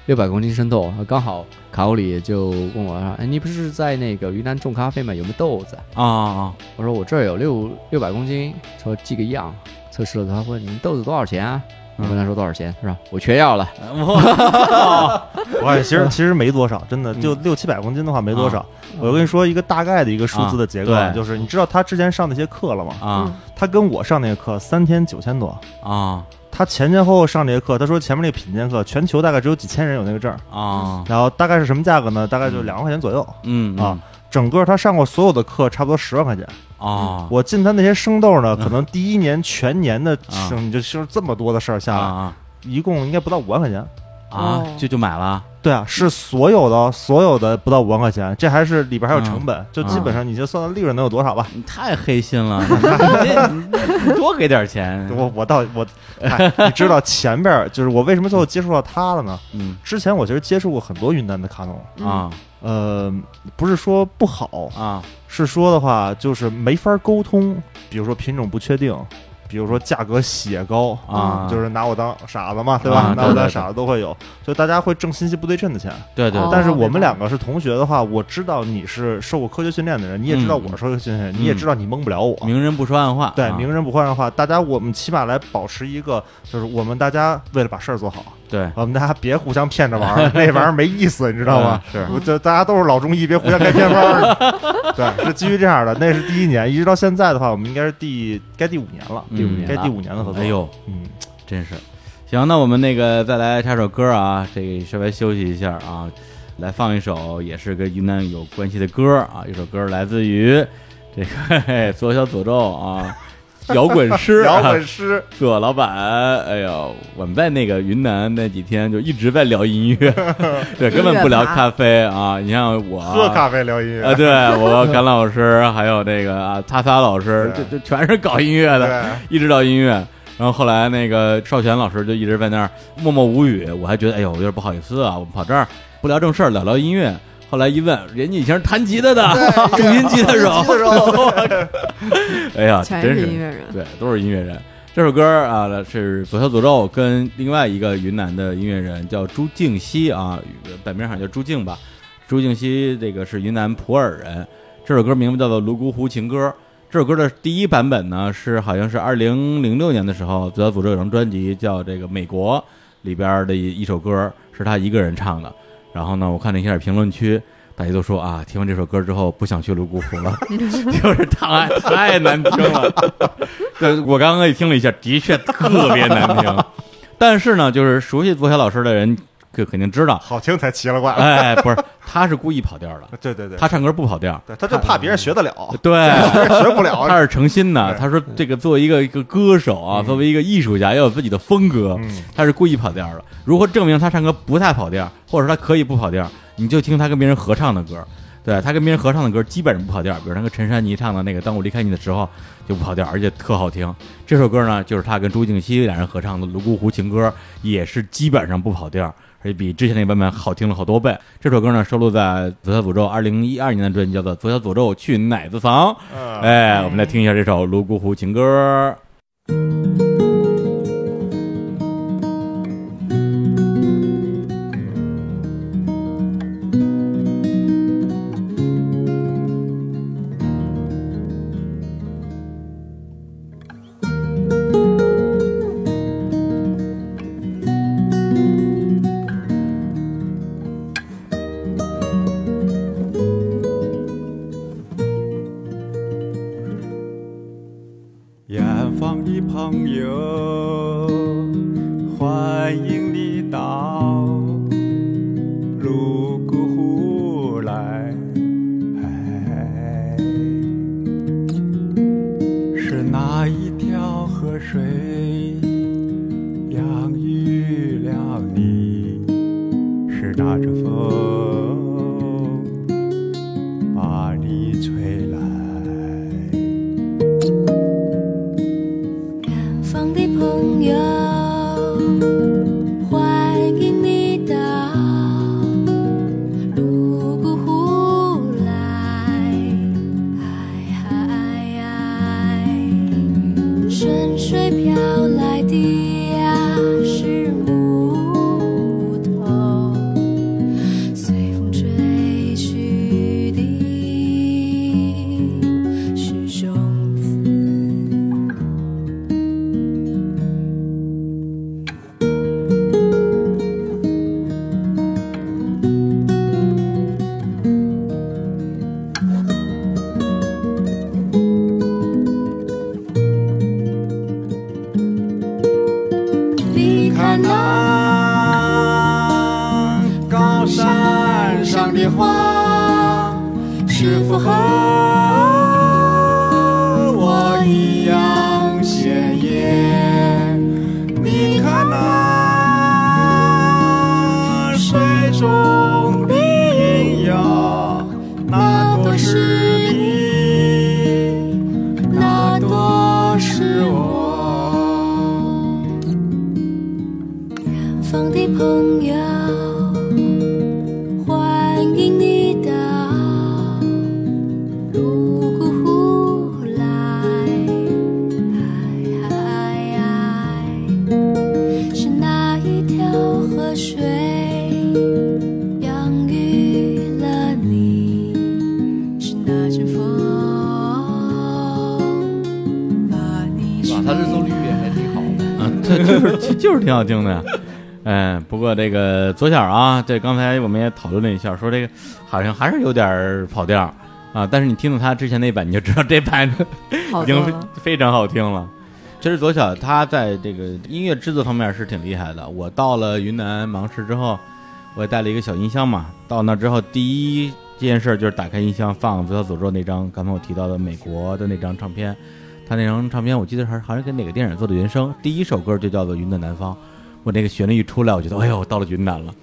Speaker 6: 六百公斤生豆，刚好卡欧里就问我说：“哎，你不是在那个云南种咖啡吗？有没有豆子啊
Speaker 5: 啊啊，？”
Speaker 6: 我说：“我这儿有六六百公斤，说寄个样。”测试了，他问：“你们豆子多少钱啊？”我跟他说：“多少钱？”是吧？我全要了。
Speaker 5: 啊哇
Speaker 4: 我也其实其实没多少，真的就六七百公斤的话没多少。我跟你说一个大概的一个数字的结构啊，
Speaker 5: 啊对
Speaker 4: 就是你知道他之前上那些课了吗？
Speaker 5: 啊
Speaker 4: 他跟我上那个课三天九千多，
Speaker 5: 啊
Speaker 4: 他前前后后上这些课，他说前面那个品鉴课，全球大概只有几千人有那个证儿，
Speaker 5: 啊，
Speaker 4: 然后大概是什么价格呢？大概就两万块钱左右。
Speaker 5: 嗯
Speaker 4: 啊整个他上过所有的课，差不多十万块钱。
Speaker 5: 啊，嗯
Speaker 4: 我进他那些生豆呢，可能第一年全年的生，你就就是这么多的事儿
Speaker 6: 嗯
Speaker 4: 下来，
Speaker 5: 啊
Speaker 4: 一共应该不到五万块钱。
Speaker 5: 啊啊
Speaker 3: 哦，
Speaker 5: 就就买了，
Speaker 4: 对啊，是所有的所有的不到五万块钱，这还是里边还有成
Speaker 5: 嗯
Speaker 4: 本，就基本上你就算算利润能有多少吧。
Speaker 5: 你嗯太黑心 了，你你你多给点钱，
Speaker 4: 我我到我，哎你知道前边儿就是我为什么最后接触到他了呢？
Speaker 5: 嗯
Speaker 4: 之前我其实接触过很多云南的卡农，
Speaker 5: 啊
Speaker 4: 呃，不是说不好，
Speaker 5: 啊
Speaker 4: 是说的话就是没法沟通，比如说品种不确定，比如说价格血高。
Speaker 5: 啊，
Speaker 4: 嗯就是拿我当傻子嘛，对吧？
Speaker 5: 啊
Speaker 4: 拿我
Speaker 5: 对对
Speaker 4: 当
Speaker 5: 对
Speaker 4: 傻子都会有，所以大家会挣信息不对称的钱。
Speaker 5: 对对
Speaker 3: 哦
Speaker 4: 但是我们两个是同学的话，我知道你是受过科学训练的人，你也知道我是受过科学训练的
Speaker 5: 嗯
Speaker 4: 人，你也知道你蒙不了我。
Speaker 5: 明人不说暗话，
Speaker 4: 对，
Speaker 5: 啊
Speaker 4: 明人不换人话，大家我们起码来保持一个，就是我们大家为了把事儿做好，
Speaker 5: 对，
Speaker 4: 我们大家别互相骗着 玩儿，那玩意儿没意思，你知道吗？
Speaker 5: 嗯？是
Speaker 4: 我就大家都是老中医，别互相开偏方 儿。对，是基于这样的，那是第一年，一直到现在的话，我们应该是第该第五年了，
Speaker 5: 第五年
Speaker 4: 该
Speaker 6: 了
Speaker 4: 第五年的合作。
Speaker 5: 哎，呦，
Speaker 4: 嗯，
Speaker 5: 真是。行，那我们那个再来插首歌啊，这个稍微休息一下啊，来放一首也是跟云南有关系的歌啊，一首歌来自于这个嘿嘿左小诅咒啊， 摇滚师啊，
Speaker 4: 摇滚师，
Speaker 5: 左老板，哎呦，我们在那个云南那几天就一直在聊音 乐，对，根本不聊咖啡啊。你像我
Speaker 4: 喝咖啡聊音乐
Speaker 5: 啊，，对我和甘老师，还有那个啊，擦擦老师，这
Speaker 4: 对
Speaker 5: 这全是搞音乐的，
Speaker 4: 对。
Speaker 5: 一直聊音乐。然后后来那个邵泉老师就一直在那儿默默无语，我还觉得哎呦，我有点不好意思啊，我们跑这儿不聊正事儿，聊聊音乐。后来一问，人家以前是弹吉他的，主音吉他手， 哎呀，
Speaker 3: 全
Speaker 5: 真
Speaker 3: 是音乐人。
Speaker 5: 对，都是音乐人。这首歌啊是左小诅咒跟另外一个云南的音乐人叫朱静熙啊，本名好像叫朱静吧。朱静熙这个是云南普洱人，这首歌名字叫做《泸沽湖情歌》。这首歌的第一版本呢是好像是二零零六年的时候，左小诅咒有张专辑叫这个《美国》里边的一一首歌，是他一个人唱的。然后呢，我看了一下评论区，大家都说啊，听完这首歌之后不想去泸沽湖了， 就是太太难听了。 对，我刚刚也听了一下，的确特别难听。但是呢，就是熟悉左小老师的人，就肯定知道，
Speaker 4: 好听才奇了怪。
Speaker 5: 哎，不是，他是故意跑调的，
Speaker 4: 对对对，
Speaker 5: 他唱歌不跑调，
Speaker 4: 对他就怕别人学得了，
Speaker 1: 哦
Speaker 5: 对。
Speaker 4: 别人学不了。
Speaker 5: 他是诚心的，
Speaker 4: 对
Speaker 5: 他说这个作为一个一个歌手啊，作为一个艺术家，要有自己的风格，
Speaker 4: 嗯，
Speaker 5: 他是故意跑调的。如何证明他唱歌不太跑调，或者说他可以不跑调？你就听他跟别人合唱的歌，对他跟别人合唱的歌基本上不跑调，比如他跟陈珊妮唱的那个《当我离开你的时候》就不跑调，而且特好听。这首歌呢，就是他跟朱静熙俩人合唱的《泸沽湖情歌》，也是基本上不跑调。而且比之前那版本好听了好多倍。这首歌呢，收录在《左小诅咒》二零一二年的专辑，叫做《左小诅咒去奶子房》。
Speaker 4: 哎，
Speaker 5: 哎，我们来听一下这首《泸沽湖情歌》。
Speaker 8: 远方的朋友，欢迎你到泸沽湖来。是哪一条河水养育了你？是哪阵风把你吹来？
Speaker 7: 是否和我一样鲜艳？你看那水中的银芽，那朵是你，那朵是我。
Speaker 9: 远方的朋友，欢迎你到泸沽湖来，哎哎哎，是哪一条河水养育了你？是哪阵风把你吹
Speaker 6: 哇，他这奏律也还挺好的。
Speaker 5: 啊，这就是就就是挺好听的呀。 哎，不过这个左小啊，这刚才我们也讨论了一下，说这个好像还是有点儿跑调儿啊。但是你听到他之前那版，你就知道这版
Speaker 3: 好
Speaker 5: 已经
Speaker 3: 多了。
Speaker 5: 非常好听了。其实左小他在这个音乐制作方面是挺厉害的。我到了云南芒市之后，我也带了一个小音箱嘛。到那之后，第一件事就是打开音箱放《左小诅咒》那张刚才我提到的美国的那张唱片。他那张唱片我记得还好像跟哪个电影做的原声，第一首歌就叫做《云的南方》。我那个旋律一出来，我觉得哎呦，到了云南了，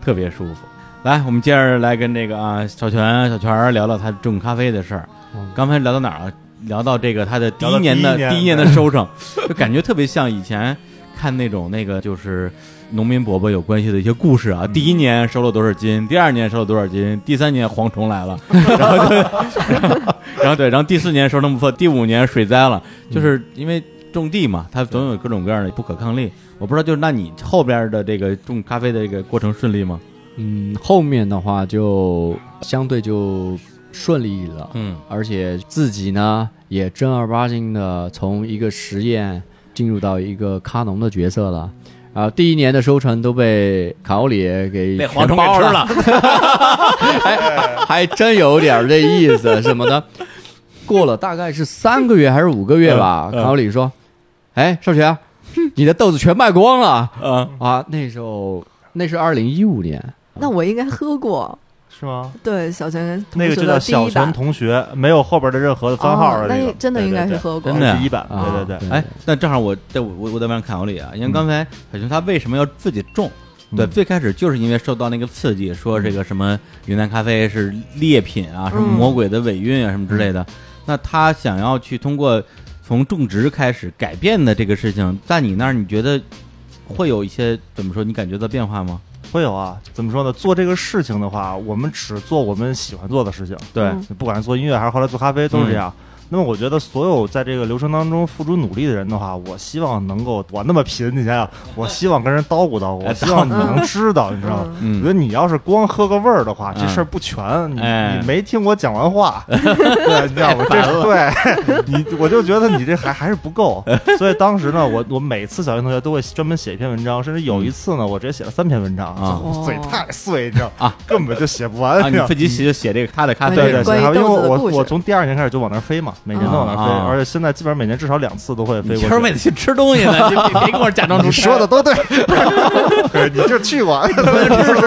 Speaker 5: 特别舒服。来，我们接着来跟这个啊小泉小泉儿聊聊他种咖啡的事儿。刚才聊到哪儿啊？聊到这个他的第一年的
Speaker 4: 聊到第
Speaker 5: 第一
Speaker 4: 一年
Speaker 5: 年的收成， 就感觉特别像以前看那种那个就是农民伯伯有关系的一些故事啊。第一年收了多少斤，第二年收了多少斤，第三年蝗虫 来了，然后就然后对，然后第四年收成不错，第五年水灾了，就是因为种地嘛，它总有各种各样的不可抗力。我不知道，就是那你后边的这个种咖啡的这个过程顺利吗？
Speaker 6: 嗯，后面的话就相对就顺利了，
Speaker 5: 嗯
Speaker 6: 而且自己呢也正儿八经的从一个实验进入到一个咖农的角色了。啊，第一年的收成都被卡欧里给
Speaker 5: 被蝗虫
Speaker 6: 全
Speaker 5: 给
Speaker 6: 包
Speaker 5: 吃
Speaker 6: 了，
Speaker 5: 哎
Speaker 6: 还还真有点这意思，什么的。过了大概是三个月还是五个月吧，
Speaker 5: 嗯嗯
Speaker 6: 卡欧里说：“哎，少泉，你的豆子全卖光了
Speaker 5: 啊，
Speaker 6: 啊！”那时候那是二零一五年，
Speaker 3: 那我应该喝过，
Speaker 4: 是吗？
Speaker 3: 对小泉同
Speaker 4: 那个
Speaker 3: 学
Speaker 4: 就
Speaker 3: 的
Speaker 4: 叫
Speaker 3: 第
Speaker 4: 小
Speaker 3: 一
Speaker 4: 泉
Speaker 3: 版，
Speaker 4: 同学，没有后边的任何的番号
Speaker 3: 哦
Speaker 4: 的
Speaker 3: 那
Speaker 4: 那个，
Speaker 3: 真的
Speaker 4: 对
Speaker 3: 应该是
Speaker 4: 对
Speaker 3: 喝过
Speaker 5: 真的呀
Speaker 4: 第一版，
Speaker 6: 啊
Speaker 4: 对对对，
Speaker 5: 哎，那正好我在我我我在外面看我里啊，因为刚才小熊他为什么要自己种？对，
Speaker 4: 嗯
Speaker 5: 最开始就是因为受到那个刺激，说这个什么云南咖啡是劣品啊，什么
Speaker 3: 嗯
Speaker 5: 魔鬼的尾韵啊，什么之类的。那他想要去通过从种植开始改变的这个事情，在你那儿你觉得会有一些怎么说？你感觉到变化吗？
Speaker 4: 会有啊。怎么说呢？做这个事情的话，我们只做我们喜欢做的事情，
Speaker 5: 对
Speaker 3: 嗯
Speaker 4: 不管是做音乐还是后来做咖啡，都是这样。那么我觉得所有在这个流程当中付出努力的人的话，我希望能够我那么贫，你想想，我希望跟人叨咕叨咕，我希望你能知道，你知道吗？
Speaker 3: 嗯，
Speaker 5: 嗯
Speaker 4: 我觉得你要是光喝个味儿的话，
Speaker 5: 嗯
Speaker 4: 这事儿不全，你
Speaker 5: 哎
Speaker 4: 你没听我讲完 话，对，你知道吗？这对你，我就觉得你这还还是不够。所以当时呢，我我每次小学同学都会专门写一篇文章，甚至有一次呢，我直接写了三篇文章
Speaker 5: 啊
Speaker 4: 就嘴太碎，你知道
Speaker 5: 啊，
Speaker 4: 根本就写不
Speaker 5: 啊，
Speaker 4: 完。你
Speaker 5: 你
Speaker 4: 知道
Speaker 5: 自己写就写这个他的咖啡，
Speaker 4: 对对，
Speaker 3: 关
Speaker 4: 对
Speaker 3: 于
Speaker 4: 还有因为
Speaker 3: 豆子的
Speaker 4: 我
Speaker 3: 故事
Speaker 4: 我从第二年开始就往那儿飞嘛，每年都往那儿飞
Speaker 5: 啊啊，
Speaker 4: 而且现在基本上每年至少两次都会飞
Speaker 5: 你
Speaker 4: 过
Speaker 5: 就是为
Speaker 4: 去。
Speaker 5: 了去吃东西呢，你别别跟我假装出
Speaker 4: 你说的都对， 对你就去 过，
Speaker 5: 事实。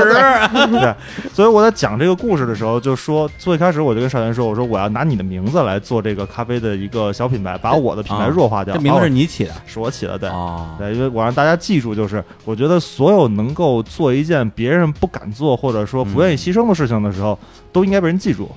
Speaker 4: 对，所以我在讲这个故事的时候，就说最开始我就跟少元说，我说我要拿你的名字来做这个咖啡的一个小品牌，把我的品牌弱化掉。
Speaker 5: 啊这名字
Speaker 4: 把我
Speaker 5: 是你起的
Speaker 4: 是我起的，对。
Speaker 5: 哦
Speaker 4: 对，因为我让大家记住，就是我觉得所有能够做一件别人不敢做或者说不愿意牺牲的事情的时候，
Speaker 5: 嗯
Speaker 4: 都应该被人记住。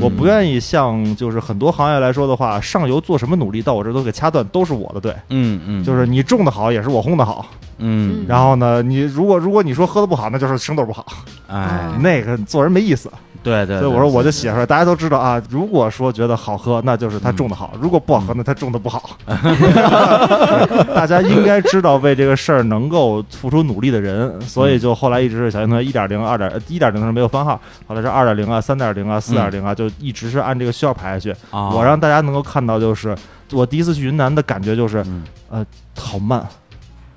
Speaker 4: 我不
Speaker 5: 意，
Speaker 4: 愿意像就是很多行业来说的话，上游做什么努力到我这都给掐断，都是我的对。
Speaker 5: 嗯嗯，
Speaker 4: 就是你种的好，也是我烘的好。
Speaker 5: 嗯，
Speaker 4: 然后呢，你如果如果你说喝的不好，那就是生豆 不好，
Speaker 5: 哎，
Speaker 4: 那个做人没意思。
Speaker 5: 对对，
Speaker 4: 所以我说我就写出来，大家都知道啊。如果说觉得好喝，那就是他种的好；
Speaker 5: 嗯
Speaker 4: 如果不好喝，那他种的 不好。 大家应该知道为这个事儿能够付出努力的人，所以就后来一直是小型同学一点零、二点一点零的时候没有番号，后来是二点零啊、三点零啊、四点
Speaker 5: 嗯
Speaker 4: 零啊，就一直是按这个需要排下去。
Speaker 5: 我
Speaker 4: 我让大家能够看到，就是我第一次去云南的感觉就是
Speaker 5: 嗯
Speaker 4: 呃好慢，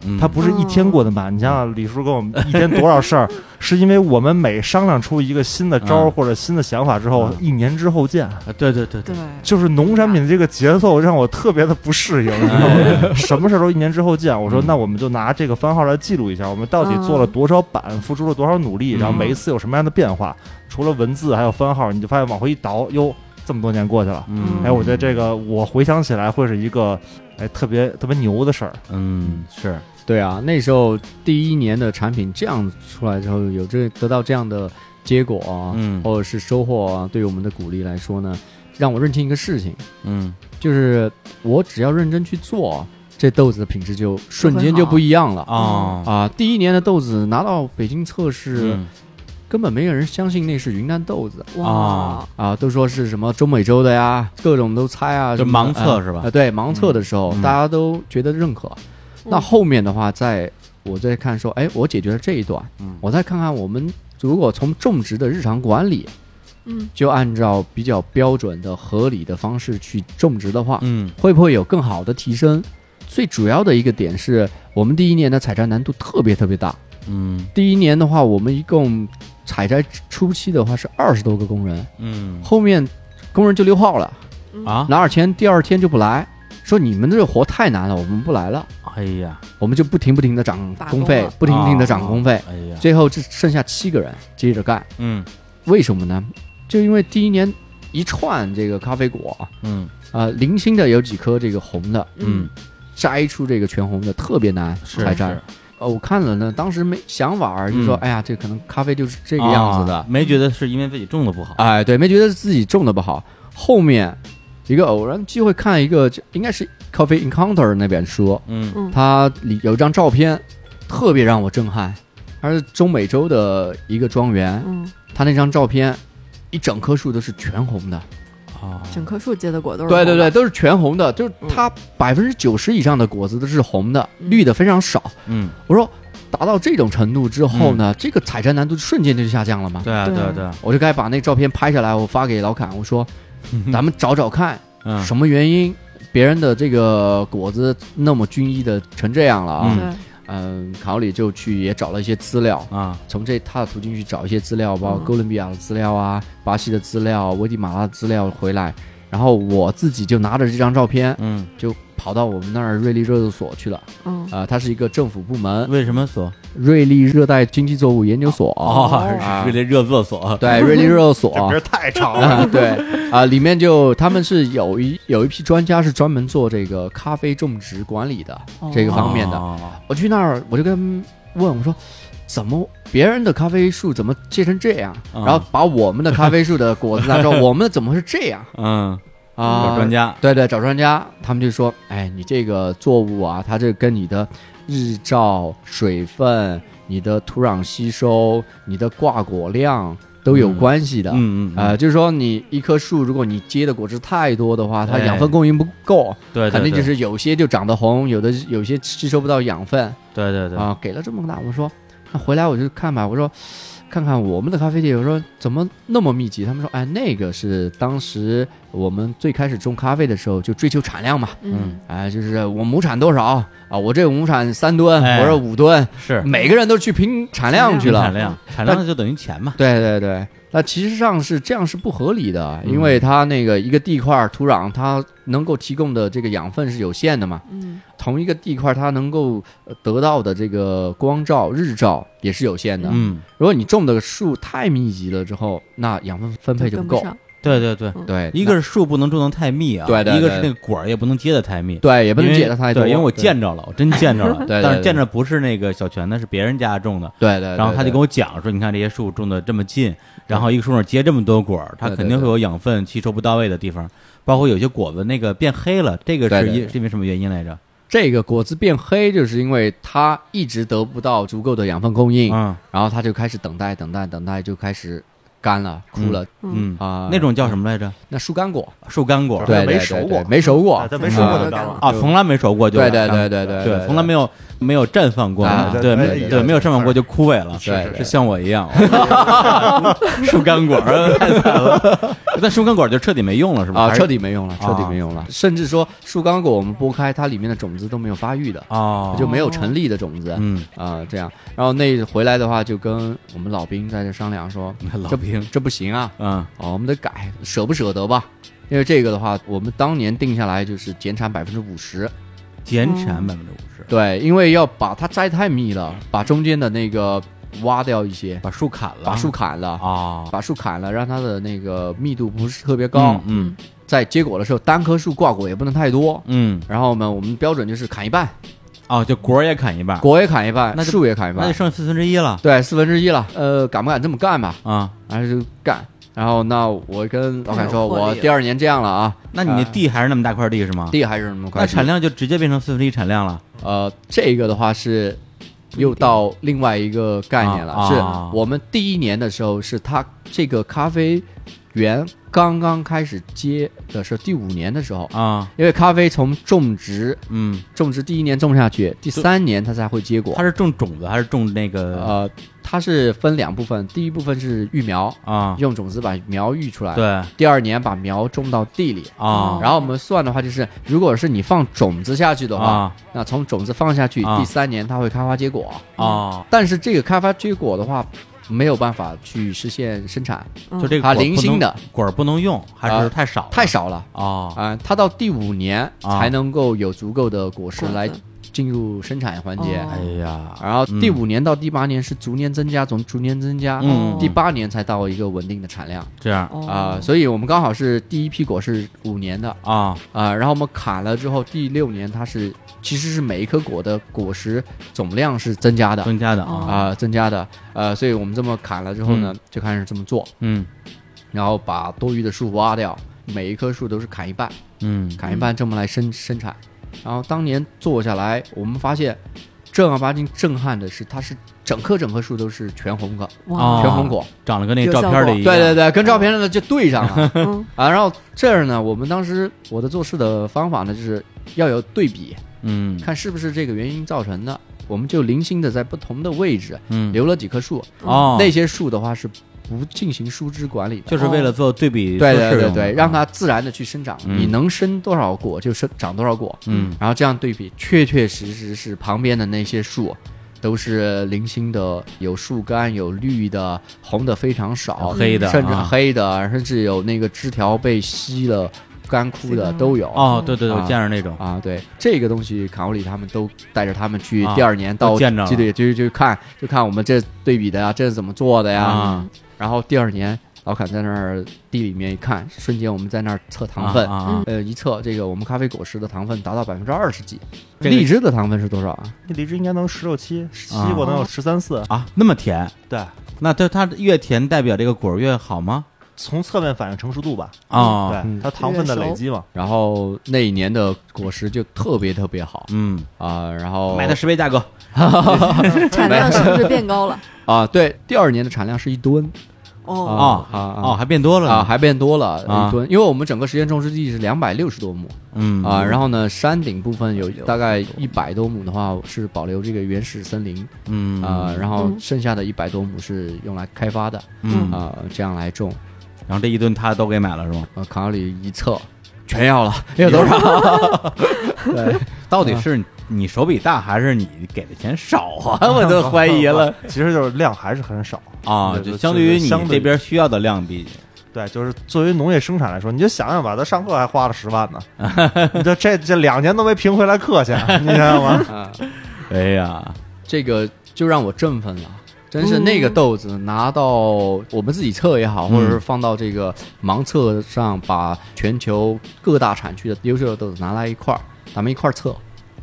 Speaker 5: 嗯
Speaker 4: 它不是一天过的慢。你想想，李叔跟我们一天多少 事儿，是因为我们每商量出一个新的招儿
Speaker 5: 嗯
Speaker 4: 或者新的想法之后
Speaker 5: 嗯，
Speaker 4: 一年之后见。
Speaker 5: 啊对对对
Speaker 3: 对，
Speaker 4: 就是农产品这个节奏让我特别的不适应，你知道吗？什么事儿都一年之后见。我说
Speaker 5: 嗯
Speaker 4: 那我们就拿这个番号来记录一下，我们到底做了多少版，付出了多少努力，
Speaker 5: 嗯
Speaker 4: 然后每一次有什么样的变化。除了文字还有番号，你就发现往回一倒，哟，这么多年过去了。
Speaker 5: 嗯，
Speaker 4: 哎，我觉得这个我回想起来会是一个哎特别特别牛的事儿。
Speaker 5: 嗯是
Speaker 6: 对啊，那时候第一年的产品这样出来之后，有这得到这样的结果啊，
Speaker 5: 嗯
Speaker 6: 或者是收获啊，对于我们的鼓励来说呢，让我认清一个事情，
Speaker 5: 嗯
Speaker 6: 就是我只要认真去做，这豆子的品质就瞬间就不一样了啊。
Speaker 5: 哦
Speaker 6: 啊，第一年的豆子拿到北京测试，
Speaker 5: 嗯
Speaker 6: 根本没有人相信那是云南豆子
Speaker 5: 啊
Speaker 3: 哇，
Speaker 6: 啊，都说是什么中美洲的呀，各种都猜啊，
Speaker 5: 就
Speaker 6: 什么的
Speaker 5: 盲测
Speaker 4: 嗯
Speaker 6: 啊
Speaker 5: 是吧
Speaker 6: 啊，对，盲测的时候
Speaker 5: 嗯
Speaker 6: 大家都觉得认可。那后面的话，在我再看说，哎，我解决了这一段，
Speaker 5: 嗯
Speaker 6: 我再看看我们如果从种植的日常管理，
Speaker 3: 嗯，
Speaker 6: 就按照比较标准的、合理的方式去种植的话，
Speaker 5: 嗯
Speaker 6: 会不会有更好的提升？最主要的一个点是我们第一年的采摘难度特别特别大。
Speaker 5: 嗯
Speaker 6: 第一年的话，我们一共采摘初期的话是二十多个工人，
Speaker 5: 嗯
Speaker 6: 后面工人就溜号了，
Speaker 5: 啊，
Speaker 6: 拿点钱第二天就不来，说你们这个活太难了，我们不来了，
Speaker 5: 哎呀
Speaker 6: 我们就不停不停的涨
Speaker 3: 罢工
Speaker 6: 工费
Speaker 3: 了，
Speaker 6: 不停不停的涨工费，
Speaker 5: 哎呀，
Speaker 6: 最后只剩下七个人接着干，
Speaker 5: 嗯
Speaker 6: 为什么呢？就因为第一年一串这个咖啡果啊、
Speaker 5: 嗯
Speaker 6: 呃零星的有几颗这个红的，
Speaker 5: 嗯
Speaker 6: 摘出这个全红的特别难
Speaker 5: 是
Speaker 6: 采摘
Speaker 5: 是。
Speaker 6: 哦，我看了呢，当时没想法儿，就说、
Speaker 5: 嗯
Speaker 6: 哎呀，这可能咖啡就是这个样子的。
Speaker 5: 啊没觉得是因为自己种的不好，
Speaker 6: 哎，对，没觉得自己种的不好。后面一个偶然机会看一个，应该是《Coffee Encounter》那本书，
Speaker 5: 嗯
Speaker 3: 嗯
Speaker 6: 它里有一张照片，特别让我震撼。它是中美洲的一个庄园，
Speaker 3: 嗯，
Speaker 6: 它那张照片，一整棵树都是全红的。
Speaker 5: 啊
Speaker 3: 整棵树结的果都是
Speaker 6: 对对
Speaker 3: 红的
Speaker 6: 对，，都是全红的，就是它百分之九十以上的果子都是红的，
Speaker 3: 嗯
Speaker 6: 绿的非常少。
Speaker 5: 嗯
Speaker 6: 我说达到这种程度之后呢，
Speaker 3: 嗯
Speaker 6: 这个采摘难度瞬间就下降了嘛。
Speaker 5: 对啊对啊
Speaker 3: 对
Speaker 5: 对啊，
Speaker 6: 我就该把那照片拍下来，我发给老侃，我说咱们找找看
Speaker 5: 嗯
Speaker 6: 什么原因，别人的这个果子那么均一的成这样了啊。
Speaker 3: 对，
Speaker 6: 嗯，卡奥里就去也找了一些资料，
Speaker 5: 啊
Speaker 6: 从这他的途径去找一些资料，包括
Speaker 3: 嗯
Speaker 6: 哥伦比亚的资料啊、巴西的资料、危地马拉的资料回来，然后我自己就拿着这张照片
Speaker 5: 嗯，
Speaker 6: 就跑到我们那儿瑞丽热作所去了。
Speaker 3: 嗯
Speaker 6: 啊，它是一个政府部门，
Speaker 5: 为什么锁？
Speaker 6: 瑞丽热带经济作物研究所。啊
Speaker 5: 哦，是这热作所，
Speaker 6: 对，瑞丽热所。
Speaker 4: 儿太长
Speaker 6: 啊，对啊，里面就他们是有一有一批专家是专门做这个咖啡种植管理的
Speaker 3: 哦
Speaker 6: 这个方面的。
Speaker 5: 哦
Speaker 6: 我去那儿，我就跟他们问我说，怎么别人的咖啡树怎么结成这样？
Speaker 5: 嗯
Speaker 6: 然后把我们的咖啡树的果子拿出来，我们的怎么会是这样
Speaker 5: 嗯，
Speaker 6: 啊？
Speaker 5: 找专家，
Speaker 6: 对对，找专家，他们就说，哎，你这个作物啊，它这跟你的日照、水分、你的土壤吸收、你的挂果量都有
Speaker 5: 嗯
Speaker 6: 关系的。
Speaker 5: 嗯嗯，
Speaker 6: 呃，就是说你一棵树，如果你结的果实太多的话，它
Speaker 5: 哎
Speaker 6: 养分供应不够，
Speaker 5: 对，对
Speaker 6: 肯定就是有些就长得红，有的有些吸收不到养分啊、
Speaker 5: 对对对，
Speaker 6: 给了这么大，我说那回来我就看吧，我说看看我们的咖啡店，我说怎么那么密集？他们说，哎，那个是当时我们最开始种咖啡的时候就追求产量嘛，
Speaker 5: 嗯
Speaker 3: 嗯
Speaker 6: 哎、就是我亩产多少啊、我这亩产三吨，
Speaker 5: 哎
Speaker 6: 我这五吨，
Speaker 5: 是
Speaker 6: 每个人都去拼产量去了，嗯
Speaker 5: 产量，产量就等于钱嘛，
Speaker 6: 对对对，那其实上是这样是不合理的，
Speaker 5: 嗯
Speaker 6: 因为它那个一个地块儿土壤，它能够提供的这个养分是有限的嘛。
Speaker 3: 嗯
Speaker 6: 同一个地块，它能够呃得到的这个光照、日照也是有限的。
Speaker 5: 嗯，
Speaker 6: 如果你种的树太密集了之后，那养分分配就
Speaker 3: 跟
Speaker 6: 不够。
Speaker 3: 上，
Speaker 5: 对对对，
Speaker 6: 对，
Speaker 5: 嗯一个是树不能种的太密啊，
Speaker 6: 对对
Speaker 5: 一个
Speaker 6: 对
Speaker 5: 是那个果儿也不能结的太密，
Speaker 6: 那对也
Speaker 5: 也
Speaker 6: 不能解的太多，
Speaker 5: 对，因为我
Speaker 6: 对
Speaker 5: 见着了，我真见着了，
Speaker 6: 对对
Speaker 5: 但是
Speaker 6: 对
Speaker 5: 见着不是那个小泉的，是别人家种的。
Speaker 6: 对对对，
Speaker 5: 然后他就
Speaker 6: 对
Speaker 5: 跟我讲说，你看这些树种的这么近，然后一个树上结这么多果儿，它
Speaker 6: 对对
Speaker 5: 肯定会有养分吸收不到位的地方，包括有些果子那个变黑了，这个
Speaker 6: 对
Speaker 5: 是
Speaker 6: 对
Speaker 5: 因
Speaker 6: 对
Speaker 5: 是因为什么原因来着？
Speaker 6: 这个果子变黑，就是因为它一直得不到足够的养分供应，
Speaker 5: 嗯
Speaker 6: 然后它就开始等待、等待、等待，就开始干了、枯了
Speaker 3: 嗯
Speaker 5: 嗯，
Speaker 6: 啊、
Speaker 5: 那种叫什么来着？
Speaker 6: 那树干果，
Speaker 5: 树干果儿
Speaker 6: 对，
Speaker 4: 没
Speaker 6: 对
Speaker 4: 熟
Speaker 6: 对
Speaker 4: 过
Speaker 6: 对没熟过
Speaker 4: 哎，他没说过
Speaker 6: 啊
Speaker 4: 就干了。
Speaker 5: 啊，从来没熟过就
Speaker 6: 对对对对
Speaker 5: 对
Speaker 6: 对
Speaker 5: 呃从来没有没有绽放过
Speaker 6: 啊，
Speaker 5: 对
Speaker 4: 对
Speaker 5: 没
Speaker 6: 对
Speaker 5: 对
Speaker 6: 对
Speaker 5: 没有绽放过就枯萎了，
Speaker 6: 对
Speaker 5: 是像我一样，树干果儿太惨了，那树根管就彻底没用了，是吧？
Speaker 6: 啊，
Speaker 5: 嗯还是
Speaker 6: 彻底没用了，彻底没用了。甚至说树干果我们剥开，它里面的种子都没有发育的，
Speaker 5: 哦，
Speaker 6: 就没有成立的种子。
Speaker 5: 嗯，，
Speaker 6: 啊、这样，然后那回来的话，就跟我们老兵在这商量说
Speaker 5: 老
Speaker 6: 这
Speaker 5: 兵
Speaker 6: 这不行啊，
Speaker 5: 嗯
Speaker 6: 哦，我们得改，舍不舍得吧？因为这个的话，我们当年定下来就是减产百分之五十，
Speaker 5: 减产百分之五十，
Speaker 6: 对，因为要把它摘太密了，把中间的那个挖掉一些，
Speaker 5: 把树砍了，
Speaker 6: 把树砍了，
Speaker 5: 啊，
Speaker 6: 把树砍了，让它的那个密度不是特别高，
Speaker 5: 嗯
Speaker 6: 在结果的时候，单棵树挂果也不能太多。
Speaker 5: 嗯，嗯
Speaker 6: 然后呢，我们标准就是砍一半，
Speaker 5: 哦，就果儿也砍一半，
Speaker 6: 果也砍一半，
Speaker 5: 那就
Speaker 6: 树也砍一
Speaker 5: 那就
Speaker 6: 半，
Speaker 5: 剩四分之一了
Speaker 6: 对，四分之一了。呃，敢不敢这么干吧？
Speaker 5: 啊。
Speaker 6: 然后就干。然后那我跟老凯说，
Speaker 3: 太有魄
Speaker 6: 我
Speaker 3: 力了
Speaker 6: 第二年这样了啊，
Speaker 5: 那你那地还是那么大块地是吗？
Speaker 6: 地还是那么快。
Speaker 5: 那产量就直接变成四分之一产量了。
Speaker 6: 呃，这个的话是又到另外一个概念了，
Speaker 5: 啊啊
Speaker 6: 是我们第一年的时候是它这个咖啡园刚刚开始接的时候，第五年的时候，
Speaker 5: 啊，
Speaker 6: 因为咖啡从种植
Speaker 5: 嗯，
Speaker 6: 种植第一年种下去，第三年它才会结果
Speaker 5: 它。是种种子还是种那个
Speaker 6: 呃，它是分两部分，第一部分是育苗，
Speaker 5: 啊？
Speaker 6: 呃用种子把苗育出来，
Speaker 5: 对
Speaker 6: 第二年把苗种到地里。
Speaker 5: 啊
Speaker 6: 然后我们算的话，就是如果是你放种子下去的话，
Speaker 5: 啊
Speaker 6: 那从种子放下去，
Speaker 5: 啊
Speaker 6: 第三年它会开花结果。
Speaker 5: 啊，
Speaker 6: 但是这个开花结果的话，没有办法去实现生产，
Speaker 5: 就这个果
Speaker 6: 它
Speaker 5: 儿
Speaker 6: 啊零
Speaker 5: 不
Speaker 6: 星
Speaker 5: 能
Speaker 6: 的
Speaker 5: 果儿不能用，还是
Speaker 6: 啊
Speaker 5: 太少
Speaker 6: 太少了
Speaker 5: 啊
Speaker 6: 啊、它到第五年
Speaker 5: 啊
Speaker 6: 才能够有足够的果实
Speaker 3: 果子
Speaker 6: 来进入生产环节。
Speaker 3: 哦
Speaker 5: 哎呀，
Speaker 6: 然后第
Speaker 5: 嗯
Speaker 6: 五年到第八年是逐年增加，从逐年增加，
Speaker 5: 嗯
Speaker 6: 第八年才到一个稳定的产量
Speaker 5: 这样
Speaker 6: 啊、所以我们刚好是第一批果是五年的
Speaker 5: 啊
Speaker 6: 啊、然后我们砍了之后，第六年它是其实是每一颗果的果实总量是增加的
Speaker 5: 增加的啊，
Speaker 6: 啊、增加的呃，所以我们这么砍了之后呢，就开始这么做，
Speaker 5: 嗯
Speaker 6: 然后把多余的树挖掉，每一棵树都是砍一半，
Speaker 5: 嗯
Speaker 6: 砍一半这么来生生产。然后当年做下来，我们发现正儿八经震撼的是，它是整棵整棵树都是全红的，
Speaker 5: 啊
Speaker 3: 哇，
Speaker 6: 全红果。
Speaker 5: 长得跟那照片里一
Speaker 6: 对
Speaker 5: 样，哦
Speaker 6: 对对，跟照片上的就对上了
Speaker 3: 嗯
Speaker 6: 啊。然后这儿呢，我们当时我的做事的方法呢，就是要有对比，
Speaker 5: 嗯
Speaker 6: 看是不是这个原因造成的。我们就零星的在不同的位置
Speaker 5: 嗯
Speaker 6: 留了几棵树，
Speaker 5: 哦，
Speaker 6: 那些树的话是不进行疏枝管理的，
Speaker 5: 就是为了做对比
Speaker 6: 对
Speaker 5: 测
Speaker 6: 对
Speaker 5: 试
Speaker 6: 对
Speaker 5: 用的
Speaker 6: 对，让它自然的去生长，
Speaker 5: 嗯
Speaker 6: 你能生多少果就生长多少果，
Speaker 5: 嗯
Speaker 6: 然后这样对比，确确实实是旁边的那些树。都是零星的，有树干，有绿的，红的非常少，
Speaker 5: 黑的
Speaker 6: 嗯甚至
Speaker 5: 啊
Speaker 6: 黑的，甚至有那个枝条被吸了、干枯的都有。
Speaker 5: 哦，对对对，我
Speaker 6: 啊
Speaker 5: 见着那种
Speaker 6: 啊，对这个东西，卡欧里他们都带着他们去
Speaker 5: 啊
Speaker 6: 第二年到
Speaker 5: 都见着了
Speaker 6: 就对，就就看就看我们这对比的呀，这是怎么做的呀？嗯
Speaker 5: 啊
Speaker 6: 然后第二年老坎在那儿地里面一看，瞬间我们在那儿测糖
Speaker 5: 啊
Speaker 6: 分，
Speaker 5: 啊啊，
Speaker 6: 呃，一测这个我们咖啡果实的糖分达到百分之二十几，
Speaker 5: 这个
Speaker 6: 荔枝的糖分是多少啊？
Speaker 4: 那荔枝应该能十六七，
Speaker 5: 啊
Speaker 4: 西瓜能有十三四。
Speaker 5: 啊，那么甜，
Speaker 4: 对，
Speaker 5: 那它它越甜代表这个果儿越好吗？
Speaker 4: 从侧面反映成熟度吧。
Speaker 5: 啊，
Speaker 6: 嗯
Speaker 4: 对，它糖分的累积嘛。
Speaker 6: 然后那一年的果实就特别特别好
Speaker 5: 嗯，
Speaker 6: 啊、然后
Speaker 5: 买的十倍价格，
Speaker 3: 产量是不是变高了？
Speaker 6: 啊、对，第二年的产量是一吨
Speaker 3: 哦，
Speaker 5: 哦
Speaker 6: 啊啊
Speaker 5: 哦，还变多了呢
Speaker 6: 啊，还变多了
Speaker 5: 啊
Speaker 6: 一吨，因为我们整个实验种植地是两百六十多亩
Speaker 5: 嗯
Speaker 6: 啊，然后呢，山顶部分有大概一百多亩的话是保留这个原始森林
Speaker 5: 嗯
Speaker 6: 啊，然后
Speaker 3: 嗯
Speaker 6: 剩下的一百多亩是用来开发的
Speaker 5: 嗯，
Speaker 6: 啊，这样来种。
Speaker 5: 然后这一顿他都给买了是吗？
Speaker 6: 呃，卡里一测全要了，有多少？对，
Speaker 5: 到底是你手笔大还是你给的钱少 啊？我
Speaker 4: 我
Speaker 5: 都怀疑了
Speaker 4: 其实就是量还是很少。
Speaker 5: 啊！
Speaker 4: 对
Speaker 5: 就
Speaker 4: 对
Speaker 5: 相对于你
Speaker 4: 相对
Speaker 5: 这边需要的量比，
Speaker 4: 对，就是作为农业生产来说，你就想想吧，咱上课还花了十万 呢，你这这这两年都没平回来课去，你想想吧。
Speaker 6: 啊，
Speaker 5: 哎呀，
Speaker 6: 这个就让我振奋了。真是那个豆子拿到我们自己测也好，或者是放到这个盲测上，把全球各大产区的优秀的豆子拿来一块儿，咱们一块儿测，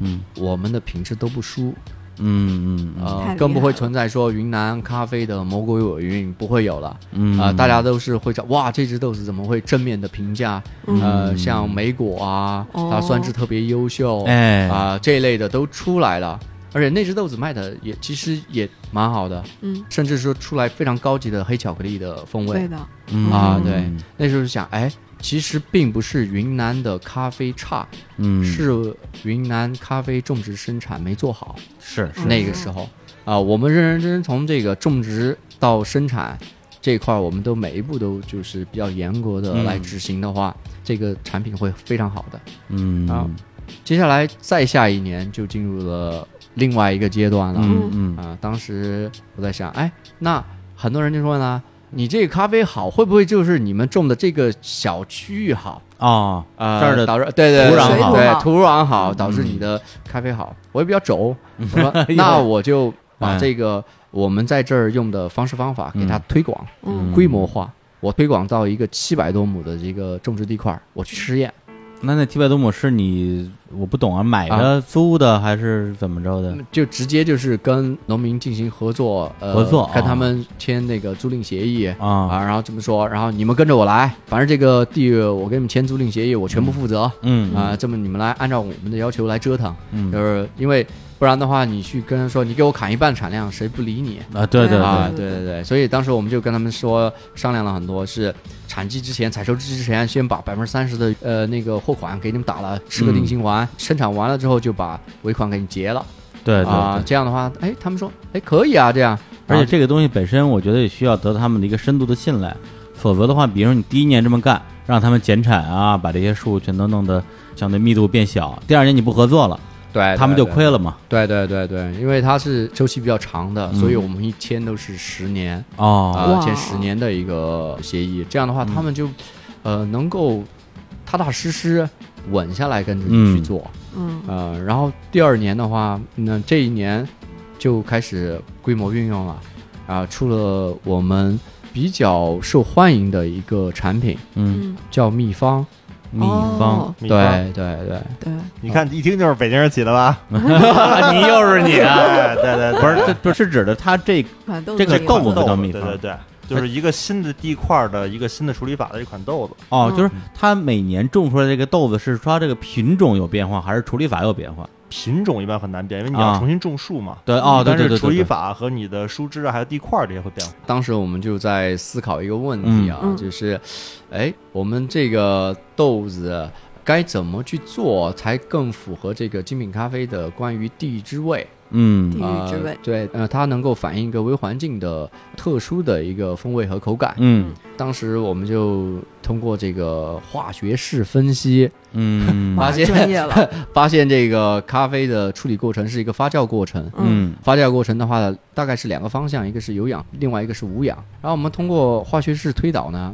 Speaker 5: 嗯
Speaker 6: 我们的品质都不输，
Speaker 5: 嗯嗯
Speaker 3: 太厉害
Speaker 6: 呃，
Speaker 3: 了
Speaker 6: 更不会存在说云南咖啡的魔鬼尾韵不会有了。
Speaker 5: 嗯
Speaker 6: 啊、大家都是会找哇，这只豆子怎么会正面的评价？
Speaker 5: 嗯
Speaker 6: 呃，像莓果啊，
Speaker 3: 哦
Speaker 6: 它酸质特别优秀，
Speaker 5: 哎
Speaker 6: 啊、这一类的都出来了。而且那只豆子卖的也其实也蛮好的，
Speaker 3: 嗯，
Speaker 6: 甚至说出来非常高级的黑巧克力的风
Speaker 3: 对
Speaker 6: 味。
Speaker 3: 的，
Speaker 5: 嗯
Speaker 6: 啊对那时候想，哎，其实并不是云南的咖啡差，
Speaker 5: 嗯
Speaker 6: 是云南咖啡种植生产没做好。
Speaker 5: 是是
Speaker 6: 那个时候啊、我们认认真真从这个种植到生产，这一块儿我们都每一步都就是比较严格的
Speaker 5: 嗯
Speaker 6: 来执行的话，这个产品会非常好的。
Speaker 5: 嗯
Speaker 6: 啊接下来再下一年就进入了另外一个阶段了。
Speaker 5: 嗯嗯
Speaker 6: 啊、当时我在想，哎，那很多人就说呢，你这个咖啡好，会不会就是你们种的这个小区域好？
Speaker 5: 哦，
Speaker 6: 啊、
Speaker 5: 这儿的
Speaker 6: 导致对对
Speaker 5: 土壤
Speaker 6: 对
Speaker 5: 好嗯
Speaker 6: 对土壤好，导致你的咖啡好。我也比 较轴，我说那我就把这个我们在这儿用的方式方法给它推广、
Speaker 5: 哎嗯
Speaker 6: 规模化。我推广到一个七百多亩的这个种植地块儿，我去试验。
Speaker 5: 那那七百多亩是你我不懂啊，嗯买的、租的还是怎么着的？
Speaker 6: 就直接就是跟农民进行合作，呃，
Speaker 5: 合作
Speaker 6: 跟
Speaker 5: 啊
Speaker 6: 他们签那个租赁协议
Speaker 5: 啊，
Speaker 6: 啊，然后这么说，然后你们跟着我来，反正这个地我跟你们签租赁协议，我全部负责
Speaker 5: 嗯
Speaker 6: 啊，这么你们来按照我们的要求来折腾，就
Speaker 5: 嗯
Speaker 6: 是因为不然的话，你去跟他说你给我砍一半产量，谁不理你？
Speaker 5: 啊，对对
Speaker 6: 啊，
Speaker 5: 对，
Speaker 6: 对对对，所以当时我们就跟他们说商量了很多，是产季之前、采收之前，先把百分之三十的呃那个货款给你们打了，吃个定心丸，生产完了之后就把尾款给你结了。
Speaker 5: 嗯对对
Speaker 6: 啊，
Speaker 5: 对
Speaker 6: 这样的话，哎，他们说，哎，可以啊，这样，
Speaker 5: 而且
Speaker 6: 啊
Speaker 5: 这个东西本身，我觉得也需要得到他们的一个深度的信赖，否则的话，比如说你第一年这么干，让他们减产啊，把这些树全都弄得相对密度变小，第二年你不合作了，
Speaker 6: 对
Speaker 5: 他们就亏。了嘛。
Speaker 6: 对对对对，因为它是周期比较长的，
Speaker 5: 嗯
Speaker 6: 所以我们一签都是十年
Speaker 5: 哦，
Speaker 6: 啊，
Speaker 3: 哇
Speaker 6: 签十年的一个协议。这样的话，他们就
Speaker 5: 嗯
Speaker 6: 呃能够踏踏实实稳下来跟着你去
Speaker 5: 嗯
Speaker 6: 做。
Speaker 3: 嗯
Speaker 6: 呃，然后第二年的话，那这一年就开始规模运用了，啊、出了我们比较受欢迎的一个产品
Speaker 5: 嗯，
Speaker 3: 嗯，
Speaker 6: 叫秘方。
Speaker 5: 秘方，
Speaker 3: 哦
Speaker 4: 秘方
Speaker 6: 对对对，
Speaker 3: 对，
Speaker 4: 你看一听就是北京人起的吧？
Speaker 5: 你又是你啊？
Speaker 4: 哎，对对，对
Speaker 5: 不是，这不是指的它这
Speaker 3: 反正
Speaker 5: 这个豆
Speaker 3: 都一样
Speaker 5: 子叫秘
Speaker 4: 对
Speaker 5: 方
Speaker 4: 对对，就是一个新的地块的一个新的处理法的一款豆子。
Speaker 5: 哦，
Speaker 3: 嗯
Speaker 5: 就是它每年种出来这个豆子是说它这个品种有变化，还是处理法有变化？
Speaker 4: 品种一般很难变，因为你
Speaker 5: 啊
Speaker 4: 要重新种树嘛。
Speaker 5: 对哦，对
Speaker 4: 但
Speaker 5: 对
Speaker 4: 是
Speaker 5: 对
Speaker 4: 处
Speaker 5: 对
Speaker 4: 理
Speaker 5: 对，
Speaker 4: 法和你的树枝啊，还有地块儿这些会变化。
Speaker 6: 当时我们就在思考一个问题啊，
Speaker 3: 嗯嗯
Speaker 6: 就是，哎，我们这个豆子该怎么去做才更符合这个精品咖啡的关于地域之味？
Speaker 5: 嗯
Speaker 3: 地域之味
Speaker 6: 呃对，呃，它能够反映一个微环境的特殊的一个风味和口感。
Speaker 5: 嗯
Speaker 6: 当时我们就通过这个化学式分析，
Speaker 5: 嗯
Speaker 6: 发
Speaker 3: 哇
Speaker 6: 现
Speaker 3: 专业了
Speaker 6: 发现这个咖啡的处理过程是一个发酵过程。
Speaker 3: 嗯
Speaker 5: 嗯
Speaker 6: 发酵过程的话，大概是两个方向，一个是有氧，另外一个是无氧。然后我们通过化学式推导呢，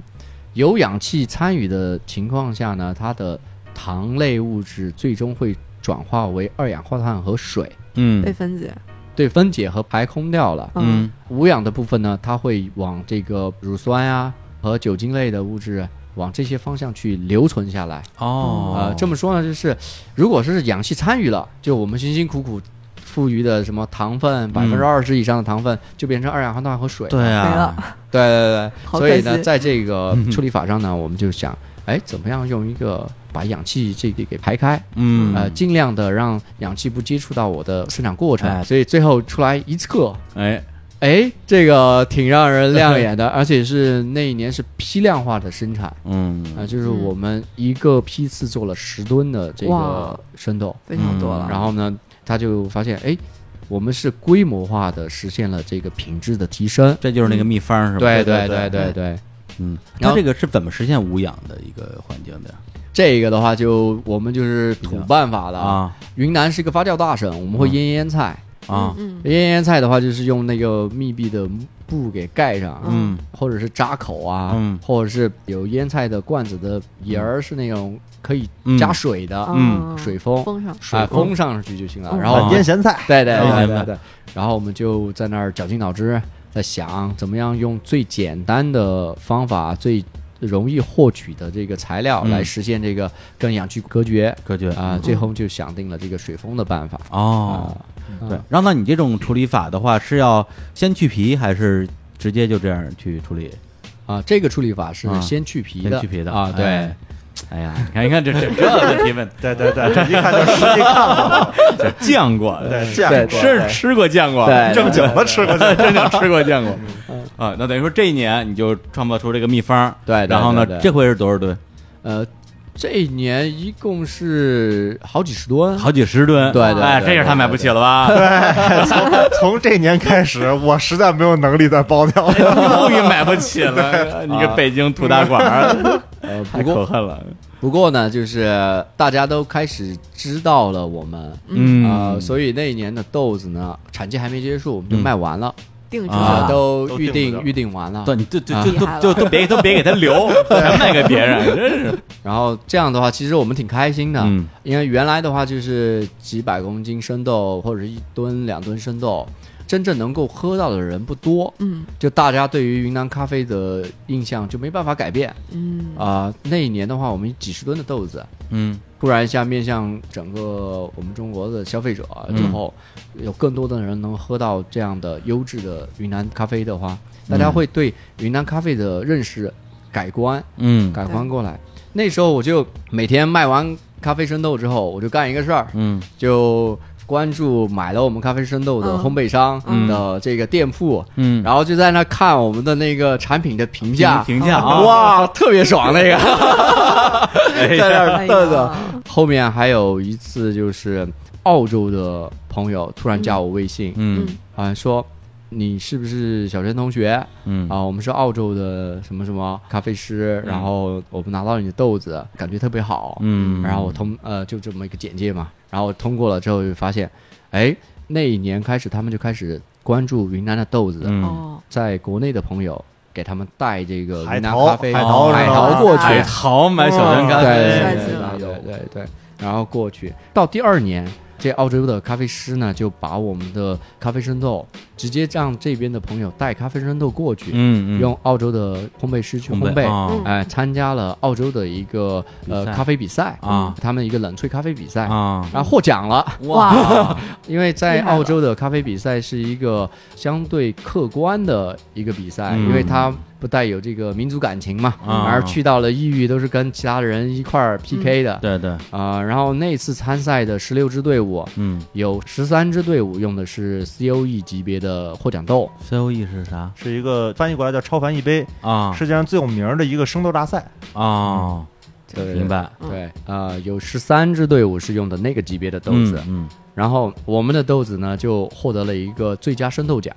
Speaker 6: 有氧气参与的情况下呢，它的糖类物质最终会转化为二氧化碳和水，
Speaker 3: 被
Speaker 5: 嗯
Speaker 3: 分解，
Speaker 6: 对分解和排空掉了。
Speaker 3: 嗯
Speaker 5: 嗯
Speaker 6: 无氧的部分呢，它会往这个乳酸呀、和酒精类的物质往这些方向去留存下来。
Speaker 5: 哦
Speaker 6: 呃，，这么说呢，就是如果是氧气参与了，就我们辛辛苦苦富余的什么糖分，百分之二十以上的糖分就变成二氧化碳和水。
Speaker 5: 嗯对
Speaker 3: 没
Speaker 5: 啊，
Speaker 3: 了，
Speaker 6: 对对对，
Speaker 3: 好
Speaker 6: 所以
Speaker 3: 可
Speaker 6: 呢，
Speaker 3: 惜
Speaker 6: 在这个
Speaker 5: 嗯
Speaker 6: 处理法上呢，我们就想，哎，怎么样用一个把氧气这个给排开，
Speaker 5: 嗯
Speaker 6: 呃，尽量的让氧气不接触到我的生产过程。
Speaker 5: 哎
Speaker 6: 所以最后出来一测，
Speaker 5: 哎
Speaker 6: 哎，这个挺让人亮 眼的，而且是那一年是批量化的生产。啊，
Speaker 5: 嗯
Speaker 6: 就是
Speaker 3: 嗯
Speaker 6: 我们一个批次做了十吨的这
Speaker 3: 哇
Speaker 6: 个生豆，
Speaker 3: 非常多
Speaker 5: 嗯
Speaker 3: 了。
Speaker 6: 然后呢，他就发现，哎，我们是规模化的实现了这个品质的提升。
Speaker 5: 这就是那个秘方是吧？
Speaker 6: 嗯对
Speaker 4: 对
Speaker 6: 对
Speaker 4: 对
Speaker 6: 对
Speaker 3: 对
Speaker 6: 对，
Speaker 5: 嗯，
Speaker 6: 然
Speaker 5: 它
Speaker 6: 后
Speaker 5: 这个是怎么实现无氧的一个环境的
Speaker 6: 这个的话就我们就是土办法了。
Speaker 5: 啊
Speaker 6: 云南是一个发酵大省，我们会
Speaker 5: 嗯
Speaker 6: 腌腌菜，
Speaker 5: 啊
Speaker 3: 嗯
Speaker 6: 腌腌菜的话就是用那个密闭的布给盖上，
Speaker 5: 嗯
Speaker 6: 或者是扎口啊，
Speaker 5: 嗯
Speaker 6: 或者是有腌菜的罐子的沿儿是那种可以加水的，
Speaker 5: 嗯
Speaker 3: 嗯，
Speaker 6: 水封
Speaker 3: 封上，
Speaker 6: 啊，
Speaker 4: 封
Speaker 6: 封上去就行了。
Speaker 3: 嗯
Speaker 6: 然后
Speaker 5: 啊哎
Speaker 4: 腌咸菜，
Speaker 6: 对对
Speaker 5: 明白
Speaker 6: 对对
Speaker 5: 明
Speaker 6: 对。然后我们就在那儿绞尽脑汁，在想怎么样用最简单的方法、最容易获取的这个材料
Speaker 5: 嗯
Speaker 6: 来实现这个跟氧气隔绝
Speaker 5: 科学
Speaker 6: 啊、最后就想定了这个水封的办法。
Speaker 5: 哦，
Speaker 6: 啊，
Speaker 5: 对，然后那你这种处理法的话，是要先去皮还是直接就这样去处理？
Speaker 6: 啊，这个处理法是
Speaker 5: 啊
Speaker 6: 先去皮的，
Speaker 5: 先去皮的
Speaker 6: 啊，对
Speaker 5: 哎，哎呀，你看，你看，这这这问题问
Speaker 4: 对对对，这一看就实际看过，
Speaker 5: 见过，
Speaker 4: 对，见
Speaker 6: 对
Speaker 4: 过，
Speaker 5: 吃吃过见过，
Speaker 6: 对嗯
Speaker 4: 正经的吃过，
Speaker 5: 真正吃过 见过啊。那等于说这一年你就创造出这个秘方，
Speaker 6: 对对
Speaker 5: 然后呢
Speaker 6: 对，对
Speaker 5: 这回是多少吨？
Speaker 6: 呃，这一年一共是好几十吨，
Speaker 5: 好几十吨，
Speaker 6: 对对
Speaker 5: 哎，
Speaker 6: 对
Speaker 5: 这是他买不起了吧？
Speaker 4: 从 从这年开始，我实在没有能力再包掉了。
Speaker 5: 终于哎买不起了，你个北京土大馆 儿，
Speaker 6: 呃，不
Speaker 5: 太可
Speaker 6: 过
Speaker 5: 恨了。
Speaker 6: 不过呢，就是大家都开始知道了我们，
Speaker 5: 嗯
Speaker 6: 啊、所以那一年的豆子呢，产期还没结束，我们就
Speaker 5: 嗯
Speaker 6: 卖完了，
Speaker 3: 定出去
Speaker 5: 啊
Speaker 6: 啊，
Speaker 3: 了，
Speaker 6: 都
Speaker 4: 都
Speaker 6: 预
Speaker 4: 定
Speaker 6: 定
Speaker 4: 了
Speaker 6: 预定完了。
Speaker 5: 对，你就就
Speaker 6: 啊
Speaker 5: 就
Speaker 3: 厉害
Speaker 5: 就
Speaker 3: 了
Speaker 5: 就都别都别给他 留，全卖给别人，真是。
Speaker 6: 然后这样的话，其实我们挺开心的，
Speaker 5: 嗯
Speaker 6: 因为原来的话就是几百公斤生豆或者一吨两吨生豆，真正能够喝到的人不多，
Speaker 3: 嗯
Speaker 6: 就大家对于云南咖啡的印象就没办法改变
Speaker 3: 嗯
Speaker 6: 啊、那一年的话，我们几十吨的豆子，
Speaker 5: 嗯
Speaker 6: 突然一下面向整个我们中国的消费者啊之后，有更多的人能喝到这样的优质的云南咖啡的话，大家会对云南咖啡的认识改观，
Speaker 5: 嗯
Speaker 6: 改观过来。那时候我就每天卖完咖啡生豆之后，我就干一个事儿，
Speaker 5: 嗯
Speaker 6: 就关注买了我们咖啡生豆的
Speaker 3: 嗯
Speaker 6: 烘焙商
Speaker 5: 嗯
Speaker 6: 的这个店铺，
Speaker 5: 嗯，
Speaker 6: 然后就在那看我们的那个产品的评价，
Speaker 5: 评评价啊
Speaker 6: 哇，特别 爽那个，
Speaker 3: 哎
Speaker 6: 在那儿
Speaker 3: 呀
Speaker 6: 嘚瑟。后面还有一次就是澳洲的朋友突然加我微信，
Speaker 5: 嗯
Speaker 6: 好像说你是不是小陈同学
Speaker 5: 嗯
Speaker 6: 啊？我们是澳洲的什么什么咖啡师，然后我们拿到你的豆子，感觉特别好，
Speaker 5: 嗯
Speaker 6: 然后我通呃就这么一个简介嘛，然后我通过了之后就发现，哎，那一年开始他们就开始关注云南的豆子，
Speaker 5: 嗯
Speaker 3: 哦，
Speaker 6: 在国内的朋友给他们带这个
Speaker 4: 海
Speaker 6: 云南
Speaker 4: 淘
Speaker 6: 咖啡
Speaker 4: 海
Speaker 5: 淘
Speaker 6: 海
Speaker 5: 是吧
Speaker 6: 淘过去，
Speaker 5: 哦海淘买小陈咖
Speaker 6: 对
Speaker 3: 帅
Speaker 5: 啡，
Speaker 3: 气
Speaker 6: 对
Speaker 3: 了
Speaker 6: 对对对对，然后过去到第二年，这澳洲的咖啡师呢就把我们的咖啡生豆直接让这边的朋友带咖啡生豆过去，
Speaker 5: 嗯嗯，
Speaker 6: 用澳洲的烘焙师去烘焙，
Speaker 5: 啊
Speaker 3: 嗯
Speaker 6: 哎、参加了澳洲的一个呃
Speaker 5: 比赛
Speaker 6: 咖啡比赛
Speaker 5: 啊
Speaker 6: 他们一个冷萃咖啡比赛。
Speaker 5: 啊，
Speaker 6: 然后获奖了，
Speaker 3: 哇，
Speaker 6: 因为
Speaker 3: 厉
Speaker 6: 在
Speaker 3: 害了
Speaker 6: 澳洲的咖啡比赛是一个相对客观的一个比赛，
Speaker 5: 嗯
Speaker 6: 因为它不带有这个民族感情嘛，
Speaker 5: 啊
Speaker 6: 而去到了异域都是跟其他人一块儿 PK 的，
Speaker 5: 对对，
Speaker 6: 啊、然后那次参赛的十六支队伍，
Speaker 5: 嗯
Speaker 6: 有十三支队伍用的是 COE 级别的获奖豆
Speaker 5: ，C O E 是啥
Speaker 4: 是一个翻译过来叫超凡一杯，
Speaker 5: 啊
Speaker 4: 世界上最有名的一个生豆大赛。
Speaker 5: 啊，
Speaker 6: 对
Speaker 5: 明白
Speaker 6: 对，啊、有十三支队伍是用的那个级别的豆子，
Speaker 5: 嗯
Speaker 6: 然后我们的豆子呢就获得了一个最佳生豆奖。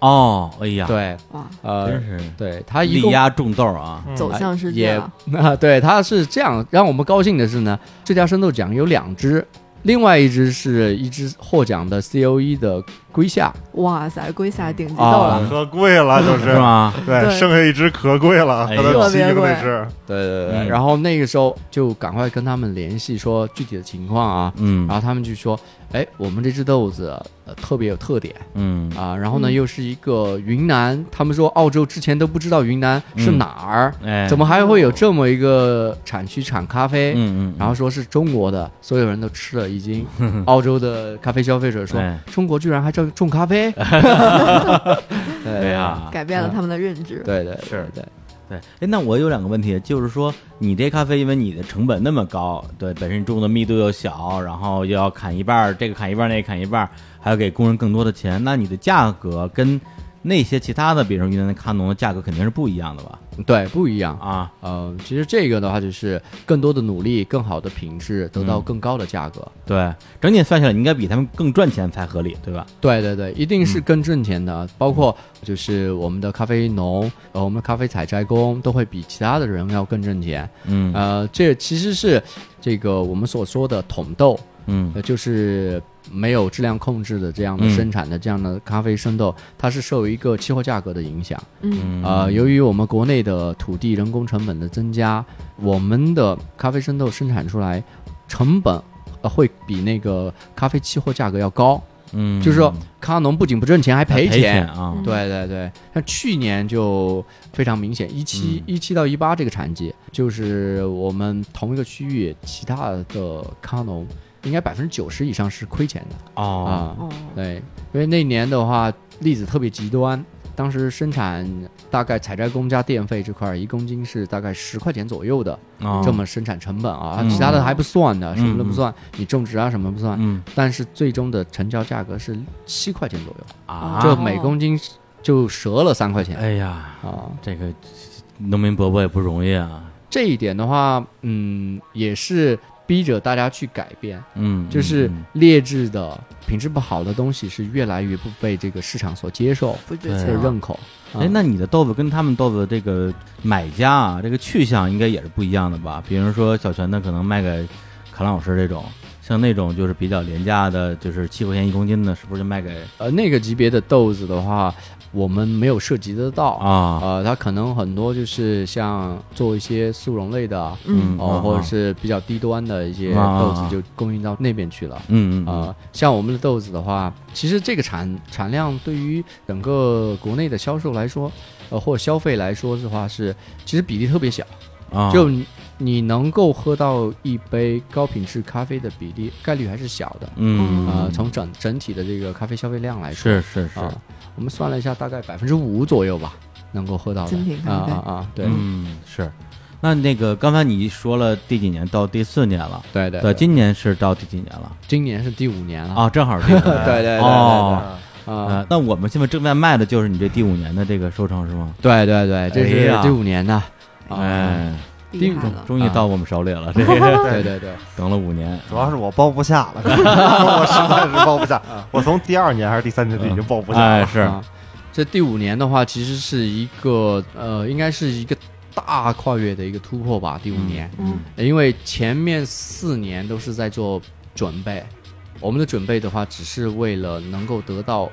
Speaker 5: 哦，哎呀，
Speaker 6: 对，
Speaker 3: 哇，
Speaker 6: 呃
Speaker 5: 真，是
Speaker 6: 对，它一
Speaker 5: 力
Speaker 6: 共
Speaker 5: 压种豆啊，
Speaker 3: 走向世界
Speaker 6: 也
Speaker 3: 了，
Speaker 6: 啊， 对，它是这样。让我们高兴的是呢，最佳生豆奖有两支，另外一支是一支获奖的 COE 的龟夏，
Speaker 3: 哇塞，龟下顶级豆
Speaker 5: 啊
Speaker 1: 哦
Speaker 3: 了，
Speaker 4: 可贵了，就是
Speaker 5: 吗？
Speaker 3: 对
Speaker 4: 对，剩下一只可贵了，
Speaker 5: 哎
Speaker 4: 和
Speaker 5: 呦
Speaker 4: 它骑
Speaker 3: 特别
Speaker 4: 行
Speaker 3: 贵
Speaker 4: 那只，
Speaker 6: 对对
Speaker 5: 嗯
Speaker 6: 然后那个时候就赶快跟他们联系，说具体的情况啊。
Speaker 5: 嗯
Speaker 6: 然后他们就说：“哎，我们这只豆子呃特别有特点
Speaker 5: 嗯
Speaker 6: 啊，然后呢
Speaker 3: 嗯
Speaker 6: 又是一个云南，他们说澳洲之前都不知道云南是
Speaker 5: 嗯
Speaker 6: 哪儿，
Speaker 5: 哎，
Speaker 6: 怎么还会有这么一个产区产咖啡？
Speaker 5: 嗯嗯，
Speaker 6: 然后说是中国的，所有人都吃了 一惊。澳洲的咖啡消费者说，
Speaker 5: 哎
Speaker 6: 中国居然还种种 咖啡，
Speaker 5: 哎
Speaker 6: 对，
Speaker 5: 呀，
Speaker 3: 改变了他们的认知，
Speaker 6: 对对
Speaker 5: 啊是
Speaker 6: 对，
Speaker 5: 对，哎，那我有两个问题，就是说，你这咖啡因为你的成本那么高，对，本身种的密度又小，然后又要砍一半儿，这个砍一半儿，那个砍一半儿，还要给工人更多的钱，那你的价格跟那些其他的，比如说云南的咖农的价格肯定是不一样的吧？
Speaker 6: 对不一样。
Speaker 5: 啊，
Speaker 6: 呃，其实这个的话就是更多的努力，更好的品质，得到
Speaker 5: 嗯
Speaker 6: 更高的价格。
Speaker 5: 对，整体算下来，你应该比他们更赚钱才合理，对吧？
Speaker 6: 对对对，一
Speaker 5: 嗯
Speaker 6: 定是更挣钱的。包括就是我们的咖啡农，呃，我们的咖啡采摘工都会比其他的人要更挣钱。
Speaker 5: 嗯
Speaker 6: 呃，这其实是这个我们所说的桶豆，
Speaker 5: 嗯
Speaker 6: 呃，就是没有质量控制的这样的
Speaker 5: 嗯
Speaker 6: 生产的这样的咖啡生豆，它是受一个期货价格的影响。
Speaker 3: 嗯
Speaker 5: 嗯
Speaker 6: 呃，由于我们国内的土地、人工成本的增加，我们的咖啡生豆生产出来成本呃会比那个咖啡期货价格要高，
Speaker 5: 嗯，
Speaker 6: 就是说咖农不仅不挣钱，还
Speaker 5: 赔
Speaker 6: 赔钱。
Speaker 5: 啊，
Speaker 3: 嗯
Speaker 6: 对对对，像去年就非常明显，一七一七到一八这个产季，就是我们同一个区域其他的咖农，应该百分之九十以上是亏钱的
Speaker 5: 哦，
Speaker 6: 啊、
Speaker 3: 哦，
Speaker 6: 对，因为那年的话例子特别极端，当时生产大概采摘工加电费这块儿，一公斤是大概十块钱左右的、
Speaker 5: 哦
Speaker 6: 这么生产成本啊，
Speaker 5: 嗯
Speaker 6: 其他的还不算的，
Speaker 5: 嗯
Speaker 6: 什么都不算，你种植啊什么不算，
Speaker 5: 嗯
Speaker 6: 但是最终的成交价格是七块钱左右，
Speaker 5: 啊，
Speaker 6: 就每公斤就折了三块钱
Speaker 5: 哎呀，
Speaker 6: 啊。
Speaker 5: 这个农民伯伯也不容易啊，
Speaker 6: 这一点的话，嗯，也是逼着大家去改变，
Speaker 5: 嗯，
Speaker 6: 就是
Speaker 5: 嗯
Speaker 6: 劣质的、品质不好的东西是越来越不被这个市场所接受、
Speaker 3: 不值
Speaker 5: 对
Speaker 6: 被
Speaker 3: 钱了。
Speaker 6: 认可。啊
Speaker 5: 哎，那你的豆子跟他们豆子的这个买家啊，这个去向应该也是不一样的吧？比如说小泉的可能卖给卡朗老师这种，像那种就是比较廉价的，就是七块钱一公斤的，是不是就卖给
Speaker 6: 呃，那个级别的豆子的话，我们没有涉及得到。
Speaker 5: 啊？
Speaker 6: 呃，它可能很多就是像做一些速溶类的啊，
Speaker 5: 嗯
Speaker 6: 哦，或者
Speaker 5: 啊
Speaker 6: 是比较低端的一些
Speaker 5: 啊
Speaker 6: 豆子就供应到那边去了。
Speaker 5: 嗯嗯嗯
Speaker 6: 呃，像我们的豆子的话，其实这个产产量对于整个国内的销售来说，呃，或者消费来说的话是，其实比例特别小，
Speaker 5: 啊，
Speaker 6: 就你你能够喝到一杯高品质咖啡的比例概率还是小的。
Speaker 5: 嗯
Speaker 6: 呃，
Speaker 5: 嗯
Speaker 6: 从整整体的这个咖啡消费量来说，
Speaker 5: 是是是，
Speaker 6: 啊、我们算了一下，大概百分之五左右吧，能够喝到的
Speaker 3: 精品咖
Speaker 6: 啊
Speaker 3: 啡
Speaker 6: 啊啊，对、
Speaker 5: 嗯是。那那个刚才你说了第几年？到第四年了，
Speaker 6: 对对
Speaker 5: 对，今年是到第几年了？
Speaker 6: 今年是第五年了
Speaker 5: 啊，正好是第五年。
Speaker 6: 对对对对
Speaker 5: 哦，
Speaker 6: 对啊。
Speaker 5: 呃，那我们现在正在卖的就是你这第五年的这个收成是吗？
Speaker 6: 对对对，这
Speaker 5: 哎
Speaker 6: 是
Speaker 5: 呀
Speaker 6: 第五年的，啊，
Speaker 5: 哎，
Speaker 3: 厉
Speaker 6: 第
Speaker 3: 害
Speaker 6: 五
Speaker 3: 了，
Speaker 5: 终于到我们手里了，这 个
Speaker 6: 对对对，
Speaker 5: 等了五年，
Speaker 4: 主要是我包不下 了，我实在是包不下。我从第二年还是第三年就已经包不下
Speaker 5: 啊哎
Speaker 4: 了。
Speaker 5: 是，
Speaker 6: 啊，这第五年的话，其实是一个呃，应该是一个大跨越的一个突破吧。第五年，呃
Speaker 3: 嗯
Speaker 6: 因为前面四年都是在做准备，我们的准备的话，只是为了能够得到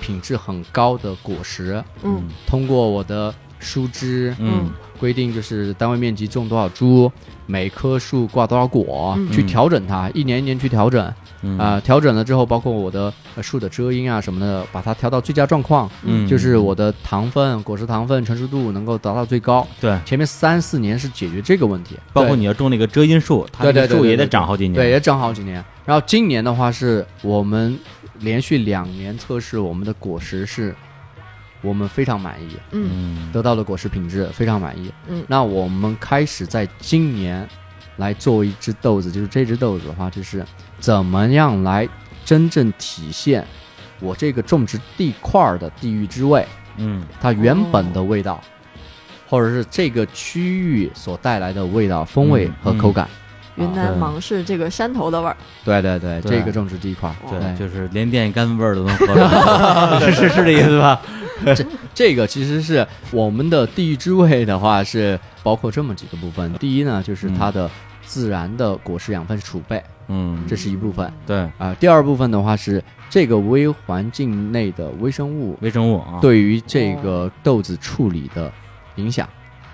Speaker 6: 品质很高的果实，
Speaker 3: 嗯
Speaker 6: 通过我的疏枝，
Speaker 5: 嗯
Speaker 6: 规定就是单位面积种多少株，每棵树挂多少果，
Speaker 3: 嗯
Speaker 6: 去调整它，一年一年去调整。
Speaker 5: 嗯
Speaker 6: 啊、调整了之后，包括我的呃树的遮阴啊什么的，把它调到最佳状况，
Speaker 5: 嗯
Speaker 6: 就是我的糖分、果实糖分、成熟度能够达到最高。
Speaker 5: 对，
Speaker 6: 前面三四年是解决这个问题，
Speaker 5: 包括
Speaker 6: 对
Speaker 5: 你要种那个遮阴树，它
Speaker 6: 对
Speaker 5: 那
Speaker 6: 对
Speaker 5: 个
Speaker 6: 对
Speaker 5: 树
Speaker 6: 对
Speaker 5: 也得
Speaker 6: 对
Speaker 5: 长好几年，
Speaker 6: 对也长好几年。然后今年的话，是我们连续两年测试我们的果实是。我们非常满意，
Speaker 3: 嗯
Speaker 5: 嗯
Speaker 6: 得到的果实品质非常满意。
Speaker 3: 嗯
Speaker 6: 那我们开始在今年来做一只豆子，就是这只豆子的话，就是怎么样来真正体现我这个种植地块儿的地域之味，
Speaker 5: 嗯
Speaker 6: 它原本的味
Speaker 5: 哦
Speaker 6: 道，或者是这个区域所带来的味道、风味
Speaker 5: 嗯
Speaker 6: 和口感。
Speaker 3: 云南
Speaker 5: 对
Speaker 3: 芒市这个山头的味儿，
Speaker 6: 对对对，
Speaker 5: 对
Speaker 6: 这个哎种植地块儿，
Speaker 5: 对，就是连电杆味儿都能喝出 来，是是是这意思吧？
Speaker 6: 这个其实是我们的地域之味的话，是包括这么几个部分。第一呢，就是它的自然的果实养分储备，
Speaker 5: 嗯，
Speaker 6: 这是一部分。
Speaker 5: 对
Speaker 6: 啊、第二部分的话是这个微环境内的微生物
Speaker 5: 微生物啊，
Speaker 6: 对于这个豆子处理的影响，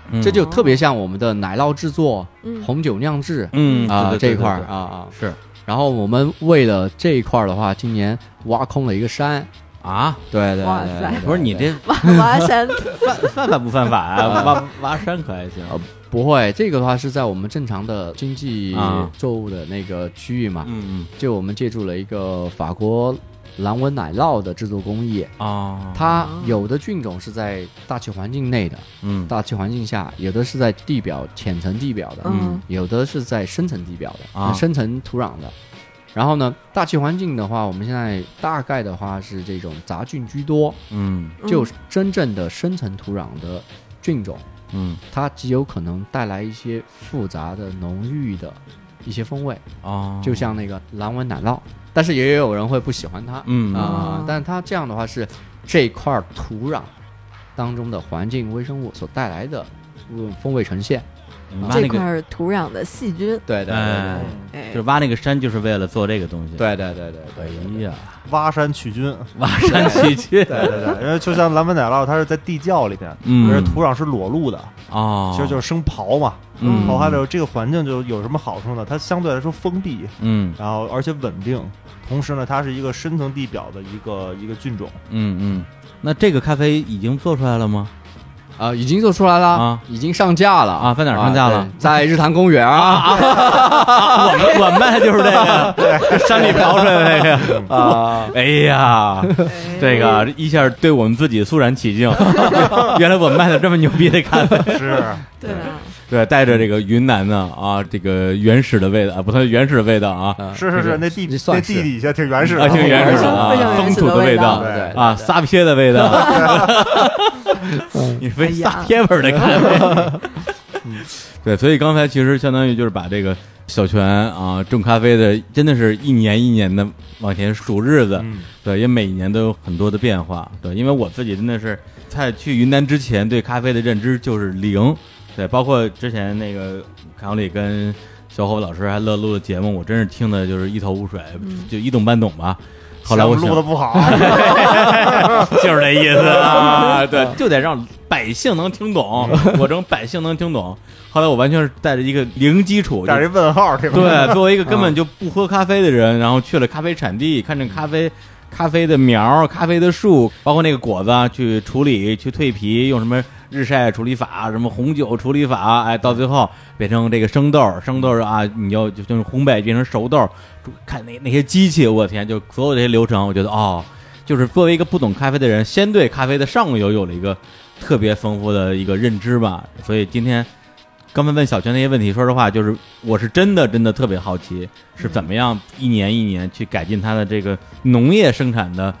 Speaker 5: 哦嗯，
Speaker 6: 这就特别像我们的奶酪制作、
Speaker 3: 嗯，
Speaker 6: 红酒酿制
Speaker 5: 嗯对
Speaker 6: 啊、
Speaker 5: 对对
Speaker 6: 这一块儿
Speaker 5: 对对
Speaker 6: 啊啊。
Speaker 5: 是
Speaker 6: 然后我们为了这一块儿的话，今年挖空了一个山，
Speaker 5: 啊，
Speaker 6: 对
Speaker 3: 嗯
Speaker 6: 对
Speaker 3: 哇
Speaker 6: 对
Speaker 3: 塞
Speaker 6: 对
Speaker 5: 不是你这
Speaker 3: 挖挖山，
Speaker 5: 犯犯法不犯法啊？挖挖山可还行？
Speaker 6: 不会这个的话是在我们正常的经济
Speaker 5: 啊
Speaker 6: 作物的那个区域嘛，
Speaker 5: 嗯
Speaker 6: 就我们借助了一个法国蓝纹奶酪的制作工艺，
Speaker 5: 嗯啊，
Speaker 6: 它有的菌种是在大气环境内的，
Speaker 5: 嗯
Speaker 6: 大气环境下，有的是在地表浅层地表的，
Speaker 3: 嗯
Speaker 6: 有的是在深层地表的，
Speaker 5: 啊
Speaker 6: 深层土壤的。然后呢，大气环境的话，我们现在大概的话是这种杂菌居多，
Speaker 5: 嗯
Speaker 3: 嗯
Speaker 6: 就是真正的深层土壤的菌种，
Speaker 5: 嗯
Speaker 6: 它极有可能带来一些复杂的、浓郁的一些风味，
Speaker 5: 哦，
Speaker 6: 就像那个蓝纹奶酪。但是也有人会不喜欢它，
Speaker 5: 嗯
Speaker 6: 啊、
Speaker 3: 哦
Speaker 6: 但它这样的话是这块儿土壤当中的环境微生物所带来的嗯风味呈现。
Speaker 5: 你嗯挖
Speaker 3: 这
Speaker 5: 那
Speaker 3: 块
Speaker 5: 个
Speaker 3: 儿土壤的细菌，
Speaker 6: 对对
Speaker 5: 哎
Speaker 6: 对，
Speaker 3: 哎
Speaker 5: 就是，挖那个山就是为了做这个东西，，
Speaker 6: 对对对对
Speaker 5: 哎
Speaker 6: 对对，
Speaker 5: 呀，
Speaker 4: 挖山取菌，
Speaker 5: 挖山去去，
Speaker 4: 对对对，因为就像蓝纹奶酪，它是在地窖里面，
Speaker 5: 嗯
Speaker 4: 而土壤是裸露的，
Speaker 5: 哦，
Speaker 4: 其实就是生刨嘛。
Speaker 5: 嗯
Speaker 4: 刨开了之后，这个环境就有什么好处呢？它相对来说封闭，
Speaker 5: 嗯
Speaker 4: 然后而且稳定，同时呢，它是一个深层地表的一个一个菌种。
Speaker 5: 嗯嗯，那这个咖啡已经做出来了吗？
Speaker 6: 啊、已经做出来了，
Speaker 5: 啊
Speaker 6: 已经上架了
Speaker 5: 啊在哪儿上架了
Speaker 6: 对在日坛公园啊
Speaker 5: 我们我们卖的就是这个，山里刨出来的这个。
Speaker 6: 啊！
Speaker 5: 哎呀，
Speaker 3: 哎
Speaker 5: 这个一下对我们自己肃然起敬， 原来我们卖的这么牛逼的咖啡，
Speaker 4: 嗯是，
Speaker 3: 对啊，
Speaker 5: 对，带着这个云南呢啊，这个原始的味道啊，不算原始的味道啊，
Speaker 6: 啊
Speaker 4: 是是是，
Speaker 6: 那
Speaker 4: 那地
Speaker 6: 这
Speaker 4: 那
Speaker 6: 算是
Speaker 4: 地底下挺原始
Speaker 5: 啊，
Speaker 4: 的，嗯
Speaker 5: 挺原始的啊
Speaker 3: 非常，原
Speaker 5: 风
Speaker 3: 始
Speaker 5: 土
Speaker 3: 的
Speaker 5: 味
Speaker 3: 味道
Speaker 5: 道
Speaker 6: 对对
Speaker 5: 啊，撒撇的味道，你非撒撇味儿的咖啡。嗯对，所以刚才其实相当于就是把这个小泉啊种咖啡的，真的是一年一年的往前数日子，
Speaker 2: 嗯
Speaker 5: 对，也每年都有很多的变化，对，因为我自己真的是在去云南之前对咖啡的认知就是零，对，包括之前那个卡里跟小伙老师还乐录的节目，我真是听的就是一头雾水，就一懂半懂吧。后来我
Speaker 4: 想
Speaker 5: 想
Speaker 4: 录的不好，啊
Speaker 5: 就是这意思啊，对， 就得让百姓能听懂，我这种百姓能听懂。后来我完全是带着一个零基础，
Speaker 4: 这
Speaker 5: 就是
Speaker 4: 一问号，这
Speaker 5: 对，作为一个根本就不喝咖啡的人，然后去了咖啡产地，看着咖啡。咖啡的苗儿、咖啡的树，包括那个果子啊，去处理、去蜕皮，用什么日晒处理法、什么红酒处理法，哎，到最后变成这个生豆，生豆啊，你要就就是烘焙变成熟豆，看那那些机器，我天，就所有这些流程，我觉得哦，就是作为一个不懂咖啡的人，先对咖啡的上游有了一个特别丰富的一个认知吧。所以今天刚才问小泉那些问题，说实话，就是我是真的真的特别好奇，是怎么样一年一年去改进它的这个农业生产的，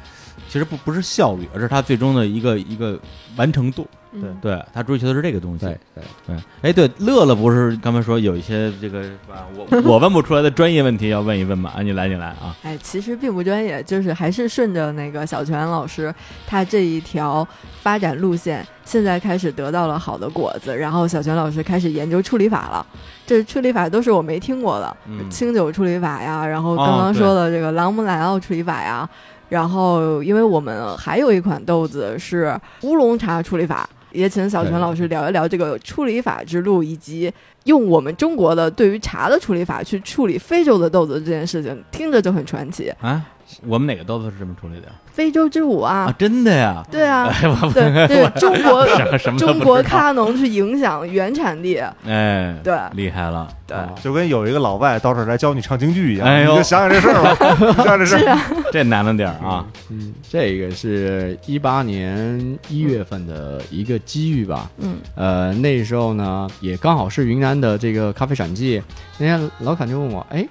Speaker 5: 其实不不是效率，而是它最终的一个一个完成度。
Speaker 3: 嗯
Speaker 4: 对
Speaker 5: 对，它追求的是这个东西。
Speaker 6: 对对，
Speaker 5: 对，哎，对，乐乐不是刚才说有一些这个是吧？我我问不出来的专业问题要问一问嘛？啊，你来，你来啊。
Speaker 3: 哎，其实并不专业，就是还是顺着那个小泉老师他这一条发展路线，现在开始得到了好的果子，然后小泉老师开始研究处理法了。这处理法都是我没听过的，
Speaker 5: 嗯
Speaker 3: 清酒处理法呀，然后
Speaker 5: 哦
Speaker 3: 刚刚
Speaker 5: 对
Speaker 3: 说的这个朗姆莱奥处理法呀，然后因为我们还有一款豆子是乌龙茶处理法，也请小泉
Speaker 5: 对
Speaker 3: 老师聊一聊这个处理法之路以及用我们中国的对于茶的处理法去处理非洲的豆子这件事情，听着就很传奇。
Speaker 5: 啊，我们哪个豆子是这么处理的呀
Speaker 3: 非洲之舞啊，
Speaker 5: 啊？真的呀？
Speaker 3: 对啊，
Speaker 5: 哎，我
Speaker 3: 对对，中国
Speaker 5: 什什么都不
Speaker 3: 中国
Speaker 5: 知道
Speaker 3: 咖农去影响原产地，
Speaker 5: 哎，
Speaker 3: 对
Speaker 5: 厉害了，
Speaker 3: 对，
Speaker 6: 啊
Speaker 4: 就跟有一个老外到这儿来教你唱京剧一样，
Speaker 5: 哎呦
Speaker 4: 你就想想这事儿吧，你想想这事儿，
Speaker 5: 这难了点儿啊。
Speaker 6: 嗯，这个是一八年一月份的一个机遇吧。
Speaker 3: 嗯，
Speaker 6: 呃，那时候呢，也刚好是云南的这个咖啡产季，人家老坎就问我，哎，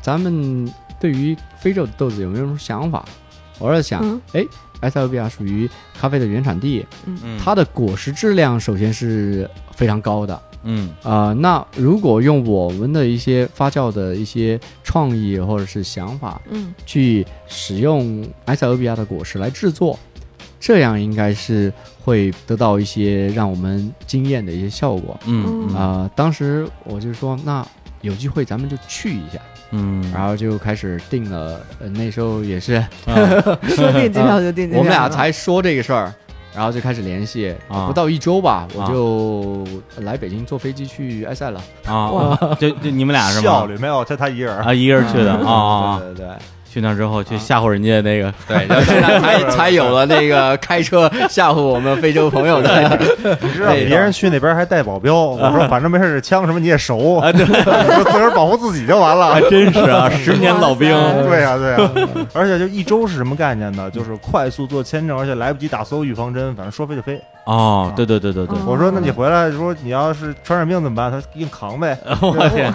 Speaker 6: 咱们对于非洲的豆子有没有什么想法？我在想
Speaker 3: 嗯，
Speaker 6: 哎、埃塞俄比亚属于咖啡的原产地，
Speaker 5: 嗯
Speaker 6: 它的果实质量首先是非常高的。
Speaker 5: 嗯
Speaker 6: 啊，那如果用我们的一些发酵的一些创意或者是想法，
Speaker 3: 嗯
Speaker 6: 去使用埃塞俄比亚的果实来制作，这样应该是会得到一些让我们惊艳的一些效果。
Speaker 5: 嗯
Speaker 3: 嗯
Speaker 6: 啊、当时我就说，那有机会咱们就去一下，
Speaker 5: 嗯，
Speaker 6: 然后就开始定了。呃、那时候 也是
Speaker 5: 嗯
Speaker 3: 说定机票就定机票，
Speaker 6: 我们俩才说这个事儿，然后就开始联系，
Speaker 5: 啊
Speaker 6: 不到一周吧，我
Speaker 5: 啊
Speaker 6: 就来北京坐飞机去埃塞了。
Speaker 5: 啊，就就你们俩是吗？
Speaker 4: 效率没有，就他一人儿。
Speaker 5: 啊，一个人 去的啊啊，啊
Speaker 6: 对对对。
Speaker 5: 去那之后去吓唬人家那个，
Speaker 6: 对，然后现在才才有了那个开车吓唬我们非洲朋友的。
Speaker 4: 你知道别人去那边还带保镖，我说反正没事，这枪什么你也熟，啊、对，自个儿保护自己就完了
Speaker 5: 还。真是 啊，十年老兵，
Speaker 3: 哇塞
Speaker 4: 对呀、对呀、 而且就一周是什么概念呢？就是快速做签证，而且来不及打所有预防针，反正说飞就飞。
Speaker 6: 啊
Speaker 5: 哦，对对对对对，
Speaker 3: 嗯
Speaker 4: 我说那你回来说你要是传染病怎么办？他说硬扛呗。
Speaker 5: 我天，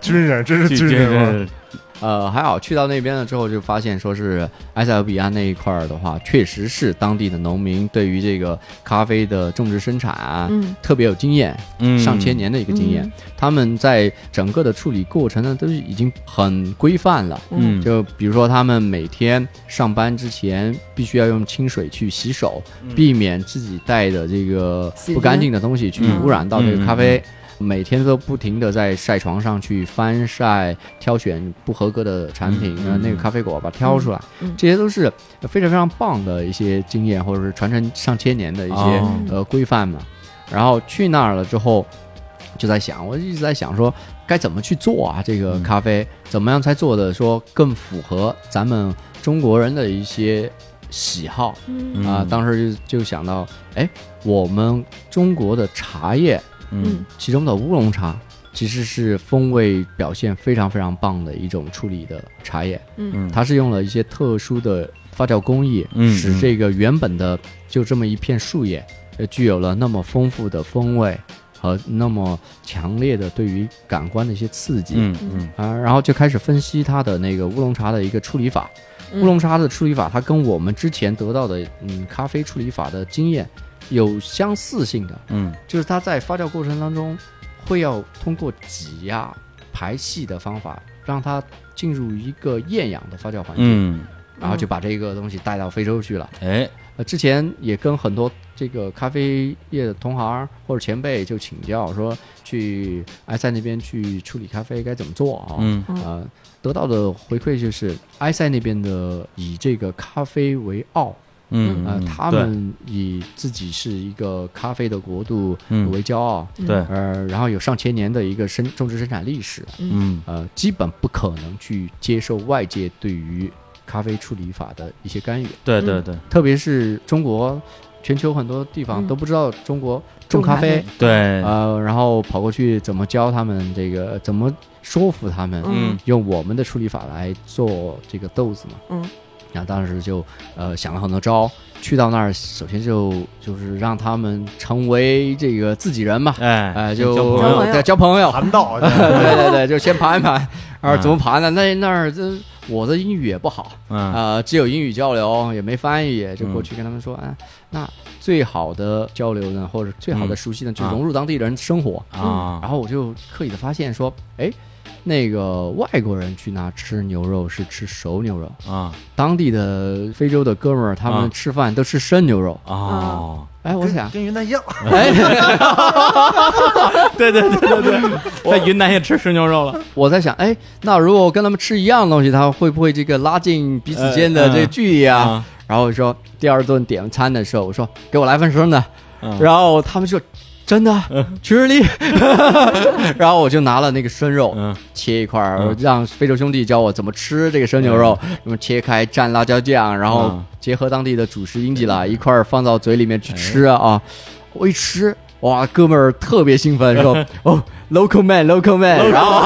Speaker 4: 军人真是
Speaker 5: 去
Speaker 4: 军
Speaker 5: 去
Speaker 4: 人，
Speaker 5: 去
Speaker 6: 呃，还好去到那边了之后，就发现说是埃塞俄比亚啊那一块儿的话，确实是当地的农民对于这个咖啡的种植生产啊、
Speaker 3: 嗯
Speaker 6: 特别有经验，
Speaker 5: 嗯，
Speaker 6: 上千年的一个经验。
Speaker 3: 嗯
Speaker 6: 他们在整个的处理过程呢，都是已经很规范了。
Speaker 5: 嗯，
Speaker 6: 就比如说，他们每天上班之前必须要用清水去洗手，
Speaker 5: 嗯
Speaker 6: 避免自己带的这个
Speaker 3: 细菌
Speaker 6: 不干净的东西去
Speaker 5: 嗯
Speaker 6: 污染到这
Speaker 5: 嗯
Speaker 6: 个
Speaker 5: 嗯
Speaker 6: 咖啡。每天都不停的在晒床上去翻晒，挑选不合格的产品，
Speaker 5: 嗯嗯
Speaker 6: 让那个咖啡果把它挑出来，
Speaker 3: 嗯嗯
Speaker 6: 这些都是非常非常棒的一些经验，或者是传承上千年的一些、
Speaker 5: 哦
Speaker 6: 呃规范嘛。然后去那儿了之后，就在想，我一直在想说该怎么去做啊，这个
Speaker 5: 嗯
Speaker 6: 咖啡、怎么样才做的说更符合咱们中国人的一些喜好
Speaker 3: 嗯
Speaker 6: 啊、当时就就想到，哎，我们中国的茶叶，
Speaker 5: 嗯
Speaker 6: 其中的乌龙茶。其实是风味表现非常非常棒的一种处理的茶叶，
Speaker 5: 嗯，
Speaker 6: 它是用了一些特殊的发酵工艺，
Speaker 5: 嗯
Speaker 6: 使
Speaker 5: 嗯
Speaker 6: 这个原本的就这么一片树叶，呃，具有了那么丰富的风味和那么强烈的对于感官的一些刺激。
Speaker 5: 嗯嗯
Speaker 6: 啊，然后就开始分析它的那个乌龙茶的一个处理法。
Speaker 3: 嗯
Speaker 6: 乌龙茶的处理法，它跟我们之前得到的嗯咖啡处理法的经验有相似性的，
Speaker 5: 嗯
Speaker 6: 就是它在发酵过程当中会要通过挤压、排气的方法，让它进入一个厌氧的发酵环境，
Speaker 5: 嗯，
Speaker 6: 然后就把这个东西带到非洲去了。
Speaker 5: 哎，
Speaker 6: 呃，之前也跟很多这个咖啡业的同行或者前辈就请教说，去埃塞那边去处理咖啡该怎么做啊？
Speaker 5: 嗯
Speaker 6: 呃，得到的回馈就是埃塞那边的以这个咖啡为傲，
Speaker 5: 嗯，
Speaker 6: 呃，
Speaker 5: 嗯
Speaker 6: 他们以自己是一个咖啡的国度
Speaker 5: 嗯
Speaker 6: 为骄傲，
Speaker 5: 对对，
Speaker 6: 呃，然后有上千年的一个生种植生产历史，
Speaker 5: 嗯
Speaker 6: 呃，基本不可能去接受外界对于咖啡处理法的一些干预。
Speaker 5: 对对对
Speaker 6: 特别是中国，全球很多地方
Speaker 3: 嗯
Speaker 6: 都不知道中国种咖啡，
Speaker 5: 对，
Speaker 6: 呃，然后跑过去怎么教他们这个，怎么说服他们、
Speaker 5: 嗯
Speaker 6: 用我们的处理法来做这个豆子嘛。
Speaker 3: 嗯，
Speaker 6: 然后当时就呃想了很多招，去到那儿首先就就是让他们成为这个自己人嘛，
Speaker 5: 哎
Speaker 6: 呃，就
Speaker 5: 交
Speaker 3: 朋友
Speaker 6: 对交朋友，
Speaker 4: 盘 道，
Speaker 6: 对对对，就先盘一盘。啊，
Speaker 5: 嗯
Speaker 6: 怎么盘呢？那那儿这我的英语也不好，
Speaker 5: 嗯
Speaker 6: 啊，只有英语交流，也没翻译，就过去跟他们说，啊，那最好的交流呢，或者最好的熟悉呢，就
Speaker 5: 啊
Speaker 6: 融入当地人生活。
Speaker 5: 啊
Speaker 6: 然后我就刻意的发现说，哎，那个外国人去那吃牛肉是吃熟牛肉，
Speaker 5: 啊
Speaker 6: 当地的非洲的哥们儿他
Speaker 5: 啊
Speaker 6: 们吃饭都吃生牛肉。
Speaker 5: 哦，
Speaker 6: 哎，我想，
Speaker 4: 跟云南一样，
Speaker 6: 哎，
Speaker 5: 对对对对 对，在云南也吃吃牛肉了，
Speaker 6: 我在想，哎，那如果跟他们吃一样的东西，他会不会这个拉近彼此间的
Speaker 5: 呃
Speaker 6: 这个距离啊？
Speaker 5: 啊
Speaker 6: 然后我说第二顿点餐的时候，我说给我来份生的，
Speaker 5: 嗯
Speaker 6: 然后他们说真的，吃力。 然后我就拿了那个生肉，
Speaker 5: 嗯
Speaker 6: 切一块儿，
Speaker 5: 嗯
Speaker 6: 让非洲兄弟教我怎么吃这个生牛肉，怎么切开蘸辣椒酱，然后
Speaker 5: 嗯哎
Speaker 6: 结合当地的主食英吉拉一块儿放到嘴里面去吃啊。我一吃。哇，哥们儿特别兴奋，说 哦，local man，local man，然后，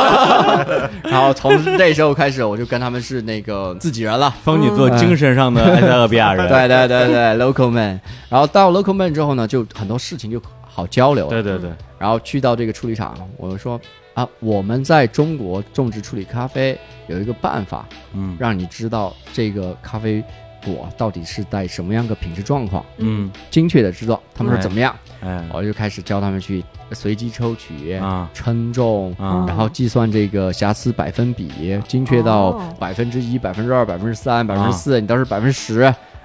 Speaker 6: 然后从那时候开始，我就跟他们是那个自己人了，
Speaker 5: 帮你做精神上的埃塞俄比亚 人，
Speaker 6: 对对对 对，local man。然后到 local man 之后呢，就很多事情就好交流了。
Speaker 5: 对对对，
Speaker 6: 然后去到这个处理厂，我们说啊，我们在中国种植处理咖啡有一个办法，
Speaker 5: 嗯
Speaker 6: 让你知道这个咖啡果到底是在什么样的品质状况，
Speaker 5: 嗯，
Speaker 6: 精确的知道他们是怎么样。
Speaker 5: 哎
Speaker 6: 我就开始教他们去随机抽取、
Speaker 5: 啊
Speaker 6: 称重。
Speaker 5: 啊
Speaker 6: 然后计算这个瑕疵百分比，精确到
Speaker 3: 哦
Speaker 6: 百分之一、百分之二、百分之三、百分
Speaker 5: 啊
Speaker 6: 之四，你倒是百分之十，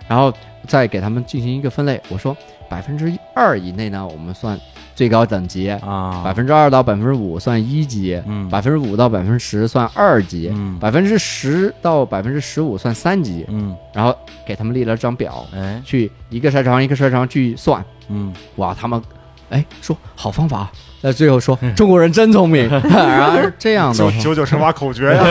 Speaker 6: 然后再给他们进行一个分类。我说百分之二以内呢，我们算最高等级；
Speaker 5: 啊，
Speaker 6: 百分之二到百分之五算一级，
Speaker 5: 嗯
Speaker 6: 百分之五到百分之十算二级，
Speaker 5: 嗯
Speaker 6: 百分之十到百分之十五算三级。
Speaker 5: 嗯
Speaker 6: 然后给他们列了张表，
Speaker 5: 哎
Speaker 6: 去一个筛床一个筛床去算。
Speaker 5: 嗯
Speaker 6: 哇，他们哎说好方法，那最后说
Speaker 5: 嗯
Speaker 6: 中国人真聪 明，然后这样的
Speaker 4: 九
Speaker 6: 话
Speaker 4: 九九乘法口诀呀，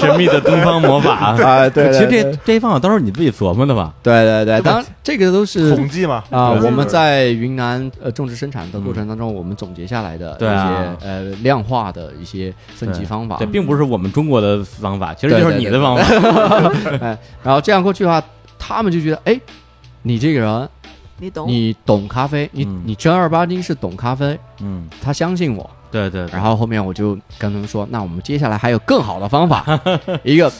Speaker 5: 神秘的东方魔法
Speaker 6: 啊，对，
Speaker 5: 其实
Speaker 6: 对
Speaker 5: 这这一方法都是你自己琢磨的吧？
Speaker 6: 对对对， 当然这个都是
Speaker 4: 统计嘛
Speaker 6: 啊，
Speaker 4: 对
Speaker 6: 我们在云南呃种植生产的过程当中，我们总结下来的一
Speaker 5: 对啊
Speaker 6: 些呃量化的一些分级方法
Speaker 5: 对，，并不是我们中国的方法，其实就是你的方法。
Speaker 6: 然后这样过去的话，他们就觉得哎，你这个人
Speaker 3: 你懂，
Speaker 6: 你懂咖啡，你
Speaker 5: 哦嗯
Speaker 6: 你正儿八经是懂咖啡，
Speaker 5: 嗯，
Speaker 6: 他相信我。
Speaker 5: 对对，
Speaker 6: 然后后面我就跟他们说，那我们接下来还有更好的 方法，一个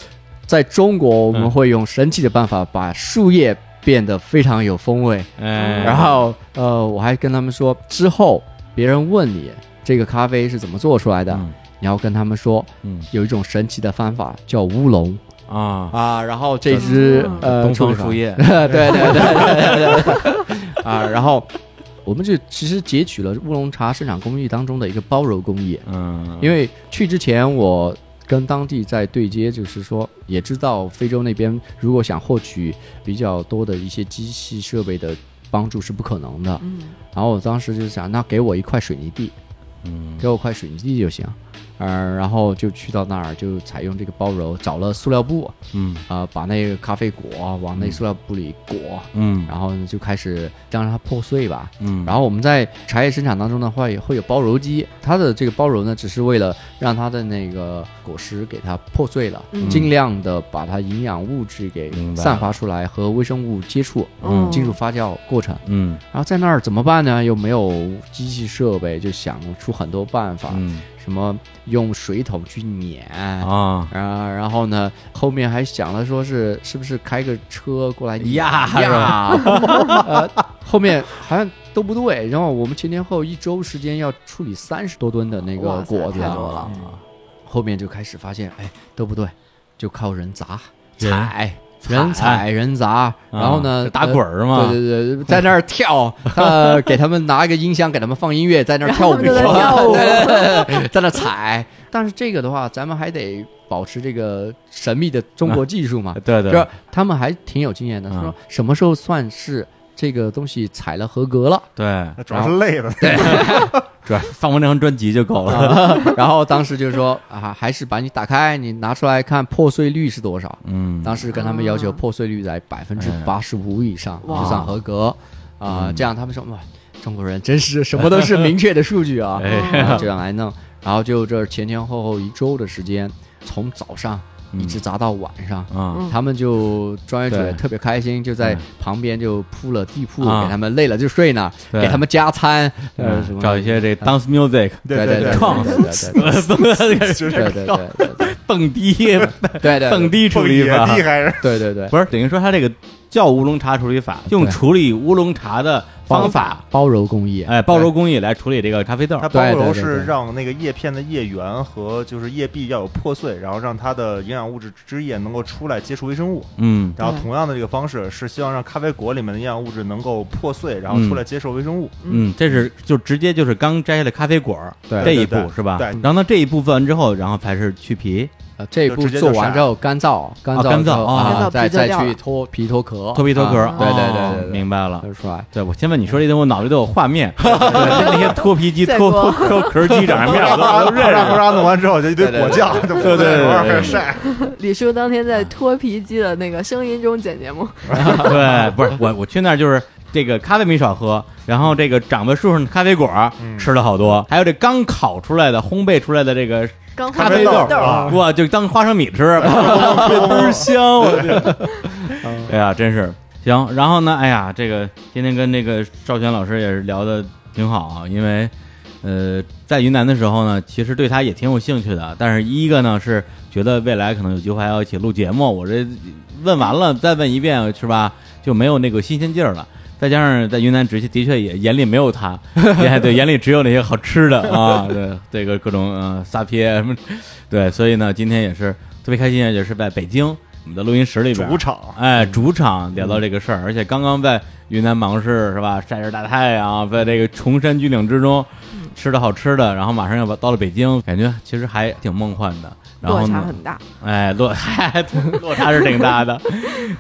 Speaker 6: 在中国我们会用神奇的办法把树叶变得非常有风味。
Speaker 5: 哎，
Speaker 6: 然后呃，我还跟他们说，之后别人问你这个咖啡是怎么做出来的，
Speaker 5: 嗯
Speaker 6: 你要跟他们说，
Speaker 5: 嗯
Speaker 6: 有一种神奇的方法叫乌龙
Speaker 5: 啊，
Speaker 6: 啊。然后这只、
Speaker 3: 嗯
Speaker 6: 呃
Speaker 5: 东方
Speaker 6: 处
Speaker 5: 树
Speaker 6: 理
Speaker 5: 叶
Speaker 6: 法对对对对对对 对啊，然后我们就其实截取了乌龙茶生产工艺当中的一个包揉工艺，
Speaker 5: 嗯，
Speaker 6: 因为去之前我。跟当地在对接，就是说，也知道非洲那边如果想获取比较多的一些机器设备的帮助是不可能的，
Speaker 3: 嗯
Speaker 6: 然后我当时就想，那给我一块水泥地，
Speaker 5: 嗯
Speaker 6: 给我块水泥地就行。呃，然后就去到那儿，就采用这个包揉，找了塑料布，
Speaker 5: 嗯
Speaker 6: 啊、把那个咖啡果往那塑料布里裹，
Speaker 5: 嗯
Speaker 6: 然后呢就开始让它破碎吧。
Speaker 5: 嗯，
Speaker 6: 然后我们在茶叶生产当中呢，会会有包揉机，它的这个包揉呢，只是为了让它的那个果实给它破碎了，
Speaker 3: 嗯
Speaker 6: 尽量的把它营养物质给
Speaker 5: 明白
Speaker 6: 散发出来，和微生物接触，
Speaker 3: 哦
Speaker 5: 嗯
Speaker 6: 进入发酵过程。
Speaker 5: 嗯
Speaker 6: 然后在那儿怎么办呢？又没有机器设备，就想出很多办法，
Speaker 5: 嗯
Speaker 6: 什么用水桶去碾
Speaker 5: 啊
Speaker 6: 啊、然后呢，后面还想了说是是不是开个车过来碾
Speaker 5: 呀
Speaker 6: 呀，呃后面好像都不对。然后我们前前后一周时间要处理三十多吨的那个
Speaker 3: 哇塞
Speaker 6: 果子
Speaker 3: 太
Speaker 6: 啊，
Speaker 3: 多了
Speaker 6: 后面就开始发现，哎，都不对，就靠人砸、
Speaker 5: 人啊
Speaker 6: 踩、人踩、人砸，然后呢，
Speaker 5: 打
Speaker 6: 呃
Speaker 5: 滚儿嘛，
Speaker 6: 对对对，在 那儿跳，呃，给他们拿一个音箱，给他们放音乐，在那儿跳舞，
Speaker 3: 然后他们就在跳舞
Speaker 6: 对在那儿踩。但是这个的话，咱们还得保持这个神秘的中国技术嘛，
Speaker 5: 对
Speaker 6: 就
Speaker 5: 对
Speaker 6: 是他们还挺有经验的，
Speaker 5: 嗯
Speaker 6: 说什么时候算是这个东西踩了合格了。
Speaker 5: 对，
Speaker 4: 主要是累 的，
Speaker 5: 主要放完那张专辑就够了。
Speaker 6: 然后当时就说啊，还是把你打开，你拿出来看破碎率是多少。
Speaker 5: 嗯，
Speaker 6: 当时跟他们要求
Speaker 3: 啊
Speaker 6: 破碎率在百分之八十五以上
Speaker 3: 哇
Speaker 6: 就算合格啊、
Speaker 5: 嗯
Speaker 6: 这样他们说哇，中国人真是什么都是明确的数据啊，
Speaker 5: 哎
Speaker 6: 啊这样来弄，然后就这前前后后一周的时间，从早上一直砸到晚上。
Speaker 5: 啊，
Speaker 6: 他们就专业者
Speaker 5: 对
Speaker 6: 也特别开心，就在
Speaker 5: 嗯
Speaker 6: 旁边就铺了地铺
Speaker 5: 啊
Speaker 6: 给他们，累了就睡那儿，
Speaker 5: 对
Speaker 6: 给他们加餐，呃，什
Speaker 5: 嗯
Speaker 6: 么
Speaker 5: 找一些这 dance music，
Speaker 6: 对对对
Speaker 5: 创
Speaker 6: 对对对对对对对对
Speaker 5: 蹦迪，
Speaker 6: 对对
Speaker 5: 蹦迪处理
Speaker 4: 野
Speaker 5: 法
Speaker 4: 地，还是
Speaker 6: 对对对
Speaker 5: 不是等于说他这个叫乌龙茶处理法，用
Speaker 6: 对
Speaker 5: 处理乌龙茶的方法，
Speaker 6: 包包揉工艺，
Speaker 5: 哎，包揉工艺来处理这个咖啡豆
Speaker 4: 它。包
Speaker 6: 对对
Speaker 4: 揉
Speaker 6: 对对
Speaker 4: 是让那个叶片的叶缘和就是叶壁要有破碎，然后让它的营养物质汁液能够出来接触微生物。
Speaker 5: 嗯，
Speaker 4: 然后
Speaker 3: 对
Speaker 4: 同样的这个方式是希望让咖啡果里面的营养物质能够破碎，然后
Speaker 5: 嗯
Speaker 4: 出来接受微生物。
Speaker 5: 嗯，这是就直接就是刚摘下来咖啡果儿
Speaker 6: 对
Speaker 5: 这一
Speaker 4: 对
Speaker 5: 步
Speaker 4: 对
Speaker 5: 是吧？
Speaker 4: 对
Speaker 5: 然后呢这一部分完之后，然后才是去皮、
Speaker 6: 呃，这一
Speaker 4: 就
Speaker 6: 步
Speaker 4: 直接
Speaker 6: 做
Speaker 4: 就
Speaker 6: 完
Speaker 4: 晒
Speaker 6: 之后干燥，干
Speaker 5: 啊
Speaker 6: 燥
Speaker 5: 干
Speaker 6: 之
Speaker 5: 燥
Speaker 6: 后
Speaker 5: 啊
Speaker 3: 干燥
Speaker 6: 啊，再
Speaker 3: 皮就
Speaker 6: 再
Speaker 3: 掉
Speaker 6: 去
Speaker 3: 了
Speaker 6: 脱皮脱壳，
Speaker 5: 脱皮脱壳
Speaker 6: 啊
Speaker 5: 儿。
Speaker 6: 对对
Speaker 5: 哦
Speaker 6: 对对，
Speaker 5: 明
Speaker 6: 白
Speaker 5: 白了。
Speaker 6: 就出来。
Speaker 5: 对，我先问你说这些，我脑子里都有画 面，那些脱皮 机、脱脱脱壳机长什么样，我都 我都认
Speaker 4: 啪
Speaker 5: 识。
Speaker 4: 嚓啪嚓弄完之后就一堆
Speaker 6: 对对
Speaker 4: 果
Speaker 6: 对
Speaker 4: 酱，对
Speaker 5: 对
Speaker 4: 对
Speaker 5: 对对
Speaker 4: 开始晒。
Speaker 3: 李叔当天在脱皮机的那个声音中剪节目，
Speaker 5: 对，不是我，我去那儿就是这个咖啡没少喝，然后这个长在树上的咖啡果儿
Speaker 6: 嗯
Speaker 5: 吃了好多，还有这刚烤出来的、烘焙出来的这个
Speaker 3: 刚
Speaker 5: 咖
Speaker 3: 换
Speaker 5: 啡
Speaker 3: 豆
Speaker 5: 豆
Speaker 3: 豆
Speaker 5: 儿，
Speaker 3: 儿，
Speaker 4: 啊
Speaker 5: 哇，就当花生米吃， 倍儿香！我去， 哎呀，真是行。然后呢，哎呀，这个今天跟这个赵泉老师也是聊的挺好啊，因为呃，在云南的时候呢，其实对他也挺有兴趣的，但是一个呢是觉得未来可能有机会还要一起录节目，我这问完了再问一遍是吧，就没有那个新鲜劲儿了。再加上在云南直系的确也眼里没有他， 也对眼里只有那些好吃的 啊，对这个各种呃撒撇 什么，对，所以呢，今天也是特别开心，也是在北京我们的录音室里边
Speaker 4: 主，场
Speaker 5: 哎，主场聊到这个事儿，而且刚刚在云南芒市是吧，晒着大太阳，在这个崇山峻岭之中
Speaker 3: 嗯
Speaker 5: 吃的好吃的，然后马上要到了北京，感觉其实还挺梦幻的。然后
Speaker 3: 落差
Speaker 5: 呢，
Speaker 3: 很大。
Speaker 5: 哎，落 差落差是挺大的，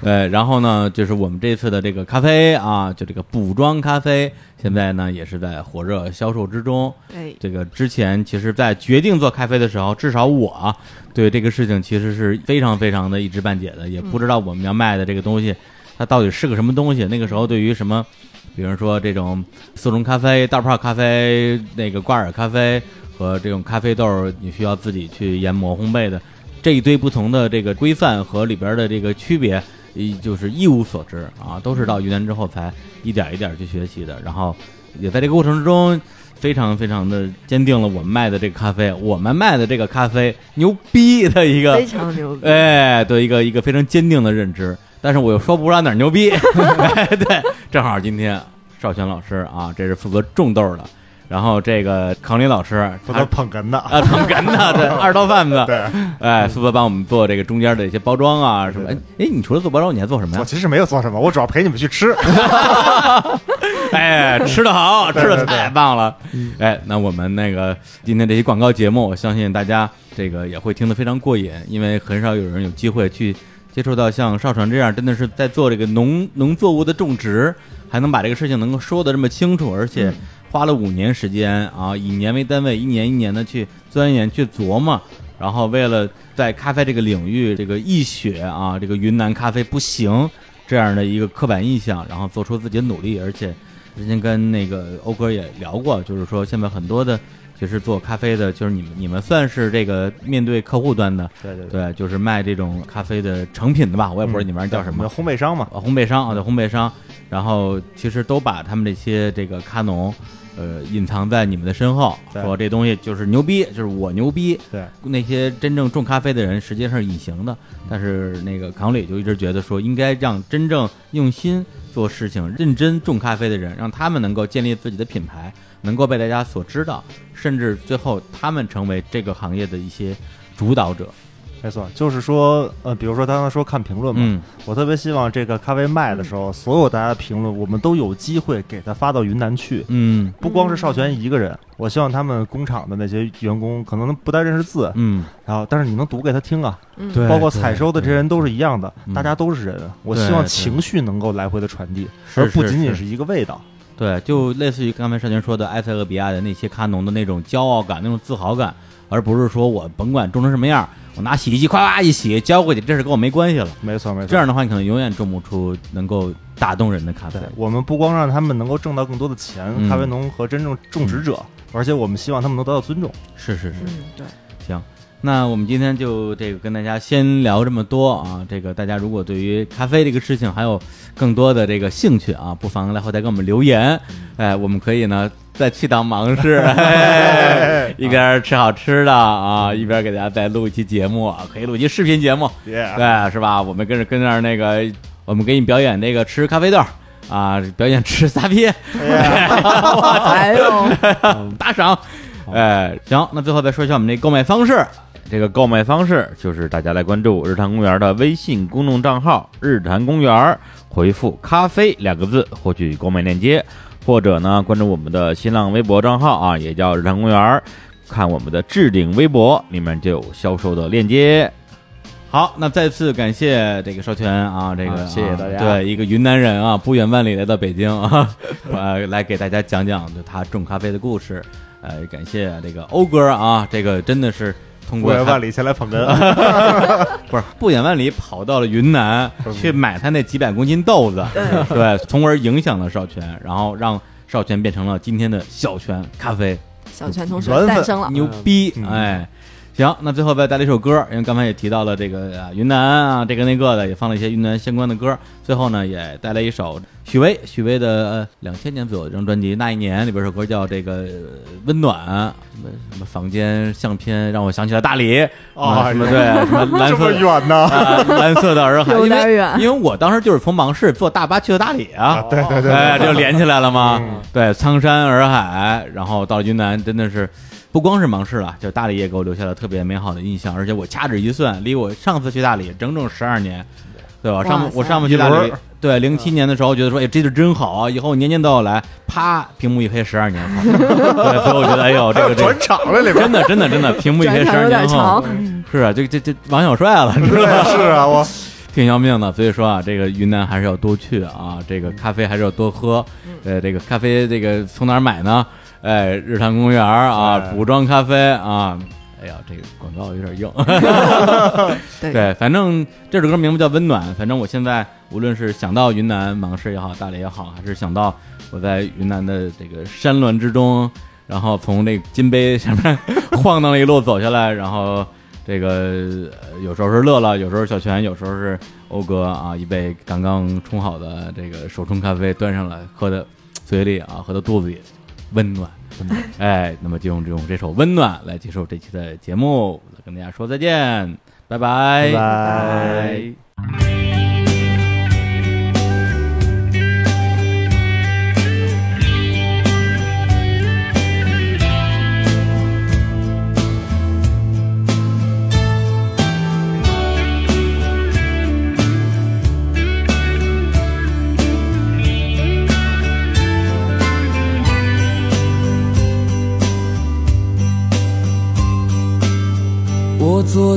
Speaker 5: 对。然后呢，就是我们这次的这个咖啡啊，就这个补妆咖啡，现在呢也是在火热销售之中。
Speaker 3: 对，
Speaker 5: 这个之前，其实，在决定做咖啡的时候，至少我啊对这个事情其实是非常非常的一知半解的，也不知道我们要卖的这个东西，它到底是个什么东西。那个时候，对于什么，比如说这种速溶咖啡、袋泡咖啡、那个挂耳咖啡和这种咖啡豆，你需要自己去研磨烘焙的这一堆不同的这个规范和里边的这个区别。一就是一无所知啊，都是到云南之后才一点一点去学习的。然后也在这个过程之中，非常非常的坚定了我们卖的这个咖啡，我们卖的这个咖啡牛逼的一个
Speaker 3: 非，常牛逼。
Speaker 5: 哎，对一个一个非常坚定的认知。但是我又说不出来哪儿牛逼，哎对，正好今天邵泉老师啊，这是负责种豆的，然后这个康林老师
Speaker 4: 负
Speaker 5: 他
Speaker 4: 责捧哏的。
Speaker 5: 啊，捧哏的， 对，二道贩子，
Speaker 4: 对，
Speaker 5: 哎，负责帮我们做这个中间的一些包装啊什么。哎
Speaker 4: 对，
Speaker 5: 哎，你除了做包装，你还做什么呀
Speaker 4: 我？其实没有做什么，我主要陪你们去吃。
Speaker 5: 哎，吃的 好，吃
Speaker 4: 对
Speaker 5: 的
Speaker 4: 对对
Speaker 5: 太棒了。哎，那我们那个今天这期广告节目，我相信大家这个也会听得非常过瘾，因为很少有人有机会去接触到像邵传这样，真的是在嗯做这个农农作物的种植，还能把这个事情能够说的这么清楚，而且花了五年时间啊，以年为单位，一年一年的去钻研、去琢磨。然后为了在咖啡这个领域，这个一雪啊，这个云南咖啡不行这样的一个刻板印象，然后做出自己的努力。而且之前跟那个欧哥也聊过，就是说现在很多的，就是做咖啡的，就是你们你们算是这个面对客户端的，
Speaker 4: 对对对，
Speaker 5: 对，就是卖这种咖啡的成品的吧，我也不知道你们玩意儿叫什么
Speaker 4: 我们。烘焙商嘛。
Speaker 5: 呃烘焙商啊，对烘焙商，然后其实都把他们这些这个咖农，呃隐藏在你们的身后，
Speaker 4: 对
Speaker 5: 说这东西就是牛逼，就是我牛逼。
Speaker 4: 对，
Speaker 5: 那些真正种咖啡的人实际上是隐形的，但是那个康里就一直觉得说，应该让真正用心做事情、认真种咖啡的人，让他们能够建立自己的品牌，能够被大家所知道，甚至最后他们成为这个行业的一些主导者。
Speaker 4: 没错，就是说，呃，比如说刚才说看评论嘛，
Speaker 5: 嗯，
Speaker 4: 我特别希望这个咖啡卖的时候，所有大家的评论，我们都有机会给它发到云南去。
Speaker 5: 嗯
Speaker 4: 不光是少泉一个人，我希望他们工厂的那些员工可能不太认识字，
Speaker 5: 嗯，
Speaker 4: 然后但是你能读给他听啊，
Speaker 3: 嗯，
Speaker 2: 对
Speaker 4: 包括采收的这些人都是一样的
Speaker 5: 嗯，
Speaker 4: 大家都是人。我
Speaker 5: 对
Speaker 4: 希望
Speaker 5: 对
Speaker 4: 情绪能够来回的传递，
Speaker 5: 是
Speaker 4: 而不仅仅
Speaker 5: 是
Speaker 4: 是一个味道。
Speaker 5: 对，就类似于刚才少年说的埃塞俄比亚的那些咖农的那种骄傲感、那种自豪感，而不是说我甭管种成什么样，我拿洗衣机夸夸一洗浇过去，这事跟我没关系了。
Speaker 4: 没错，没错。
Speaker 5: 这样的话，你可能永远种不出能够打动人的咖啡
Speaker 4: 对。我们不光让他们能够挣到更多的钱，
Speaker 5: 嗯
Speaker 4: 咖啡农和真正种植者，而且我们希望他们能得到尊重。
Speaker 5: 是是是。
Speaker 3: 嗯，对，
Speaker 5: 那我们今天就这个跟大家先聊这么多啊。这个大家如果对于咖啡这个事情还有更多的这个兴趣啊，不妨来后台给我们留言。哎，我们可以呢再去趟芒市，哎一边吃好吃的啊，一边给大家再录一期节目啊，可以录一期视频节目，
Speaker 4: 啊
Speaker 5: 对，是吧？我们跟着跟那儿那个，我们给你表演那个吃咖啡豆儿啊，表演吃撒 撇，
Speaker 3: 还有
Speaker 5: 打赏。哎，行，那最后再说一下我们这购买方式。
Speaker 10: 这个购买方式就是大家来关注日坛公园的微信公众账号“日坛公园”，回复“咖啡”两个字获取购买链接，或者呢关注我们的新浪微博账号啊，也叫日坛公园，看我们的置顶微博里面就有销售的链接。
Speaker 5: 好，那再次感谢这个少泉啊，这个、
Speaker 6: 啊谢谢大家
Speaker 5: 啊对，一个云南人啊，不远万里来到北京啊， 呃，来给大家讲讲就他种咖啡的故事。呃，感谢这个欧哥啊，这个真的是通过他
Speaker 4: 里前来啊捧哏，
Speaker 5: 不是不远万里跑到了云南去买他那几百公斤豆子，对，从而影响了少泉，然后让少泉变成了今天的小泉咖啡。
Speaker 3: 小泉同学
Speaker 4: 缘分
Speaker 3: 诞生了，
Speaker 5: 牛逼！
Speaker 4: 嗯
Speaker 5: 哎，行，那最后再带来一首歌，因为刚才也提到了这个、啊、云南啊，这个那个的，也放了一些云南相关的歌。最后呢，也带来一首许巍，许巍的呃两千、0年左右的一张专辑《那一年》里边有首歌叫这个呃温暖，啊什么什么房间相片让我想起了大理
Speaker 4: 哦
Speaker 5: 什么对，什么蓝
Speaker 4: 这么
Speaker 5: 色的。
Speaker 4: 远呢？
Speaker 5: 啊蓝色的洱海，
Speaker 3: 有
Speaker 5: 因
Speaker 3: 点
Speaker 5: 为
Speaker 3: 远
Speaker 5: 因为我当时就是从芒市坐大巴去的大理啊，
Speaker 4: 对对嗯对，
Speaker 5: 哎，就连起来了吗？对，苍山、洱海，然后到了云南，真的是不光是芒市了，就大理也给我留下了特别美好的印象。而且我掐指一算，离我上次去大理整整十二年，对吧？
Speaker 3: 哇
Speaker 5: 上我
Speaker 3: 塞
Speaker 5: 上次去大
Speaker 4: 一
Speaker 5: 理
Speaker 4: 轮儿，
Speaker 5: 对，零七年的时候觉得说，哎，这地儿真好啊，以后年年都要来。啪，屏幕一黑，十二年后，对，所以我觉得，哎呦，这个这个。
Speaker 4: 场了里
Speaker 5: 真的，真的，真的，屏幕一黑十二
Speaker 3: 转场有
Speaker 5: 年
Speaker 3: 点
Speaker 5: 后
Speaker 3: 长，，
Speaker 5: 是啊，这这这王小帅了，是吧？
Speaker 4: 是啊，我
Speaker 5: 挺要命的，所以说啊，这个云南还是要多去啊，这个咖啡还是要多喝。呃，这个咖啡这个从哪儿买呢？哎，日坛公园儿啊，
Speaker 4: 哎
Speaker 5: 补妆咖啡啊。哎呀，这个广告有点硬。
Speaker 3: 对
Speaker 5: 对，反正这首歌名字叫《温暖》。反正我现在无论是想到云南芒市也好，大理也好，还是想到我在云南的这个山峦之中，然后从那金杯上面晃荡了一路走下来，然后这个呃有时候是乐乐，有时候是小泉，有时候是欧哥啊，一杯刚刚冲好的这个手冲咖啡端上来，喝的嘴里啊，喝到肚子里，温暖。 哎，那么就用这种这首《温暖》来结束这期的节目，跟大家说再见，拜拜，
Speaker 4: 拜拜
Speaker 5: 拜
Speaker 11: 我坐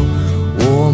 Speaker 11: 我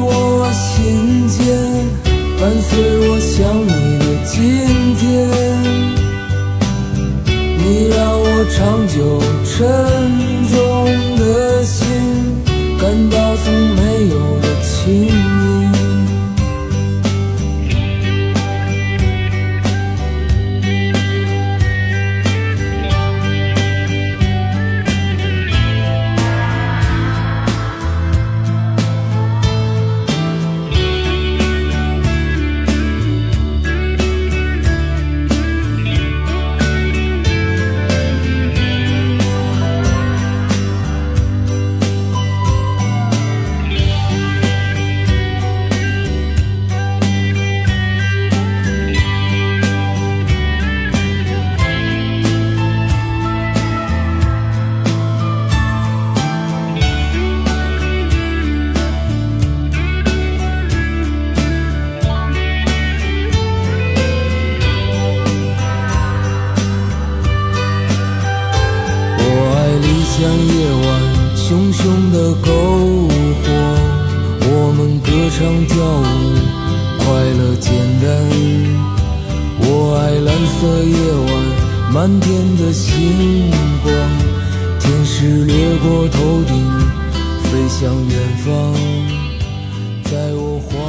Speaker 11: 我心间，伴随我想你的今天。你让我长久沉重的心感到从没有的轻盈。我爱丽江夜晚熊熊的篝火，我们歌唱跳舞，快乐简单。我爱蓝色夜晚满天的星光，天使掠过头顶，飞向远方，在我怀。